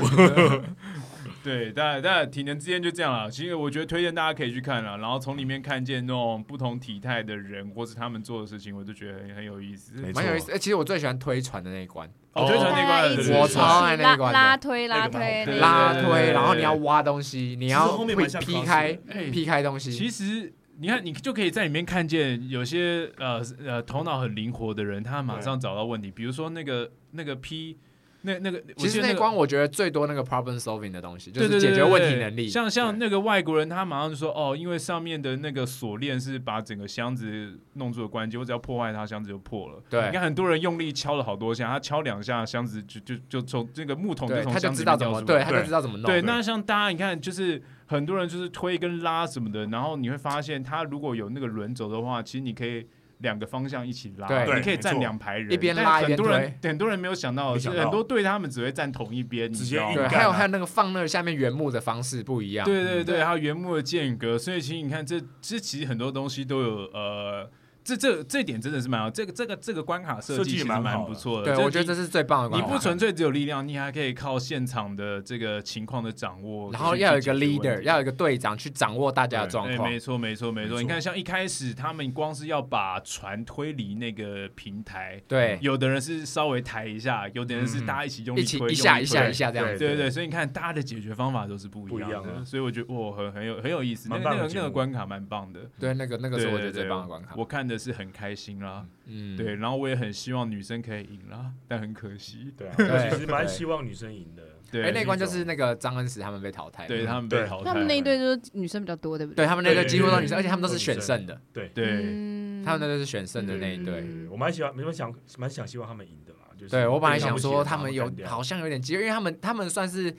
Speaker 4: 对，大家大家体能之间就这样了。其实我觉得推荐大家可以去看了，然后从里面看见那种不同体态的人，或是他们做的事情，我就觉得很很有意思。
Speaker 2: 没错
Speaker 3: 蛮有意思。哎，其实我最喜欢推船的那一关，
Speaker 4: 哦，推传
Speaker 1: 大
Speaker 4: 那
Speaker 1: 家
Speaker 4: 关
Speaker 1: 一
Speaker 2: 对
Speaker 1: 起
Speaker 2: 对对
Speaker 3: 我超爱那一
Speaker 1: 拉
Speaker 3: 关的
Speaker 1: 拉推拉
Speaker 2: 那个
Speaker 1: 推
Speaker 2: 蛮好看
Speaker 1: 那
Speaker 4: 对
Speaker 1: 个
Speaker 3: 拉
Speaker 4: 对对
Speaker 3: 推，
Speaker 4: 对
Speaker 3: 然后你要挖东西，你
Speaker 2: 其实
Speaker 3: 要
Speaker 2: 后
Speaker 3: 会
Speaker 2: 面蛮像
Speaker 3: 劈
Speaker 2: crossfit
Speaker 3: 开
Speaker 2: 的
Speaker 4: 哎
Speaker 3: 劈开东嗯西。
Speaker 4: 其实你看，你就可以在里面看见有些呃呃头脑很灵活的人，他马上找到问题。比如说那个那个 P，那那个我
Speaker 3: 其
Speaker 4: 记
Speaker 3: 实
Speaker 4: 得那
Speaker 3: 那
Speaker 4: 个
Speaker 3: 关我觉得最多那个 problem solving 的东西，就
Speaker 4: 对对
Speaker 3: 是
Speaker 4: 对
Speaker 3: 解决问题
Speaker 4: 对
Speaker 3: 能力。
Speaker 4: 像像
Speaker 3: 对
Speaker 4: 那个外国人，他马上就说哦，因为上面的那个锁链是把整个箱子弄住的关键，我只要破坏它，箱子就破了。
Speaker 3: 对
Speaker 4: 你看很多人用力敲了好多下，他敲两下，箱子就就就从这个木桶就
Speaker 3: 对，
Speaker 4: 从
Speaker 3: 他就
Speaker 4: 箱子
Speaker 3: 知
Speaker 4: 里
Speaker 3: 道
Speaker 4: 面
Speaker 3: 怎
Speaker 4: 掉
Speaker 3: 么
Speaker 4: 出
Speaker 3: 对，
Speaker 4: 来。
Speaker 3: 他就知道怎么弄。
Speaker 4: 对，那像大家你看，就是很多人就是推跟拉什么的，然后你会发现，他如果有那个轮轴的话，其实你可以。两个方向一起拉，
Speaker 3: 对
Speaker 4: 你可以站
Speaker 2: 没错
Speaker 4: 两排人，
Speaker 3: 一边
Speaker 4: 但
Speaker 3: 拉一
Speaker 4: 很
Speaker 3: 边
Speaker 4: 多人很多人没有想到的是，
Speaker 2: 没想到
Speaker 4: 很多队他们只会站同一边，你
Speaker 2: 直
Speaker 4: 知
Speaker 2: 接
Speaker 4: 道吗
Speaker 2: 硬
Speaker 3: 对，
Speaker 2: 干
Speaker 3: 还有
Speaker 2: 啊
Speaker 3: 还有那个放那个下面原木的方式不一样。
Speaker 4: 对对
Speaker 2: 嗯
Speaker 4: 对，还有原木的间隔，所以其实你看这这其实很多东西都有呃这这这点真的是蛮好，这个这个这个关卡设
Speaker 2: 设计
Speaker 4: 计其
Speaker 2: 也
Speaker 4: 实
Speaker 2: 蛮
Speaker 4: 蛮
Speaker 2: 好
Speaker 4: 不
Speaker 2: 的
Speaker 4: 错的。
Speaker 3: 对，我觉得
Speaker 4: 你
Speaker 3: 这是最棒的关
Speaker 4: 你
Speaker 3: 卡。
Speaker 4: 不纯粹只有力量，你还可以靠现场的这个情况的掌握，
Speaker 3: 然后
Speaker 4: 去
Speaker 3: 要有一
Speaker 4: 去
Speaker 3: 个
Speaker 4: 解决问
Speaker 3: leader，
Speaker 4: 题
Speaker 3: 要有一个队长去掌握大家的状
Speaker 4: 对，哎
Speaker 3: 况
Speaker 4: 没。错，没错，没
Speaker 2: 没
Speaker 4: 错。
Speaker 2: 错
Speaker 4: 你看，像一开始他们光是要把船推离那个平台，
Speaker 3: 对，嗯
Speaker 4: 有的人是稍微抬一下，有的人是大家一起用力
Speaker 3: 一起
Speaker 4: 推，
Speaker 3: 一下
Speaker 4: 用力
Speaker 3: 一下
Speaker 4: 推
Speaker 3: 一下这样子。
Speaker 4: 对对对，所以你看，大家的解决方法都是不一
Speaker 2: 不一
Speaker 4: 样
Speaker 2: 样
Speaker 4: 的，
Speaker 2: 的
Speaker 4: 所以我觉得哇，很很有很有意思，那
Speaker 2: 蛮
Speaker 4: 个
Speaker 2: 棒
Speaker 4: 那
Speaker 2: 的
Speaker 4: 个
Speaker 2: 节
Speaker 4: 那个
Speaker 2: 目
Speaker 4: 关卡蛮棒的，
Speaker 3: 对，那个那个是
Speaker 4: 对
Speaker 3: 我觉得
Speaker 4: 对对
Speaker 3: 最棒的关卡。
Speaker 4: 我看的是很开心啦，
Speaker 3: 嗯，
Speaker 4: 对，然后我也很希望女生可以赢啦，但很可 惜，
Speaker 2: 对啊，
Speaker 3: 对
Speaker 2: 我其实蛮希望女生赢的。
Speaker 4: 对，
Speaker 3: 哎，那关就是那个张恩石他们被淘汰，
Speaker 4: 对他
Speaker 3: 们，
Speaker 4: 们被
Speaker 2: 嗯对
Speaker 4: 淘汰了，
Speaker 6: 他们那一队就是女生比较多，对不
Speaker 3: 对
Speaker 6: 对？
Speaker 3: 他们那队
Speaker 2: 对
Speaker 3: 几乎都
Speaker 2: 对
Speaker 3: 女生，而且他们都是选胜的，
Speaker 4: 对，
Speaker 6: 嗯
Speaker 3: 他们那队是选胜的那一队。
Speaker 2: 对
Speaker 6: 嗯
Speaker 2: 我蛮喜欢，蛮想蛮想希望他们赢的啦。就是
Speaker 3: 对我本来想
Speaker 2: 被
Speaker 3: 说
Speaker 2: 他
Speaker 3: 他
Speaker 2: 们
Speaker 3: 们
Speaker 2: 写把
Speaker 3: 有
Speaker 2: 干掉
Speaker 3: 好像有点机会，因为他们他们算是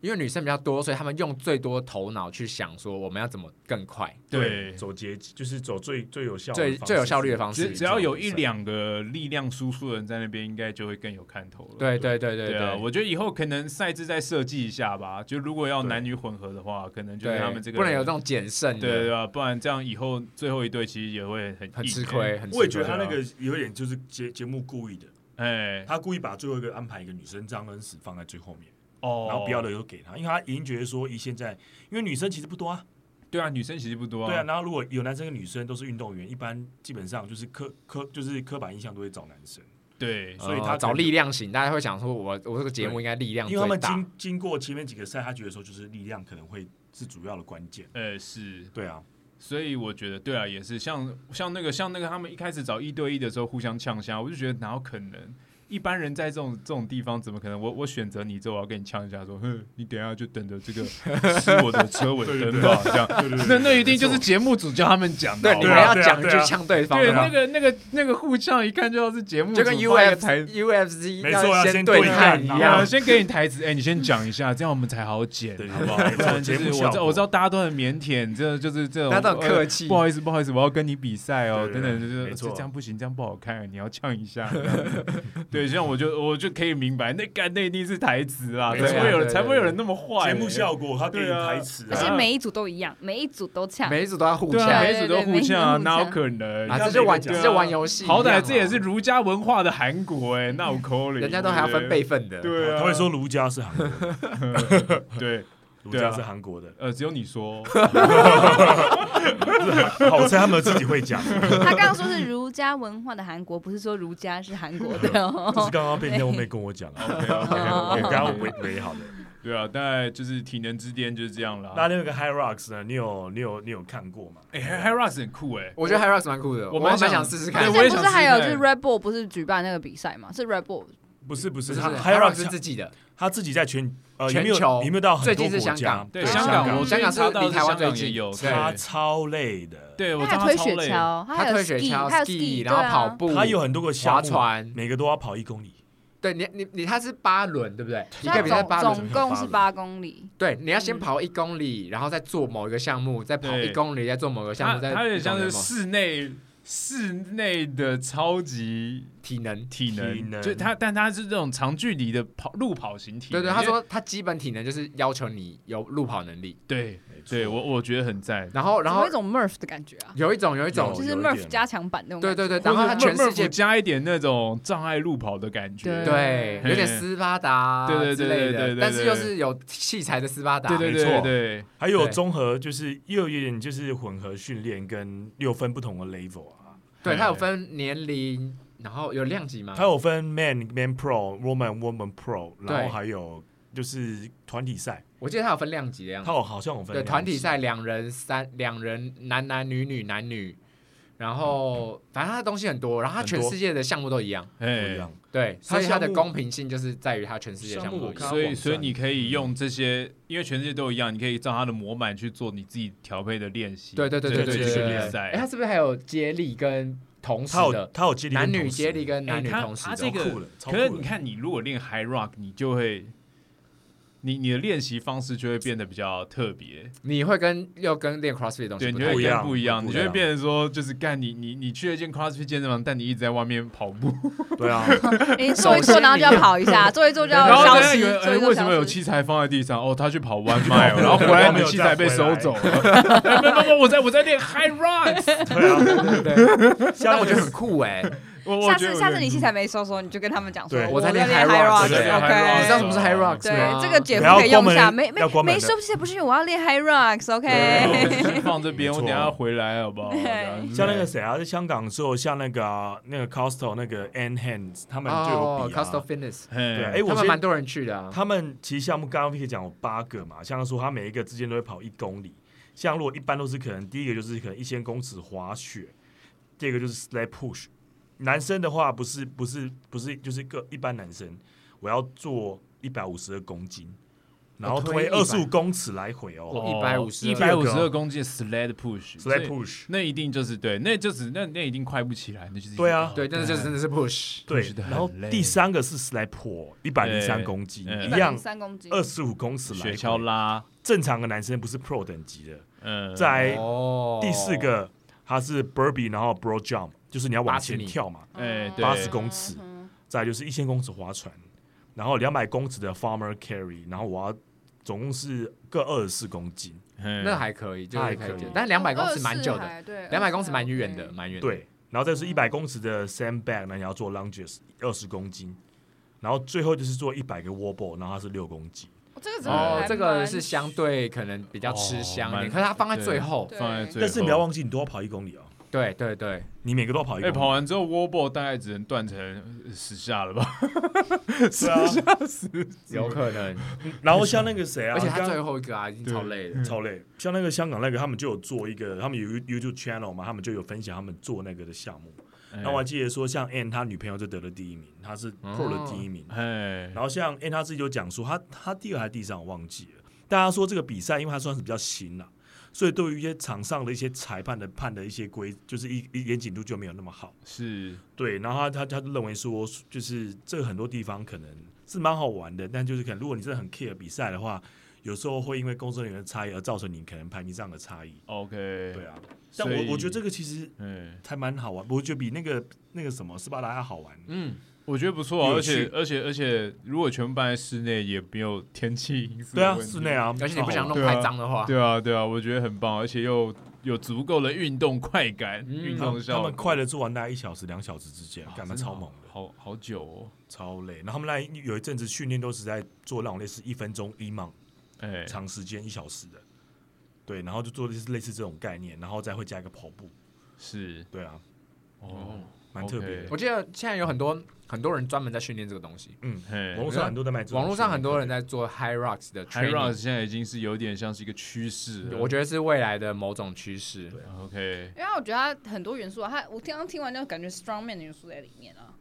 Speaker 3: 因为女生比较多，所以他们用最多头脑去想说我们要怎么更快、
Speaker 4: 对
Speaker 2: 走捷就是走最最有效的
Speaker 3: 最
Speaker 2: 方式
Speaker 3: 最有效率的方式
Speaker 4: 只。只要有一两个力量输出的人在那边，应该就会更有看头了。
Speaker 3: 对对对对
Speaker 4: 对啊，
Speaker 3: 对，
Speaker 4: 我觉得以后可能赛制再设计一下吧。就如果要
Speaker 2: 对
Speaker 4: 男女混合的话，可能就
Speaker 3: 对
Speaker 4: 是他们这个
Speaker 3: 不能有这种减胜
Speaker 4: 对
Speaker 3: 的，
Speaker 4: 对啊吧？不然这样以后最后一队其实也会很
Speaker 3: 很
Speaker 4: 硬
Speaker 3: 吃。亏，很吃亏。
Speaker 2: 我也觉得他那个有点就是节节目故意的，
Speaker 4: 哎，
Speaker 2: 他故意把最后一个安排一个女生张恩死放在最后面，
Speaker 4: 哦，
Speaker 2: 然后不要的都给他，因为他已经觉得说，以现在因为女生其实不多啊，
Speaker 4: 对啊，女生其实不多
Speaker 2: 对啊，，然后如果有男生跟女生都是运动员，一般基本上就是刻刻就是刻板印象都会找男生，
Speaker 4: 对
Speaker 2: 所以他
Speaker 3: 呃找
Speaker 2: 可能
Speaker 3: 力量型，大家会想说我我这个节目应该力量
Speaker 2: 因为他
Speaker 3: 最
Speaker 2: 们
Speaker 3: 大。
Speaker 2: 经经过前面几个赛，他觉得说就是力量可能会是主要的关键，
Speaker 4: 呃是，
Speaker 2: 对 啊，
Speaker 4: 所以我觉得对啊，也是像像那个像那个他们一开始找一对一的时候互相呛虾，我就觉得哪有可能。一般人在这种这种地方怎么可能？我我选择你之后，我要跟你呛一下，说，哼，你等一下就等着这个吃我的车尾灯吧，这样。
Speaker 2: 对对对
Speaker 4: 那那一定
Speaker 2: 没
Speaker 4: 就
Speaker 2: 错
Speaker 4: 是节目组叫他们讲的，
Speaker 3: 对，你
Speaker 4: 好不
Speaker 3: 们
Speaker 4: 好
Speaker 2: 对啊
Speaker 3: 要
Speaker 2: 对啊
Speaker 3: 讲
Speaker 2: 对
Speaker 3: 就
Speaker 2: 啊
Speaker 3: 呛对方
Speaker 4: 对，
Speaker 3: 的
Speaker 4: 那
Speaker 3: 话，
Speaker 4: 个、那个、那个互相一看就知道是节目组
Speaker 3: 就跟
Speaker 4: 放一个
Speaker 3: UF
Speaker 4: 台词，
Speaker 3: UFC
Speaker 2: 没
Speaker 3: 要
Speaker 2: 错要
Speaker 3: 先
Speaker 2: 先
Speaker 3: 对
Speaker 2: 对
Speaker 3: 看
Speaker 2: 看
Speaker 3: 一
Speaker 2: 啊
Speaker 4: 对啊，
Speaker 3: 样。
Speaker 4: 先给你台词，哎、你先讲一下，这样我们才好剪，
Speaker 2: 对
Speaker 4: 好啊不好？
Speaker 2: 没错
Speaker 4: 不然就
Speaker 2: 节
Speaker 4: 是
Speaker 2: 目效
Speaker 4: 我
Speaker 2: 果
Speaker 4: 知道我知道大家都很腼腆，这就是这种
Speaker 3: 大家都很客
Speaker 4: 呃
Speaker 3: 气
Speaker 4: 不好意思，不好意思，我要跟你比赛哦，
Speaker 2: 对
Speaker 4: 等
Speaker 2: 对
Speaker 4: 等，就
Speaker 2: 对
Speaker 4: 是
Speaker 2: 没错
Speaker 4: 这样不行，这样不好看，你要呛一下。这样子 对，这样我就我就可以明白，那干那一定是台词啊，
Speaker 2: 没
Speaker 4: 才
Speaker 2: 错
Speaker 4: 不会有人
Speaker 3: 对对对
Speaker 4: 才不会有人那么
Speaker 2: 节
Speaker 4: 坏、
Speaker 2: 目效果，他给你
Speaker 4: 对啊
Speaker 2: 台词
Speaker 6: 而
Speaker 2: 啊，
Speaker 6: 且每一组都一样，每一组都呛。
Speaker 3: 每一组都要互
Speaker 4: 对
Speaker 3: 呛，
Speaker 4: 啊，
Speaker 6: 对
Speaker 4: 每
Speaker 6: 对
Speaker 4: 一组
Speaker 6: 对
Speaker 4: 都互
Speaker 6: 每一组
Speaker 4: 呛啊，
Speaker 6: 互
Speaker 4: 哪有
Speaker 6: 呛
Speaker 4: 可能？
Speaker 3: 啊，
Speaker 2: 那
Speaker 3: 这就玩
Speaker 2: 每个
Speaker 3: 这
Speaker 2: 人
Speaker 3: 就玩游戏一样
Speaker 4: 好
Speaker 3: 啊，
Speaker 4: 歹这也是儒家文化的韩国哎、那我扣了，
Speaker 3: 人家都还要分辈分的，哦
Speaker 4: 对啊，
Speaker 2: 他会说儒家是韩国的，
Speaker 4: 对，
Speaker 2: 儒
Speaker 4: 对啊
Speaker 2: 家是韩国的，
Speaker 4: 呃，只有 你说，
Speaker 2: 好在他们自己会 讲，就
Speaker 6: 他刚刚说是儒家文化的韩国，不是说儒家是韩国的
Speaker 2: 是
Speaker 6: 哦。
Speaker 2: 刚刚被那妹 跟我讲啊，我刚刚围围好了。
Speaker 4: 对啊，大概就是体能之巅就是这样啦。
Speaker 2: 那另外一个 High Rocks 呢？你有你有你有看过吗？
Speaker 4: 哎 h i r o s 很酷哎，
Speaker 3: 我觉得 h i r o s 蛮酷的，
Speaker 4: 我
Speaker 3: 我
Speaker 4: 蛮
Speaker 3: 蛮
Speaker 4: 想
Speaker 3: 想试试
Speaker 4: 对
Speaker 3: 看。
Speaker 4: 我也
Speaker 6: 不
Speaker 4: 想
Speaker 6: 是
Speaker 4: 试试
Speaker 6: 还有就
Speaker 4: 看
Speaker 6: 是 Red Bull 不是举办那个比赛吗？是 Red Bull
Speaker 2: 不是不
Speaker 3: 不
Speaker 2: 是，
Speaker 3: 是
Speaker 2: 他
Speaker 3: h i
Speaker 2: High
Speaker 3: r o s 是
Speaker 2: Rocks
Speaker 3: 自己的，
Speaker 2: 他自己在全呃
Speaker 3: 全
Speaker 2: 有没有
Speaker 3: 球
Speaker 2: 有没有到很
Speaker 3: 最
Speaker 2: 多
Speaker 3: 近是
Speaker 2: 国
Speaker 3: 香
Speaker 2: 家
Speaker 3: 港？
Speaker 4: 对
Speaker 2: 对
Speaker 4: 香港，
Speaker 2: 港，
Speaker 4: 我
Speaker 3: 香港是
Speaker 4: 查到
Speaker 3: 离台湾
Speaker 4: 香港
Speaker 3: 最
Speaker 4: 也
Speaker 3: 近
Speaker 4: 有，
Speaker 3: 对
Speaker 2: 他
Speaker 4: 对
Speaker 2: 超累的，
Speaker 4: 对，我
Speaker 6: 他还
Speaker 4: 查到
Speaker 6: 推
Speaker 4: 超
Speaker 6: 雪
Speaker 4: 累，
Speaker 6: 橇，他
Speaker 3: 他
Speaker 6: 有
Speaker 3: 推雪
Speaker 6: ski，
Speaker 3: 橇、
Speaker 6: 他有
Speaker 3: ski，
Speaker 6: ski，
Speaker 3: 然后跑
Speaker 6: 对啊
Speaker 3: 步，
Speaker 2: 他有很多个项
Speaker 3: 划
Speaker 2: 目，
Speaker 3: 船。
Speaker 2: 每个都要跑一公里，
Speaker 3: 对你，你你他是八轮，对不对？一
Speaker 6: 所以
Speaker 3: 个比赛
Speaker 6: 他
Speaker 3: 八
Speaker 6: 总
Speaker 3: 轮。
Speaker 6: 总共是八公里，
Speaker 3: 对，你要先
Speaker 6: 嗯
Speaker 3: 跑一公里，然后再做某一个项目，再跑
Speaker 4: 对
Speaker 3: 一公里，再做某个项
Speaker 4: 他
Speaker 3: 目，再
Speaker 4: 他有点
Speaker 3: 一
Speaker 4: 像
Speaker 3: 公里
Speaker 4: 是
Speaker 3: 再跑
Speaker 4: 室内室内的超级
Speaker 3: 体能。
Speaker 4: 体能，
Speaker 2: 体能
Speaker 4: 就他，但他是这种长距离的跑路跑型体
Speaker 3: 对
Speaker 4: 能，
Speaker 3: 对，他
Speaker 4: 因为
Speaker 3: 说他基本体能就是要求你有路跑能力，
Speaker 4: 对
Speaker 2: 没错
Speaker 4: 对，我我觉得很赞。
Speaker 3: 然后然
Speaker 6: 然后
Speaker 3: 后
Speaker 6: 一种 Murph 的感觉啊，
Speaker 3: 有一种有一种
Speaker 2: 有
Speaker 6: 就是 Murph 加强版那种
Speaker 3: 对
Speaker 6: 感觉。
Speaker 3: 对对，然后他全世界
Speaker 4: Murph 加一点那种障碍路跑的感觉，
Speaker 6: 对
Speaker 3: 对，有点
Speaker 4: 嘿
Speaker 3: 斯巴达
Speaker 4: 对对对
Speaker 3: 之类
Speaker 4: 对对
Speaker 3: 的，
Speaker 4: 对对
Speaker 3: 但是又是有器材的斯巴达，
Speaker 4: 对对
Speaker 2: 没
Speaker 4: 对
Speaker 2: 错
Speaker 4: 对
Speaker 2: 还有
Speaker 3: 对
Speaker 2: 综合就是又有点就是混合训练跟又分不同的 level 啊，
Speaker 3: 对，
Speaker 4: 嘿
Speaker 3: 它有分年龄，然后有量级吗？
Speaker 2: 它有分 man man pro woman woman pro，然
Speaker 3: 啊对
Speaker 2: 后还有就是团体赛，
Speaker 3: 我记得它有分量级的样
Speaker 2: 它
Speaker 3: 子。
Speaker 2: 有好像有分
Speaker 3: 对，
Speaker 2: 两
Speaker 3: 团体
Speaker 2: 级
Speaker 3: 赛两人三两人男男女女男女，然后反正它的东西很多，然后它
Speaker 2: 很
Speaker 3: 全
Speaker 2: 多
Speaker 3: 世界的项目都一样。
Speaker 4: 不
Speaker 2: 不一样。
Speaker 3: 对，
Speaker 2: 它
Speaker 3: 所以它的
Speaker 2: 项目
Speaker 3: 公平性就是在于它全世界
Speaker 2: 项
Speaker 3: 项目
Speaker 2: 目
Speaker 3: 都
Speaker 2: 我
Speaker 3: 一
Speaker 2: 看
Speaker 3: 样。
Speaker 4: 所以，
Speaker 2: 网站
Speaker 4: 所以你可以用这些，因为全世界都一样，你可以照它的模板去做你自己调配的练习。
Speaker 3: 对对对对对
Speaker 2: 这
Speaker 3: 对
Speaker 2: 个
Speaker 3: 对
Speaker 2: 是
Speaker 4: 训
Speaker 3: 对。
Speaker 4: 练
Speaker 3: 对
Speaker 4: 赛
Speaker 3: 哎，，它是不是还有接力跟同时
Speaker 2: 他有
Speaker 3: 的
Speaker 2: 他有接力跟
Speaker 3: 男
Speaker 2: 同
Speaker 3: 女
Speaker 2: 时
Speaker 3: 接力跟
Speaker 4: 哎
Speaker 3: 男女
Speaker 4: 它
Speaker 3: 同时
Speaker 4: 它
Speaker 3: 的？
Speaker 4: 这
Speaker 2: 超
Speaker 4: 个
Speaker 2: 酷的，超
Speaker 4: 可是
Speaker 2: 酷
Speaker 4: 你
Speaker 2: 的。
Speaker 4: 看，你如果练 High Rock，你就会你你的练习方式就会变得比较特别，
Speaker 3: 你会跟要跟练 CrossFit 的东西
Speaker 4: 对，
Speaker 3: 不
Speaker 4: 你
Speaker 3: 太
Speaker 4: 会
Speaker 2: 一
Speaker 4: 跟
Speaker 2: 样
Speaker 4: 不一
Speaker 2: 不
Speaker 4: 样，
Speaker 2: 一
Speaker 4: 你就会
Speaker 2: 样
Speaker 4: 变成说，就是干你你你去了一间 CrossFit 健身房，但你一直在外面跑步，
Speaker 2: 对 啊，
Speaker 1: 你坐一坐，然后就要跑一下，坐一坐就
Speaker 4: 然
Speaker 1: 要
Speaker 4: 后
Speaker 1: 消
Speaker 4: 大家以
Speaker 1: 失
Speaker 4: 为，
Speaker 1: 坐
Speaker 4: 哎
Speaker 1: 一坐
Speaker 4: 为什
Speaker 1: 消
Speaker 4: 么有
Speaker 1: 失
Speaker 4: 器材放在地上？哦，他去跑 one mile，然后回来你的器材被收走了。
Speaker 3: 没没没，我在我在练 High Rocks，
Speaker 2: 对 啊，
Speaker 3: 对对对，
Speaker 2: 像
Speaker 3: 我觉得很酷 哎。
Speaker 4: 我我
Speaker 1: 下
Speaker 4: 觉得
Speaker 1: 次
Speaker 4: 我
Speaker 1: 下
Speaker 4: 觉
Speaker 1: 次
Speaker 4: 得
Speaker 1: 你
Speaker 4: 很
Speaker 1: 器
Speaker 4: 酷
Speaker 1: 材没收收，你就跟他们讲说
Speaker 2: 对
Speaker 1: 我
Speaker 3: 在练
Speaker 1: 练 high
Speaker 3: high
Speaker 1: rock，
Speaker 2: rocks，对
Speaker 4: high
Speaker 3: 你
Speaker 1: OK
Speaker 4: rocks
Speaker 3: 知道什么是 High
Speaker 1: 对
Speaker 3: Rocks 吗？，
Speaker 1: 这个姐
Speaker 2: 不要
Speaker 1: 夫可以用
Speaker 2: 关门
Speaker 1: 一下，没没
Speaker 2: 要关门
Speaker 1: 没
Speaker 2: 的
Speaker 1: 收器材不是因为我要练 high rocks，OK？、
Speaker 4: 对
Speaker 1: OK
Speaker 4: 我就是放这边，
Speaker 2: 没
Speaker 4: 我
Speaker 2: 错
Speaker 4: 等一下回来好不好？这样子
Speaker 2: 像那个谁啊，在香港的时候，像那个啊那个 Costo 那个 N Hands，他们就有
Speaker 3: 哦
Speaker 2: 比啊。
Speaker 3: ，Cost of Fitness，
Speaker 2: 对，
Speaker 4: 嘿
Speaker 2: 哎，
Speaker 3: 他
Speaker 2: 我
Speaker 3: 们蛮
Speaker 2: 先
Speaker 3: 多人去的啊。
Speaker 2: 他们其实项目刚刚 Vicky 讲有八个嘛，像说他每一个之间都会跑一公里。像如果一般都是可能第一个就是可能一千公尺滑雪，第二个就是 sled push。男生的话不是不是不是就是个一般男生，我要做一百五十二公斤，然后推
Speaker 3: 推
Speaker 2: 二
Speaker 3: 100
Speaker 2: 十五公尺来回哦
Speaker 3: 152
Speaker 4: 哦一百五十二公斤的 sled push
Speaker 2: ，sled
Speaker 4: 所以
Speaker 2: push。
Speaker 4: 那一定就是对，那就只那那一定快不起来，那就是
Speaker 2: 对啊
Speaker 3: 对，但是就真的是 push。
Speaker 2: 对
Speaker 4: 觉得，很
Speaker 2: 然后
Speaker 4: 累
Speaker 2: 第三个是 sled pull，一百零三公斤，
Speaker 4: 嗯
Speaker 2: 一样
Speaker 1: 三公斤，
Speaker 2: 二十五公尺来
Speaker 4: 雪
Speaker 2: 回
Speaker 4: 橇拉，
Speaker 2: 正常的男生不是 pro 等级的，
Speaker 4: 嗯，
Speaker 2: 再来
Speaker 3: 哦，
Speaker 2: 哎第四个它是 burpee，然后 bro jump，就是你要往前跳嘛，
Speaker 4: 哎对
Speaker 2: 八十公
Speaker 1: 嗯
Speaker 2: 尺，再来就是一千公尺划船，然后两百公尺的 farmer carry，然后我要总共是各二十四公斤，
Speaker 4: 嗯
Speaker 3: 那还可以，就是
Speaker 2: 还
Speaker 3: 可
Speaker 2: 可
Speaker 3: 以
Speaker 2: 以
Speaker 3: 接，但两百公尺蛮久的，
Speaker 1: 的，对，
Speaker 3: 两百公尺蛮远的，蛮远。，
Speaker 2: 对，然后再是一百公尺的 sandbag，那你要做 lunges 二十公斤，然后最后就是做一百个 wall ball，然后它是六公斤，
Speaker 1: 哦这个真的
Speaker 3: 哦，
Speaker 1: 还
Speaker 3: 这个
Speaker 1: 蛮
Speaker 3: 是相对可能比较吃香一
Speaker 4: 哦蛮
Speaker 3: 点，可是它放在最后。
Speaker 1: 对
Speaker 4: 放在最后，
Speaker 2: 但是你不要忘啊记，你都要跑一公里哦，
Speaker 3: 对对对，
Speaker 2: 你每个都要跑一
Speaker 4: 哎，
Speaker 2: 公
Speaker 4: 跑
Speaker 2: 里，
Speaker 4: 完之后 w a r b l e 大概只能断成十下了吧？
Speaker 2: 是啊，
Speaker 3: 有可能，
Speaker 2: 然后像那个谁啊，
Speaker 3: 而且它
Speaker 2: 刚
Speaker 3: 最后一个啊，已经超累了。
Speaker 2: 超累。像那个香港那个，他们就有做一个，他们有 You- YouTube channel 嘛，他们就有分享他们做那个的项目。
Speaker 4: 哎
Speaker 2: 那我还记得说，像 Ann 他女朋友就得了第一名，他是 Pro 的第一名。
Speaker 4: 哎，
Speaker 2: 然后像 Ann 他自己就讲说，他他第二还是第三我忘记了。大家说这个比赛，因为他算是比较新啦、所以对于一些场上的一些裁判的判的一些规，就是一一严谨度就没有那么好。
Speaker 4: 是
Speaker 2: 对，然后他他他就认为说，就是这个很多地方可能是蛮好玩的，但就是可能如果你真的很 care 比赛的话，有时候会因为工作人员的差异而造成你可能排名上的差异。
Speaker 4: OK，
Speaker 2: 对
Speaker 4: 对，
Speaker 2: 啊，但
Speaker 4: 所以
Speaker 2: 我我觉得这个其实
Speaker 4: 嗯，
Speaker 2: 还蛮好玩，我觉得比那个那个什么斯巴达还好玩。
Speaker 3: 嗯，
Speaker 4: 我觉得不错啊，而
Speaker 2: 有
Speaker 4: 且
Speaker 2: 趣
Speaker 4: 而且而且，如果全部办在室内，也没有天气因素。
Speaker 2: 对啊，室内。啊，
Speaker 3: 嗯而且你不想弄
Speaker 4: 对啊
Speaker 3: 太脏的话，
Speaker 4: 对啊，对啊，我觉得很棒，而且又有足够的运动快感、
Speaker 3: 嗯
Speaker 4: 运
Speaker 2: 他
Speaker 4: 动
Speaker 2: 们
Speaker 4: 效
Speaker 2: 他
Speaker 4: 果，
Speaker 2: 们快的做完大概一小时、两小时之间
Speaker 3: 啊
Speaker 4: 哇，
Speaker 2: 干
Speaker 4: 真
Speaker 2: 嘛
Speaker 4: 的
Speaker 2: 超猛的，
Speaker 4: 好好久哦，
Speaker 2: 超累。然后他们那一有一阵子训练都是在做那种类似一分钟一莽
Speaker 4: 哎，
Speaker 2: 长时间一小时的，对，然后就做类似类似这种概念，然后再会加一个跑步，
Speaker 4: 是
Speaker 2: 对啊，
Speaker 4: 哦，
Speaker 2: 蛮特别的。
Speaker 3: 我记得现在有很多很多人专门在训练这个东西，
Speaker 2: 嗯，
Speaker 4: 嘿
Speaker 2: 网络上很多在卖这种
Speaker 3: 网络上很多人
Speaker 2: 训练
Speaker 3: 在做 High Rocks 的
Speaker 4: h i r o s
Speaker 3: training，
Speaker 4: 现在已经是有点像是一个趋势了，
Speaker 3: 我觉得是未来的某种趋势。
Speaker 4: OK，
Speaker 1: 因为我觉得它很多元素啊，它我刚刚听完就感觉 strongman 的元素在里面啊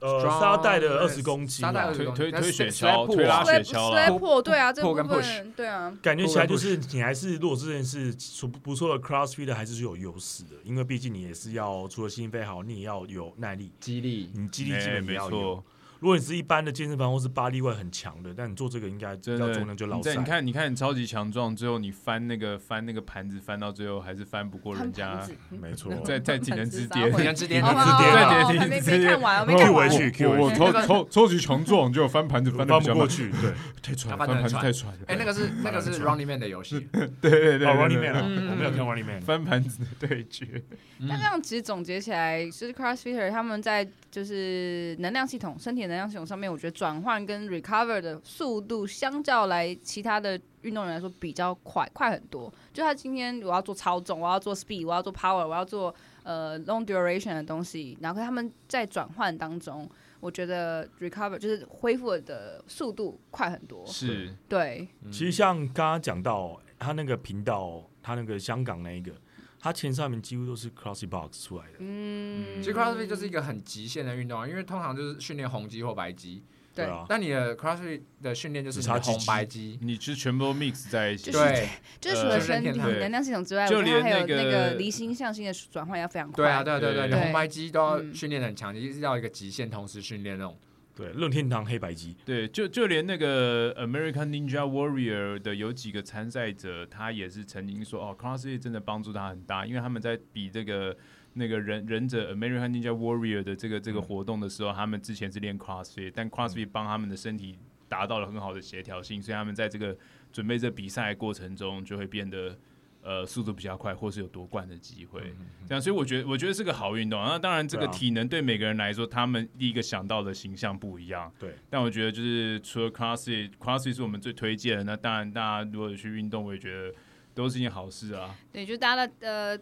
Speaker 2: 呃
Speaker 3: Strong-
Speaker 2: 沙袋的二十公斤啊
Speaker 3: 沙袋
Speaker 2: 啦
Speaker 3: 20，
Speaker 4: 推推
Speaker 3: 但
Speaker 4: 推
Speaker 3: 是
Speaker 4: 雪
Speaker 3: slap
Speaker 4: 橇、
Speaker 3: pull
Speaker 4: 推拉
Speaker 3: 啊
Speaker 4: 雪
Speaker 1: slap
Speaker 4: 橇啦，
Speaker 1: slap 破对啊，这
Speaker 3: pull
Speaker 1: 部
Speaker 3: 跟
Speaker 1: 分对啊，
Speaker 2: 感觉起来就是你还是如果这件事出不错的 CrossFit 的还是有优势的，因为毕竟你也是要除了心肺好，你也要有耐力，
Speaker 3: 激励，
Speaker 2: 你肌力基
Speaker 4: 哎，
Speaker 2: 本也
Speaker 4: 没
Speaker 2: 要有
Speaker 4: 错。，
Speaker 2: 如果你是一般的健身房或是巴力外很强的，但你做这个应该
Speaker 4: 真
Speaker 2: 比较
Speaker 4: 的
Speaker 2: 重量就
Speaker 4: 你
Speaker 2: 老
Speaker 4: 在
Speaker 2: 散。
Speaker 4: 你看，你看你超级强壮，最后你翻那个翻那个盘子，翻到最后还是翻不过人
Speaker 1: 他们。
Speaker 4: 家
Speaker 3: 嗯
Speaker 1: 盘子
Speaker 2: 没错，
Speaker 4: 在在技能之
Speaker 1: 盘
Speaker 4: 巅
Speaker 1: 子，撒
Speaker 3: 你
Speaker 1: 谎好
Speaker 3: 能之哦巅，
Speaker 1: 吧好吧
Speaker 2: 直
Speaker 1: 好
Speaker 2: 接
Speaker 1: 吧好吧
Speaker 4: 对
Speaker 1: 没
Speaker 4: 直接
Speaker 1: 没看完，我没看
Speaker 2: Q
Speaker 1: 完
Speaker 2: 回。去，Q
Speaker 4: 我
Speaker 2: 回去，
Speaker 4: 超超超级强壮，就翻盘子翻的
Speaker 2: 翻不过，去，对，
Speaker 4: 太喘，
Speaker 3: 他
Speaker 4: 翻
Speaker 3: 翻得
Speaker 4: 盘
Speaker 3: 很
Speaker 4: 子
Speaker 3: 喘
Speaker 4: 太喘了。
Speaker 3: 哎，那个是那个是 Running Man 的游戏，
Speaker 4: 对对对
Speaker 2: 哦
Speaker 4: 对
Speaker 2: ，Running
Speaker 4: 对
Speaker 2: Man 啊，
Speaker 3: 嗯
Speaker 2: 我没有看 Running Man，
Speaker 4: 翻盘子的对决，
Speaker 1: 那这样其实总结起来，就是 CrossFitter 他们在就是能量系统、身体的能量系统上面，我觉得转换跟 recover 的速度，相较来其他的运动员来说比较快，快很多。就他今天我要做超重，我要做 speed，我要做 power，我要做呃 long duration 的东西，然后他们在转换当中，我觉得 recover 就是恢复的速度快很多。
Speaker 4: 是
Speaker 1: 对，
Speaker 2: 其实像刚刚讲到他那个频道，他那个香港那一个，他前三名几乎都是 CrossFit Box 出来的。
Speaker 1: 嗯，
Speaker 3: 其实 CrossFit 就是一个很极限的运动啊，因为通常就是训练红肌或白肌，
Speaker 1: 对
Speaker 2: 啊，
Speaker 3: 那你的 CrossFit 的训练就
Speaker 2: 只
Speaker 3: 是你
Speaker 2: 差
Speaker 3: 的
Speaker 2: 鸡
Speaker 3: 红
Speaker 2: 鸡
Speaker 3: 白肌，
Speaker 4: 你是全部都 mix 在一起，
Speaker 1: 就是
Speaker 3: 对
Speaker 1: 就是除了
Speaker 3: 就是
Speaker 1: 身体
Speaker 3: 练它
Speaker 1: 能量系统之外，
Speaker 4: 就
Speaker 1: 我觉得
Speaker 4: 连
Speaker 1: 还有
Speaker 4: 那个
Speaker 1: 那个离心向心的转换要非常快。
Speaker 3: 对啊，对啊，对啊对啊，你
Speaker 1: 对
Speaker 3: 红白肌都要
Speaker 1: 嗯
Speaker 3: 训练得很强，就是到一个极限，同时训练那种
Speaker 2: 对，任天堂黑白机，
Speaker 4: 对，就就连那个 American Ninja Warrior 的有几个参赛者，他也是曾经说，哦，CrossFit 真的帮助他很大，因为他们在比这个那个忍忍者 American Ninja Warrior 的这个这个活动的时候，他们之前是练 CrossFit，但 CrossFit 帮他们的身体达到了很好的协调性，所以他们在这个准备这比赛的过程中就会变得。呃，速度比较快，或是有夺冠的机会，这样，所以我觉得，我觉得是个好运动。那当然，这个
Speaker 2: 对啊
Speaker 4: 体能对每个人来说，他们第一个想到的形象不一样，
Speaker 2: 对，
Speaker 4: 但我觉得就是除了 CrossFit，CrossFit 是我们最推荐的。那当然，大家如果有去运动，我也觉得都是一件好事啊。
Speaker 1: 对，就大家的呃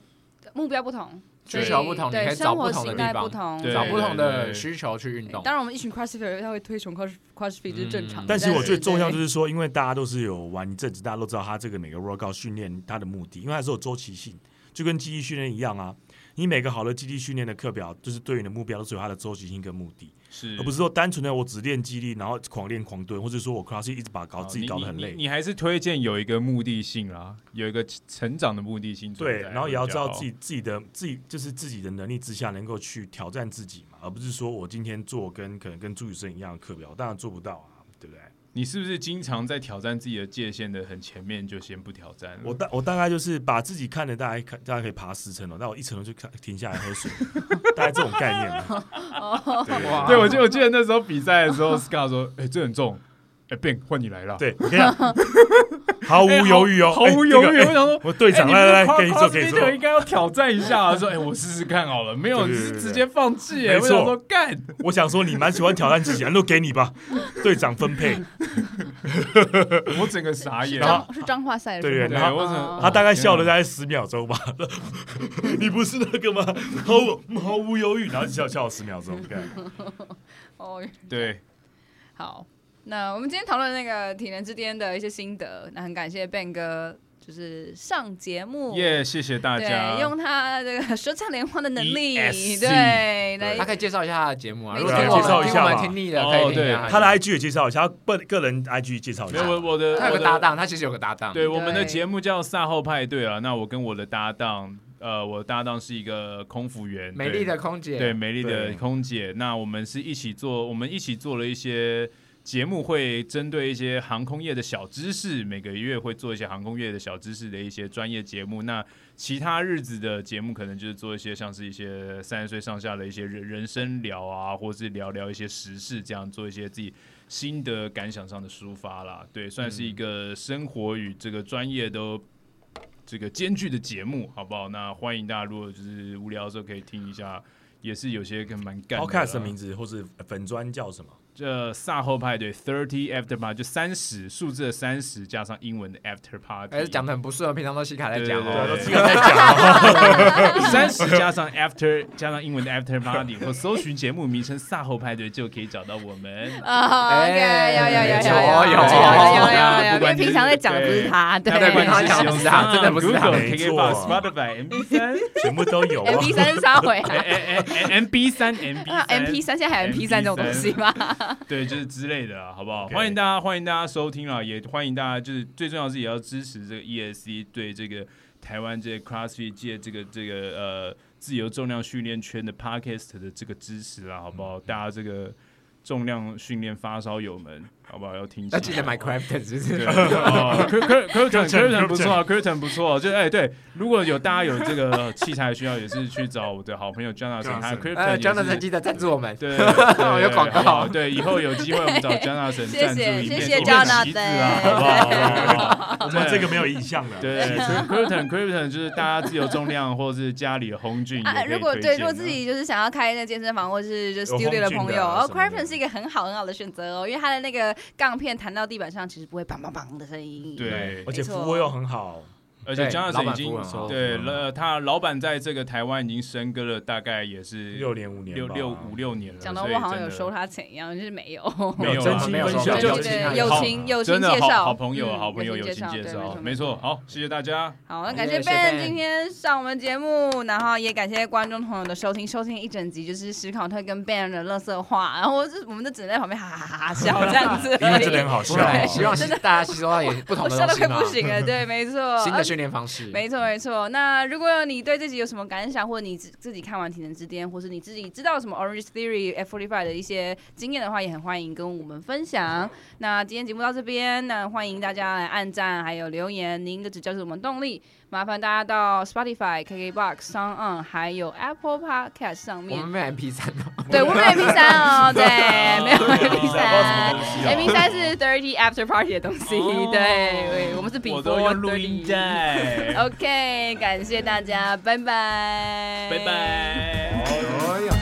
Speaker 1: 目标不同，
Speaker 3: 需
Speaker 1: 所
Speaker 3: 求
Speaker 1: 以
Speaker 3: 不同，你可
Speaker 1: 对，
Speaker 3: 以找
Speaker 1: 生
Speaker 3: 不
Speaker 1: 活
Speaker 3: 同的
Speaker 1: 形
Speaker 3: 地
Speaker 1: 态不
Speaker 3: 方，
Speaker 1: 同，
Speaker 4: 对
Speaker 3: 找不同的
Speaker 4: 对
Speaker 3: 需求去运动。
Speaker 5: 当然，我们一群 CrossFit 他会推崇 Cross CrossFit 这是正常的，
Speaker 2: 但
Speaker 3: 是
Speaker 2: 其实我觉得
Speaker 5: 对
Speaker 2: 重要就是说，因为大家都是有玩一阵子，大家都知道他这个每个 workout 训练它的目的，因为它是有周期性，就跟记忆训练一样啊。你每个好的记忆训练的课表，就是对你的目标都是有它的周期性跟目的，
Speaker 4: 是
Speaker 2: 而不是说单纯的我只练肌力，然后狂练狂蹲，或者说我 cross 一直把搞
Speaker 4: 好
Speaker 2: 自己搞得很
Speaker 4: 你
Speaker 2: 累
Speaker 4: 你。你还是推荐有一个目的性啦，有一个成长的目的性存
Speaker 2: 对，
Speaker 4: 在。
Speaker 2: 然后也要知道自己
Speaker 4: 比
Speaker 2: 自己的自己就是自己的能力之下，能够去挑战自己嘛，而不是说我今天做跟可能跟朱雨生一样的课表，当然做不到啊，对不对？
Speaker 4: 较好。你是不是经常在挑战自己的界限的很前面就先不挑战了？
Speaker 2: 我大我大概就是把自己看的大概看，大概可以爬十层楼，但我一层楼就看停下来喝水，大概这种概念啊嘛。
Speaker 3: 哇
Speaker 4: 对，我记得我记得那时候比赛的时候，Scar 说：“哎、这很重，哎、Ben 换你来了。”
Speaker 2: 对，我跟你 讲，毫无
Speaker 4: 哎，毫
Speaker 2: 犹豫哦，
Speaker 4: 毫
Speaker 2: 哎
Speaker 4: 无犹
Speaker 2: 这个
Speaker 4: 豫。我
Speaker 2: 哎
Speaker 4: 想说，
Speaker 2: 我队长，
Speaker 4: 哎
Speaker 2: 来来
Speaker 4: 你不
Speaker 2: 来，
Speaker 4: 是
Speaker 2: 给你做，给你
Speaker 4: cross- crossfit
Speaker 2: 做
Speaker 4: 的。应该要挑战一下，说哎，我试试看好了，没有
Speaker 2: 对对对
Speaker 4: 是
Speaker 2: 对
Speaker 4: 直接放弃，哎，
Speaker 2: 没
Speaker 4: 我
Speaker 2: 错
Speaker 4: 想说干，
Speaker 2: 我想说，你蛮喜欢挑战自己，那就给你吧，队长分配。
Speaker 4: 我整个傻眼，
Speaker 2: 然后
Speaker 1: 是彰化赛的
Speaker 2: 对
Speaker 1: 时候
Speaker 2: 对
Speaker 4: 对，
Speaker 2: 然后
Speaker 4: 我整
Speaker 1: 哦
Speaker 2: 他大概笑了
Speaker 4: 在，
Speaker 2: 大概十秒钟吧。 你不是那个吗？毫无毫无犹豫，然后笑笑了十秒
Speaker 4: 嗯
Speaker 2: 钟。对
Speaker 4: 哎
Speaker 1: 哦，
Speaker 4: 对，
Speaker 1: 好，那我们今天讨论那个体能之巅的一些心得，那很感谢 Ben 哥，就是上节目。
Speaker 4: 耶，谢谢大家
Speaker 1: 对，，用他这个舌灿莲花的能力，
Speaker 4: ESC
Speaker 1: 对，
Speaker 3: 他
Speaker 1: 来
Speaker 3: 可以介绍一下他的节目啊，
Speaker 1: 没
Speaker 3: 如果听
Speaker 1: 错
Speaker 3: 我们
Speaker 1: 介绍一
Speaker 2: 下
Speaker 3: 听我
Speaker 2: 嘛
Speaker 3: 们听腻了，
Speaker 4: 哦
Speaker 3: 可以听
Speaker 4: 对
Speaker 3: 一下
Speaker 2: 他的 IG 也介绍一下，他个个人 IG 介绍一
Speaker 4: 没
Speaker 2: 下
Speaker 4: 有。我我的
Speaker 3: 他有
Speaker 4: 我
Speaker 3: 个
Speaker 4: 的
Speaker 3: 搭档，他其实有个搭档，
Speaker 4: 对，我们的
Speaker 1: 对
Speaker 4: 节目叫赛后派对啊，那我跟我的搭档，呃，我的搭档是一个空服员，
Speaker 3: 美
Speaker 4: 对
Speaker 3: 丽的空姐，
Speaker 4: 对，美丽的
Speaker 2: 对
Speaker 4: 空姐。那我们是一起做，我们一起做了一些节目，会针对一些航空业的小知识，每个月会做一些航空业的小知识的一些专业节目。那其他日子的节目可能就是做一些像是一些三十岁上下的一些人人生聊啊，或是聊聊一些时事，这样做一些自己心得感想上的抒发啦。对，算
Speaker 2: 嗯
Speaker 4: 是一个生活与这个专业都。这个兼具的节目，好不好？那欢迎大家，如果就是无聊的时候可以听一下，也是有些跟蛮干的啦。
Speaker 2: Podcast 的名字或是粉砖叫什么？
Speaker 4: 这赛后派对 thirty after party 就三十数字的三十加上英文的 after party，
Speaker 2: 哎
Speaker 3: 还是讲的很不顺，平常都西卡在讲
Speaker 2: 对啊，都
Speaker 3: 哦
Speaker 4: 对。
Speaker 2: 自己在讲哦。
Speaker 4: 三十加上 after 加上英文的 after party，或搜寻节目名称赛后派对就可以找到我们。
Speaker 1: 啊，OK，
Speaker 3: 哎
Speaker 1: 有有有
Speaker 3: 没错
Speaker 1: 有
Speaker 3: 有
Speaker 1: 有有有有，
Speaker 4: 不
Speaker 1: 因为
Speaker 4: 管你
Speaker 1: 平常在讲的不是他，对
Speaker 3: 他在管他讲的不是他真的不是他
Speaker 4: Google、
Speaker 2: 没错
Speaker 4: KKBox、Spotify、MB 三、
Speaker 2: 全部都 有、啊。
Speaker 1: ，MP 三是杀回
Speaker 4: 哎
Speaker 1: 来。
Speaker 4: 哎哎 MB 三、MB
Speaker 1: 啊
Speaker 4: 三、
Speaker 1: ，MP 三现在还有 MP 三这种东西吗？
Speaker 4: 对，就是之类的啦，啊好不好
Speaker 2: OK
Speaker 4: 欢迎大家，欢迎大家收听啊，也欢迎大家，就是最重要的是也要支持这个 ESC 对这个台湾这些 CrossFit 界这个这个呃自由重量训练圈的 Podcast 的这个支持啊啦，好不
Speaker 3: 嗯
Speaker 4: 好？大家这个重量训练发烧友们，好不好？要听
Speaker 3: 要记得买 Crafton，是不是？
Speaker 4: 对，哦 Cur- Cur-
Speaker 2: Curtain，
Speaker 4: Curtain Curtain 不错啊，Curtain 不错啊，就哎对，如果有大家有这个器材需要，也是去找我的好朋友 Jonathan，还有
Speaker 2: Jonathan
Speaker 3: 呃
Speaker 4: Curtain 也
Speaker 3: ，Jonathan
Speaker 4: 是
Speaker 3: 记得赞助我们，
Speaker 4: 对，对
Speaker 3: 有广告
Speaker 4: 好不好对，以后有机会我们找 Jonathan
Speaker 1: 谢
Speaker 4: 赞助
Speaker 1: 谢谢
Speaker 4: 一面
Speaker 1: 谢
Speaker 4: 一面旗子啊，
Speaker 1: Jonathan
Speaker 4: 好不好好不好？
Speaker 2: 我们这个没有印象的。
Speaker 4: 对，Curtain Curtain 就是大家自由重量或是家里的红菌也可以
Speaker 1: 啊，
Speaker 4: 推荐啊，
Speaker 1: 如果对，如果自己就是想要开那健身房或是就
Speaker 2: 有
Speaker 1: studio 的
Speaker 2: 红
Speaker 1: 朋
Speaker 2: 军
Speaker 1: 友，
Speaker 2: 的啊
Speaker 1: 哦
Speaker 2: 什么的
Speaker 1: ，Crafton 是一个很好很好的选择哦，因为它的那个杠片弹到地板上，其实不会梆梆梆的声音。
Speaker 4: 对
Speaker 2: 而，且服务又很好，
Speaker 4: 而且
Speaker 3: 对老
Speaker 4: Jonathan
Speaker 3: 板
Speaker 4: 已经
Speaker 3: 服务很好
Speaker 4: 对
Speaker 2: 服务很好
Speaker 4: 了，他老板在这个台湾已经深耕了大概也是
Speaker 2: 六年五年
Speaker 4: 六
Speaker 2: 吧
Speaker 4: 六五六年了，
Speaker 1: 讲到
Speaker 4: 所以
Speaker 1: 我好像有
Speaker 4: 真的
Speaker 1: 收他钱一样，就是没有。
Speaker 4: 没有啊
Speaker 2: 真心
Speaker 3: 没有
Speaker 2: 分享，
Speaker 3: 没有
Speaker 1: 对对，
Speaker 2: 友，
Speaker 1: 友情友情
Speaker 4: 真的
Speaker 1: 介
Speaker 4: 好
Speaker 1: 绍，
Speaker 4: 好朋友啊，
Speaker 1: 嗯
Speaker 4: 好朋友友情介
Speaker 1: 对
Speaker 4: 绍，没
Speaker 1: 没
Speaker 4: 错，好，谢谢大 家，
Speaker 1: 好，那感谢
Speaker 3: 谢谢
Speaker 1: Ben
Speaker 3: Ben
Speaker 1: 今天上我们节目，然后也感谢观众朋友的收听，收听一整集就是史考特跟 Ben 的乐色话，然后我就我们就只能在旁边哈哈哈哈笑这样子
Speaker 2: 因为真的很好
Speaker 3: 我
Speaker 2: 笑
Speaker 3: 们
Speaker 2: 啊。
Speaker 3: 希望是大家吸收到也不 同
Speaker 1: 我
Speaker 3: 的
Speaker 1: 笑
Speaker 3: 东
Speaker 1: 到
Speaker 3: 西
Speaker 1: 快
Speaker 3: 嘛
Speaker 1: 不。行了，对，没错，
Speaker 3: 新的训训练方式。
Speaker 1: 没错没错。那如果你对自己有什么感想，或者你自自己看完《体能之巅》，或是你自己知道什么 Orange Theory F Forty Five 的一些经验的话，也很欢迎跟我们分享。那今天节目到这边，那欢迎大家来按赞，还有留言，您的指教是我们动力。麻烦大家到 Spotify、KKBox、s o n On，还有 Apple Podcast 上
Speaker 3: 我
Speaker 1: 面
Speaker 3: 们没有 MP 三哦，
Speaker 1: 对，我们有 MP 三哦， 对，没有 MP
Speaker 2: 啊
Speaker 1: 三，MP 三是 Dirty After Party 的东西，
Speaker 4: 哦
Speaker 1: 对，对，我们是 Before
Speaker 4: 我都用录音
Speaker 1: Dirty。
Speaker 4: 带，
Speaker 1: OK，感谢大家，拜拜，
Speaker 4: 拜。拜。
Speaker 3: 哎呦。